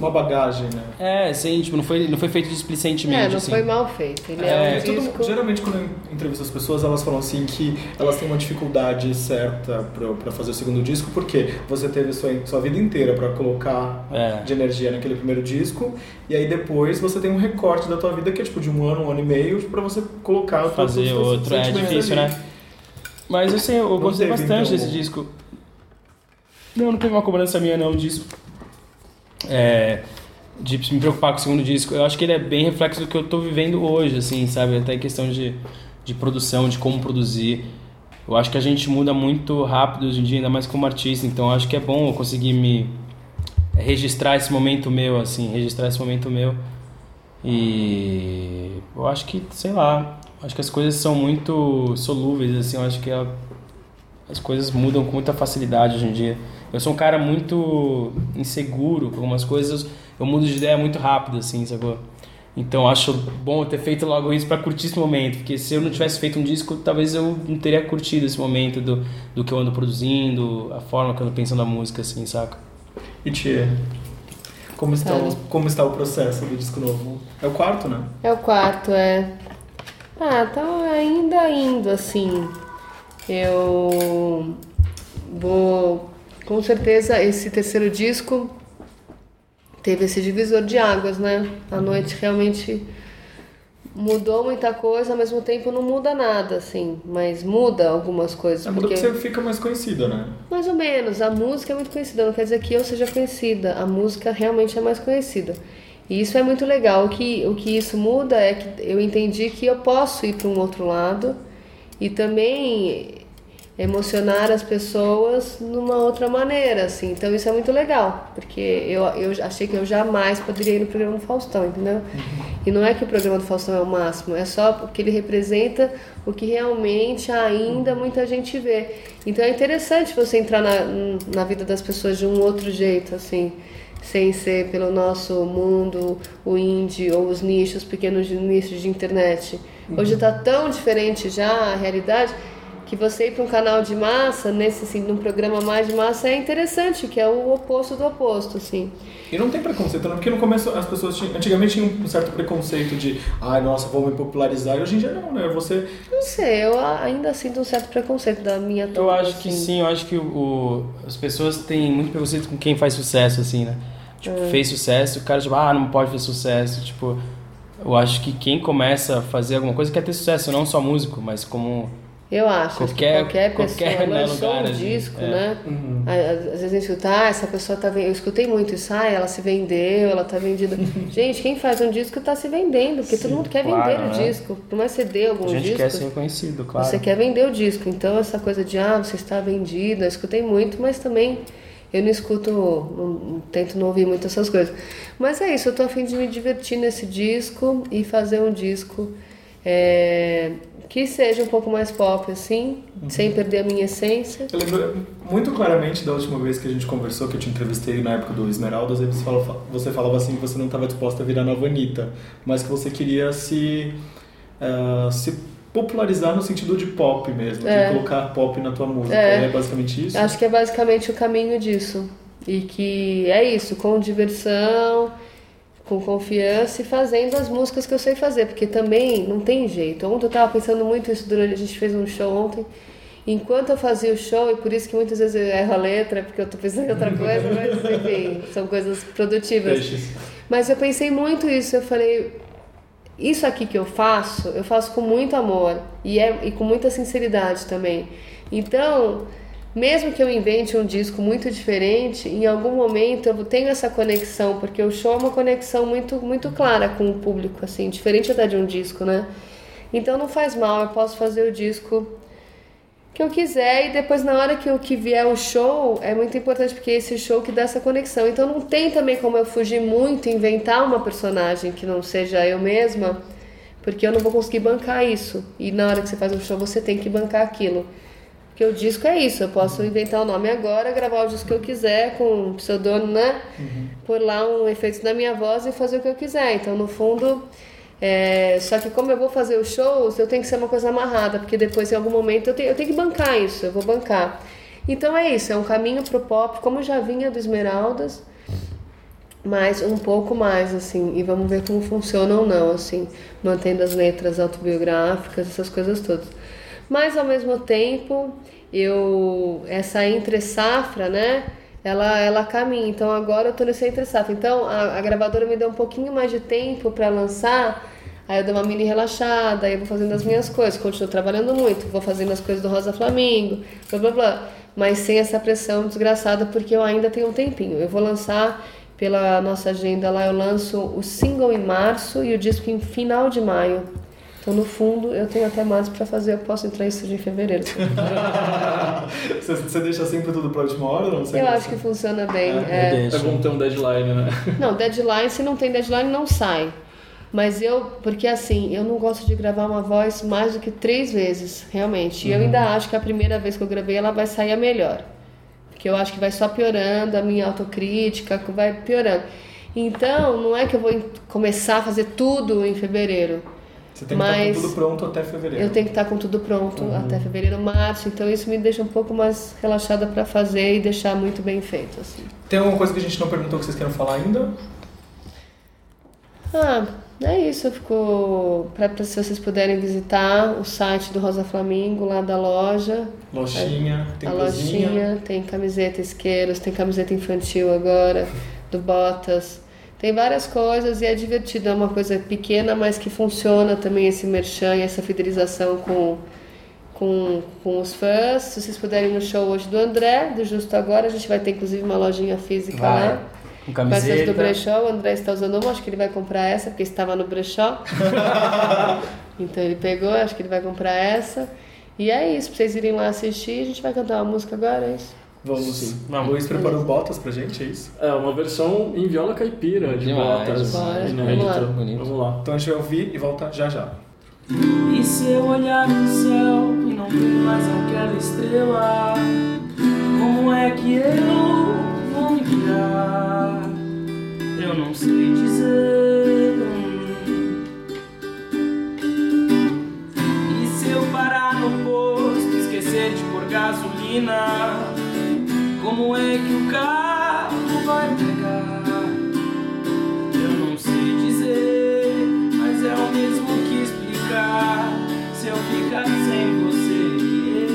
Speaker 1: Uma bagagem, né?
Speaker 4: É, sem, tipo, não foi, não foi feito displicentemente,
Speaker 3: É, não
Speaker 4: assim.
Speaker 3: foi mal feito. Ele é,
Speaker 4: É,
Speaker 3: um
Speaker 1: Todo-
Speaker 3: disco.
Speaker 1: geralmente quando eu entrevisto as pessoas, elas falam assim que elas têm uma dificuldade certa pra- pra fazer o segundo disco, porque você teve sua, sua vida inteira pra colocar
Speaker 4: É.
Speaker 1: de energia naquele primeiro disco, e aí depois você tem um recorte da tua vida que é tipo de um ano, um ano e meio, pra você colocar os teus- os
Speaker 4: fazer
Speaker 1: teus
Speaker 4: outro, é
Speaker 1: sentimentos
Speaker 4: difícil,
Speaker 1: ali.
Speaker 4: né? Mas assim, eu gostei
Speaker 1: teve,
Speaker 4: bastante
Speaker 1: então,
Speaker 4: desse disco. Não, não teve uma cobrança minha não disso. É, de me preocupar com o segundo disco. Eu acho que ele é bem reflexo do que eu tô vivendo hoje, assim, sabe? Até em questão de, de produção, de como produzir. Eu acho que a gente muda muito rápido hoje em dia, ainda mais como artista, então eu acho que é bom eu conseguir me registrar esse momento meu, assim, registrar esse momento meu. E eu acho que, sei lá, acho que as coisas são muito solúveis, assim, eu acho que a- as coisas mudam com muita facilidade hoje em dia. Eu sou um cara muito inseguro com algumas coisas, eu mudo de ideia muito rápido, assim, sacou? Então acho bom eu ter feito logo isso pra curtir esse momento, porque se eu não tivesse feito um disco, talvez eu não teria curtido esse momento do, do que eu ando produzindo, a forma que eu ando pensando a música, assim, saca?
Speaker 1: E Tia, como está, o,
Speaker 3: Cara.
Speaker 1: como está o processo do disco novo? É o quarto, né?
Speaker 3: É o quarto, é. Ah, tá ainda indo assim. Eu vou. Com certeza esse terceiro disco teve esse divisor de águas, né? A noite realmente mudou muita coisa, ao mesmo tempo não muda nada, assim. Mas muda algumas coisas.
Speaker 1: É muda porque você fica mais conhecida, né?
Speaker 3: Mais ou menos. A música é muito conhecida, não quer dizer que eu seja conhecida. A música realmente é mais conhecida. E isso é muito legal. O que, o que isso muda é que eu entendi que eu posso ir para um outro lado e também emocionar as pessoas numa outra maneira, assim. Então isso é muito legal, porque eu, eu achei que eu jamais poderia ir no programa do Faustão, entendeu? E não é que o programa do Faustão é o máximo, é só porque ele representa o que realmente ainda muita gente vê. Então é interessante você entrar na, na vida das pessoas de um outro jeito, assim, sem ser pelo nosso mundo, o indie ou os nichos, pequenos nichos de internet. Hoje está tão diferente já a realidade que você ir para um canal de massa, nesse assim, num programa mais de massa, é interessante, que é o oposto do oposto, assim.
Speaker 1: E não tem preconceito, não, porque no começo as pessoas tinham, antigamente tinham um certo preconceito de, ai, nossa, vou me popularizar, e hoje em dia não, né? Você
Speaker 3: Não sei, eu a- ainda sinto um certo preconceito da minha
Speaker 4: Eu
Speaker 3: turma,
Speaker 4: acho que
Speaker 3: assim.
Speaker 4: sim, eu acho que o, o- as pessoas têm muito preconceito com quem faz sucesso, assim, né? Tipo,
Speaker 3: É.
Speaker 4: fez sucesso, o cara, tipo, ah, não pode fazer sucesso. Tipo, eu acho que quem começa a fazer alguma coisa quer ter sucesso, não só músico, mas como.
Speaker 3: Eu acho.
Speaker 4: Qualquer-
Speaker 3: que qualquer pessoa
Speaker 4: qualquer, né,
Speaker 3: lançou
Speaker 4: lugar,
Speaker 3: um
Speaker 4: assim,
Speaker 3: disco,
Speaker 4: é.
Speaker 3: né? Às às vezes a gente escuta, ah, essa pessoa tá vendendo. Eu escutei muito isso, ah, ela se vendeu, ela tá vendida. gente, quem faz um disco tá se vendendo, porque todo mundo quer
Speaker 4: claro,
Speaker 3: vender o
Speaker 4: né?
Speaker 3: disco. Por mais que você dê algum
Speaker 4: a gente
Speaker 3: disco.
Speaker 4: quer ser reconhecido, claro.
Speaker 3: Você quer vender o disco, então essa coisa de ah, você está vendido, eu escutei muito, mas também eu não escuto, não- não- tento não ouvir muito essas coisas. Mas é isso, eu tô afim de me divertir nesse disco e fazer um disco é, que seja um pouco mais pop, assim, sem perder a minha essência.
Speaker 1: Eu lembro muito claramente da última vez que a gente conversou, que eu te entrevistei na época do Esmeraldas, e você falava, você falava assim que você não estava disposta a virar nova Anitta, mas que você queria se, ah, se popularizar no sentido de pop mesmo,
Speaker 3: É.
Speaker 1: de colocar pop na tua música. É,
Speaker 3: É.
Speaker 1: basicamente isso?
Speaker 3: Acho que é basicamente o caminho disso. E que é isso, com diversão, com confiança e fazendo as músicas que eu sei fazer, porque também não tem jeito. Ontem eu tava pensando muito isso durante. A gente fez um show ontem. Enquanto eu fazia o show, e por isso que muitas vezes eu erro a letra, porque eu tô pensando em outra coisa, mas enfim, são coisas produtivas.
Speaker 2: Peixes.
Speaker 3: Mas eu pensei muito isso, eu falei, isso aqui que eu faço, eu faço com muito amor e, é, e com muita sinceridade também. Então, mesmo que eu invente um disco muito diferente, em algum momento eu tenho essa conexão, porque o show é uma conexão muito, muito clara com o público, assim, diferente até de um disco, né? Então não faz mal, eu posso fazer o disco que eu quiser e depois na hora que o que vier o show é muito importante porque é esse show que dá essa conexão. Então não tem também como eu fugir muito e inventar uma personagem que não seja eu mesma, porque eu não vou conseguir bancar isso. E na hora que você faz um show você tem que bancar aquilo. Porque o disco é isso, eu posso inventar o nome agora, gravar o disco que eu quiser com um pseudônimo, né? Pôr lá um efeito da minha voz e fazer o que eu quiser. Então no fundo é, só que como eu vou fazer os shows, eu tenho que ser uma coisa amarrada, porque depois em algum momento eu tenho, eu tenho que bancar isso, eu vou bancar. Então é isso, é um caminho pro pop, como já vinha do Esmeraldas, mas um pouco mais, assim, e vamos ver como funciona ou não, assim, mantendo as letras autobiográficas, essas coisas todas. Mas ao mesmo tempo, eu essa entre safra, né? Ela, ela caminha, então agora eu tô nesse entre safra. Então a, a gravadora me deu um pouquinho mais de tempo para lançar, aí eu dou uma mini relaxada, aí eu vou fazendo as minhas coisas, continuo trabalhando muito, vou fazendo as coisas do Rosa Flamingo, blá blá blá. Mas sem essa pressão desgraçada, porque eu ainda tenho um tempinho. Eu vou lançar pela nossa agenda lá, eu lanço o single em março e o disco em final de maio. Então, no fundo, eu tenho até março pra fazer, eu posso entrar em estúdio em fevereiro.
Speaker 1: você, você deixa sempre tudo pra última hora ou não? Você
Speaker 3: Eu
Speaker 1: gosta?
Speaker 3: acho que funciona bem.
Speaker 4: Eu
Speaker 3: é.
Speaker 2: É
Speaker 4: deixo.
Speaker 2: bom ter um deadline, né?
Speaker 3: Não, deadline, se não tem deadline, não sai. Mas eu, porque assim, eu não gosto de gravar uma voz mais do que três vezes, realmente. E eu ainda acho que a primeira vez que eu gravei ela vai sair a melhor. Porque eu acho que vai só piorando a minha autocrítica, que vai piorando. Então, não é que eu vou em- começar a fazer tudo em fevereiro.
Speaker 1: Você tem que estar
Speaker 3: Mas-
Speaker 1: com tudo pronto até fevereiro.
Speaker 3: Eu tenho que estar com tudo pronto até fevereiro, março. Então, isso me deixa um pouco mais relaxada pra fazer e deixar muito bem feito, assim.
Speaker 1: Tem alguma coisa que a gente não perguntou que vocês queiram falar ainda?
Speaker 3: Ah, é isso. Ficou para se vocês puderem visitar o site do Rosa Flamingo lá da loja.
Speaker 1: Lojinha, tem
Speaker 3: É, a
Speaker 1: cozinha.
Speaker 3: lojinha tem camiseta isqueiros, tem camiseta infantil agora do Botas. Tem várias coisas e é divertido, é uma coisa pequena, mas que funciona também esse merchan e essa fidelização com com, com os fãs. Se vocês puderem ir no show hoje do André, do Justo Agora, a gente vai ter inclusive uma lojinha física
Speaker 4: Vai.
Speaker 3: lá.
Speaker 4: Com
Speaker 3: Com essas do
Speaker 4: camiseta.
Speaker 3: brechó, o André está usando uma, acho que ele vai comprar essa, porque estava no brechó. então ele pegou, acho que ele vai comprar essa. E é isso, pra vocês irem lá assistir, a gente vai cantar uma música agora, é isso?
Speaker 1: Vamos.
Speaker 4: Sim, vamos.
Speaker 1: Luiz preparou botas pra gente, é isso?
Speaker 2: É uma versão em viola caipira de
Speaker 4: Demais,
Speaker 2: botas.
Speaker 3: demais.
Speaker 2: inédita.
Speaker 3: Vamos lá.
Speaker 4: Bonito.
Speaker 2: Vamos lá.
Speaker 1: Então a gente vai ouvir e volta já já.
Speaker 6: E se eu olhar no céu e não ver mais aquela estrela, como é que eu vou me guiar? Eu não sei dizer. E se eu parar no posto e esquecer de pôr gasolina, como é que o carro vai pegar? Eu não sei dizer, mas é o mesmo que explicar. Se eu ficar sem você,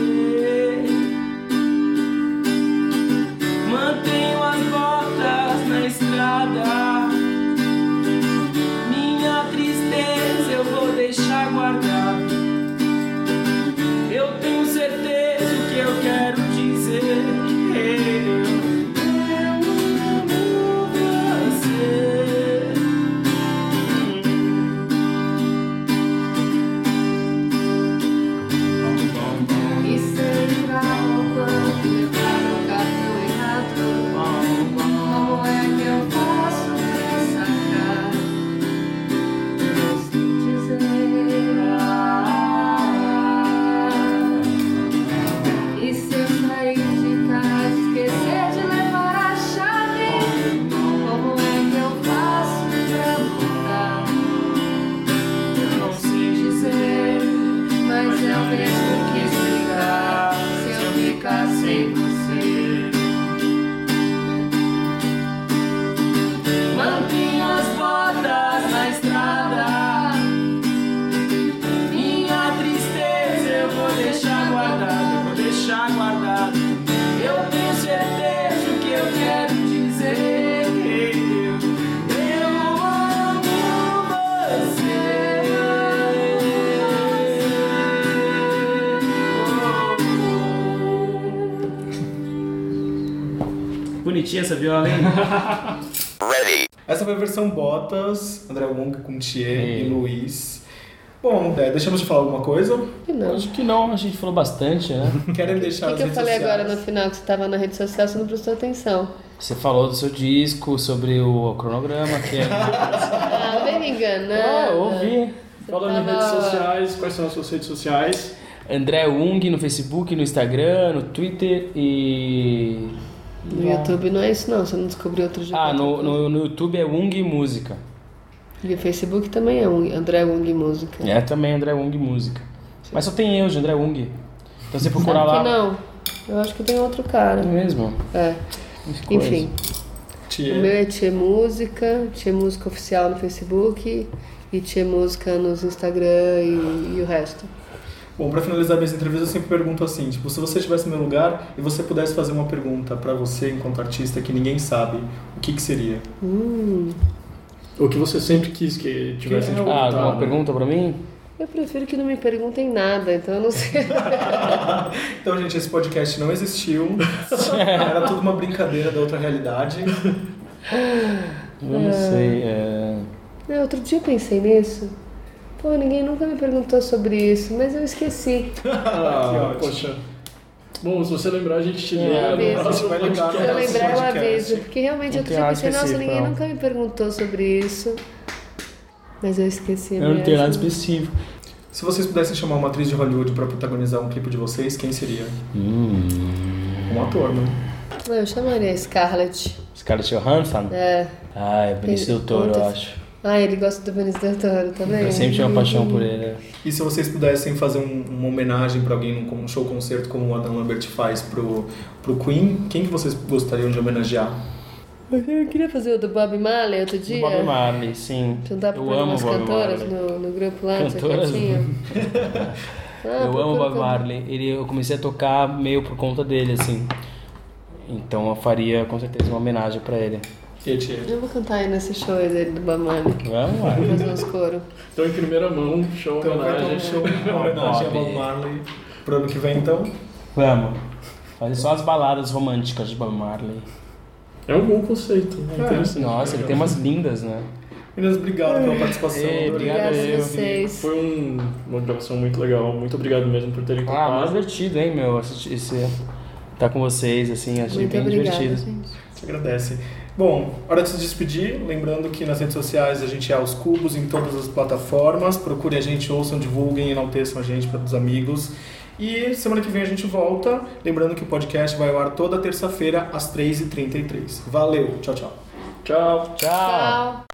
Speaker 6: mantenho as botas na estrada. Minha tristeza eu vou deixar guardar. Eu tenho certeza o que eu quero dizer. Eu amo você.
Speaker 5: Como é que eu posso me sacar? Não sei dizer.
Speaker 6: sabes o que explicar se eu ficar sem você. Mantenha as botas na estrada. Minha tristeza eu vou deixar guardada, eu vou deixar guardada. Eu tenho certeza o que eu quero dizer. Eu amo você.
Speaker 4: Bonitinha essa viola, hein?
Speaker 1: Essa foi a versão Botas, André Wong com Thier e Luiz. Bom, é, deixamos de falar alguma coisa?
Speaker 3: E não.
Speaker 4: Acho que não, a gente falou bastante, né?
Speaker 1: Querem deixar
Speaker 3: O que,
Speaker 1: as
Speaker 3: que
Speaker 1: redes
Speaker 3: eu falei
Speaker 1: sociais?
Speaker 3: agora no final que você tava na rede social, você não prestou atenção.
Speaker 4: Você falou do seu disco, sobre o cronograma, que é.
Speaker 3: Ah, não vem me enganar.
Speaker 4: Ah, ouvi.
Speaker 2: Falando em
Speaker 3: Tava-
Speaker 2: redes sociais, quais são as suas redes sociais?
Speaker 4: André Ung no Facebook, no Instagram, no Twitter e.
Speaker 3: No YouTube não é isso não, você não descobriu outro jeito.
Speaker 4: Ah, no, no, no YouTube é Ung Música.
Speaker 3: E o Facebook também é Ung, André Wong Música.
Speaker 4: É também André Ung Música. Mas só tem eu de André Ung. Então você procurar
Speaker 3: Sabe
Speaker 4: lá.
Speaker 3: que não? Eu acho que tem outro cara.
Speaker 4: É mesmo?
Speaker 3: É.
Speaker 4: Que coisa.
Speaker 3: Enfim, o
Speaker 1: Thier.
Speaker 3: meu é Tchê Música, Tchê Música Oficial no Facebook e Tchê Música nos Instagram e, e o resto.
Speaker 1: Bom, pra finalizar minhas entrevistas, eu sempre pergunto assim, tipo, se você estivesse no meu lugar e você pudesse fazer uma pergunta pra você, enquanto artista, que ninguém sabe, o que que seria?
Speaker 3: Hum,
Speaker 2: O que você sempre quis que tivesse
Speaker 3: é
Speaker 2: de
Speaker 4: Ah,
Speaker 2: perguntar,
Speaker 4: alguma
Speaker 2: né?
Speaker 4: pergunta pra mim?
Speaker 3: eu prefiro que não me perguntem nada, então eu não sei.
Speaker 1: Então, gente, esse podcast não existiu. Era tudo uma brincadeira da outra realidade.
Speaker 4: Eu
Speaker 3: Ah,
Speaker 4: não sei. é.
Speaker 3: Não, outro dia eu pensei nisso. Pô, ninguém nunca me perguntou sobre isso, mas eu esqueci.
Speaker 2: Ah,
Speaker 1: Que ótimo.
Speaker 2: poxa. Bom, se você lembrar, a gente te
Speaker 3: Eu
Speaker 2: liga.
Speaker 3: aviso.
Speaker 2: no próximo
Speaker 1: Vai ligar,
Speaker 3: Se
Speaker 2: podcast.
Speaker 3: eu lembrar, eu
Speaker 1: podcast.
Speaker 3: aviso. Porque realmente
Speaker 4: Não
Speaker 3: outro dia
Speaker 4: tem
Speaker 3: eu
Speaker 4: nada
Speaker 3: pensei, nossa,
Speaker 4: específico,
Speaker 3: ninguém
Speaker 4: não.
Speaker 3: nunca me perguntou sobre isso. Mas eu esqueci
Speaker 4: Eu não tenho nada
Speaker 3: mesmo.
Speaker 4: específico.
Speaker 1: Se vocês pudessem chamar uma atriz de Hollywood pra protagonizar um clipe de vocês, quem seria? Um ator, né?
Speaker 3: Não, eu chamaria a Scarlett.
Speaker 4: Scarlett Johansson?
Speaker 3: É.
Speaker 4: Ah, é Benício
Speaker 3: Ele-
Speaker 4: Del Toro, eu
Speaker 3: Puta-
Speaker 4: acho.
Speaker 3: Ah, ele gosta do Benício Del Toro tá também.
Speaker 4: Eu sempre tive uma paixão por ele. né?
Speaker 1: E se vocês pudessem fazer um- uma homenagem pra alguém num con- um show concerto como o Adam Lambert faz pro, pro Queen, quem que vocês gostariam de homenagear?
Speaker 3: Eu queria fazer o do Bob Marley outro dia.
Speaker 4: Bob Marley, sim.
Speaker 3: Juntar pra
Speaker 4: eu
Speaker 3: pôr
Speaker 4: amo
Speaker 3: umas
Speaker 4: Bob
Speaker 3: cantoras
Speaker 4: Marley.
Speaker 3: no, no grupo lá, não sei
Speaker 4: Cantoras?
Speaker 3: quietinho. Ah,
Speaker 4: eu amo
Speaker 3: procura
Speaker 4: Bob
Speaker 3: quando-
Speaker 4: Marley. Ele, eu comecei a tocar meio por conta dele, assim. Então eu faria com certeza uma homenagem pra ele.
Speaker 1: E aí, Tia?
Speaker 3: Eu vou cantar aí nesse show aí dele do Bob Marley.
Speaker 4: Vamos lá.
Speaker 3: Vou Fazer uns coro.
Speaker 2: Então, em primeira mão, show,
Speaker 1: Então vai ter
Speaker 2: homenagem.
Speaker 1: um show uma homenagem a Bob
Speaker 4: Bob.
Speaker 1: Marley pro ano que vem, então.
Speaker 4: Vamos. Fazer só as baladas românticas de Bob Marley.
Speaker 2: É um bom conceito. né?
Speaker 4: É.
Speaker 2: Interessante.
Speaker 4: Nossa, ele tem umas lindas, né?
Speaker 1: Meninas, obrigado pela participação.
Speaker 4: Ei,
Speaker 1: adorei.
Speaker 4: Obrigado,
Speaker 3: Obrigada a
Speaker 4: eu,
Speaker 3: vocês.
Speaker 2: Foi um- uma gravação muito legal. Muito obrigado mesmo por terem
Speaker 4: Ah, mas
Speaker 2: topado.
Speaker 4: divertido, hein, meu? Assistir esse... Tá com vocês, assim, achei
Speaker 3: Muito
Speaker 4: bem
Speaker 3: obrigada,
Speaker 4: divertido.
Speaker 3: gente.
Speaker 1: Te agradece. Bom, hora de se despedir. Lembrando que nas redes sociais a gente é aos cubos em todas as plataformas. Procure a gente, ouçam, divulguem, enalteçam a gente para os amigos. E semana que vem a gente volta. Lembrando que o podcast vai ao ar toda terça-feira às 3h33. Valeu, tchau, tchau.
Speaker 2: Tchau.
Speaker 4: Tchau.
Speaker 3: Tchau.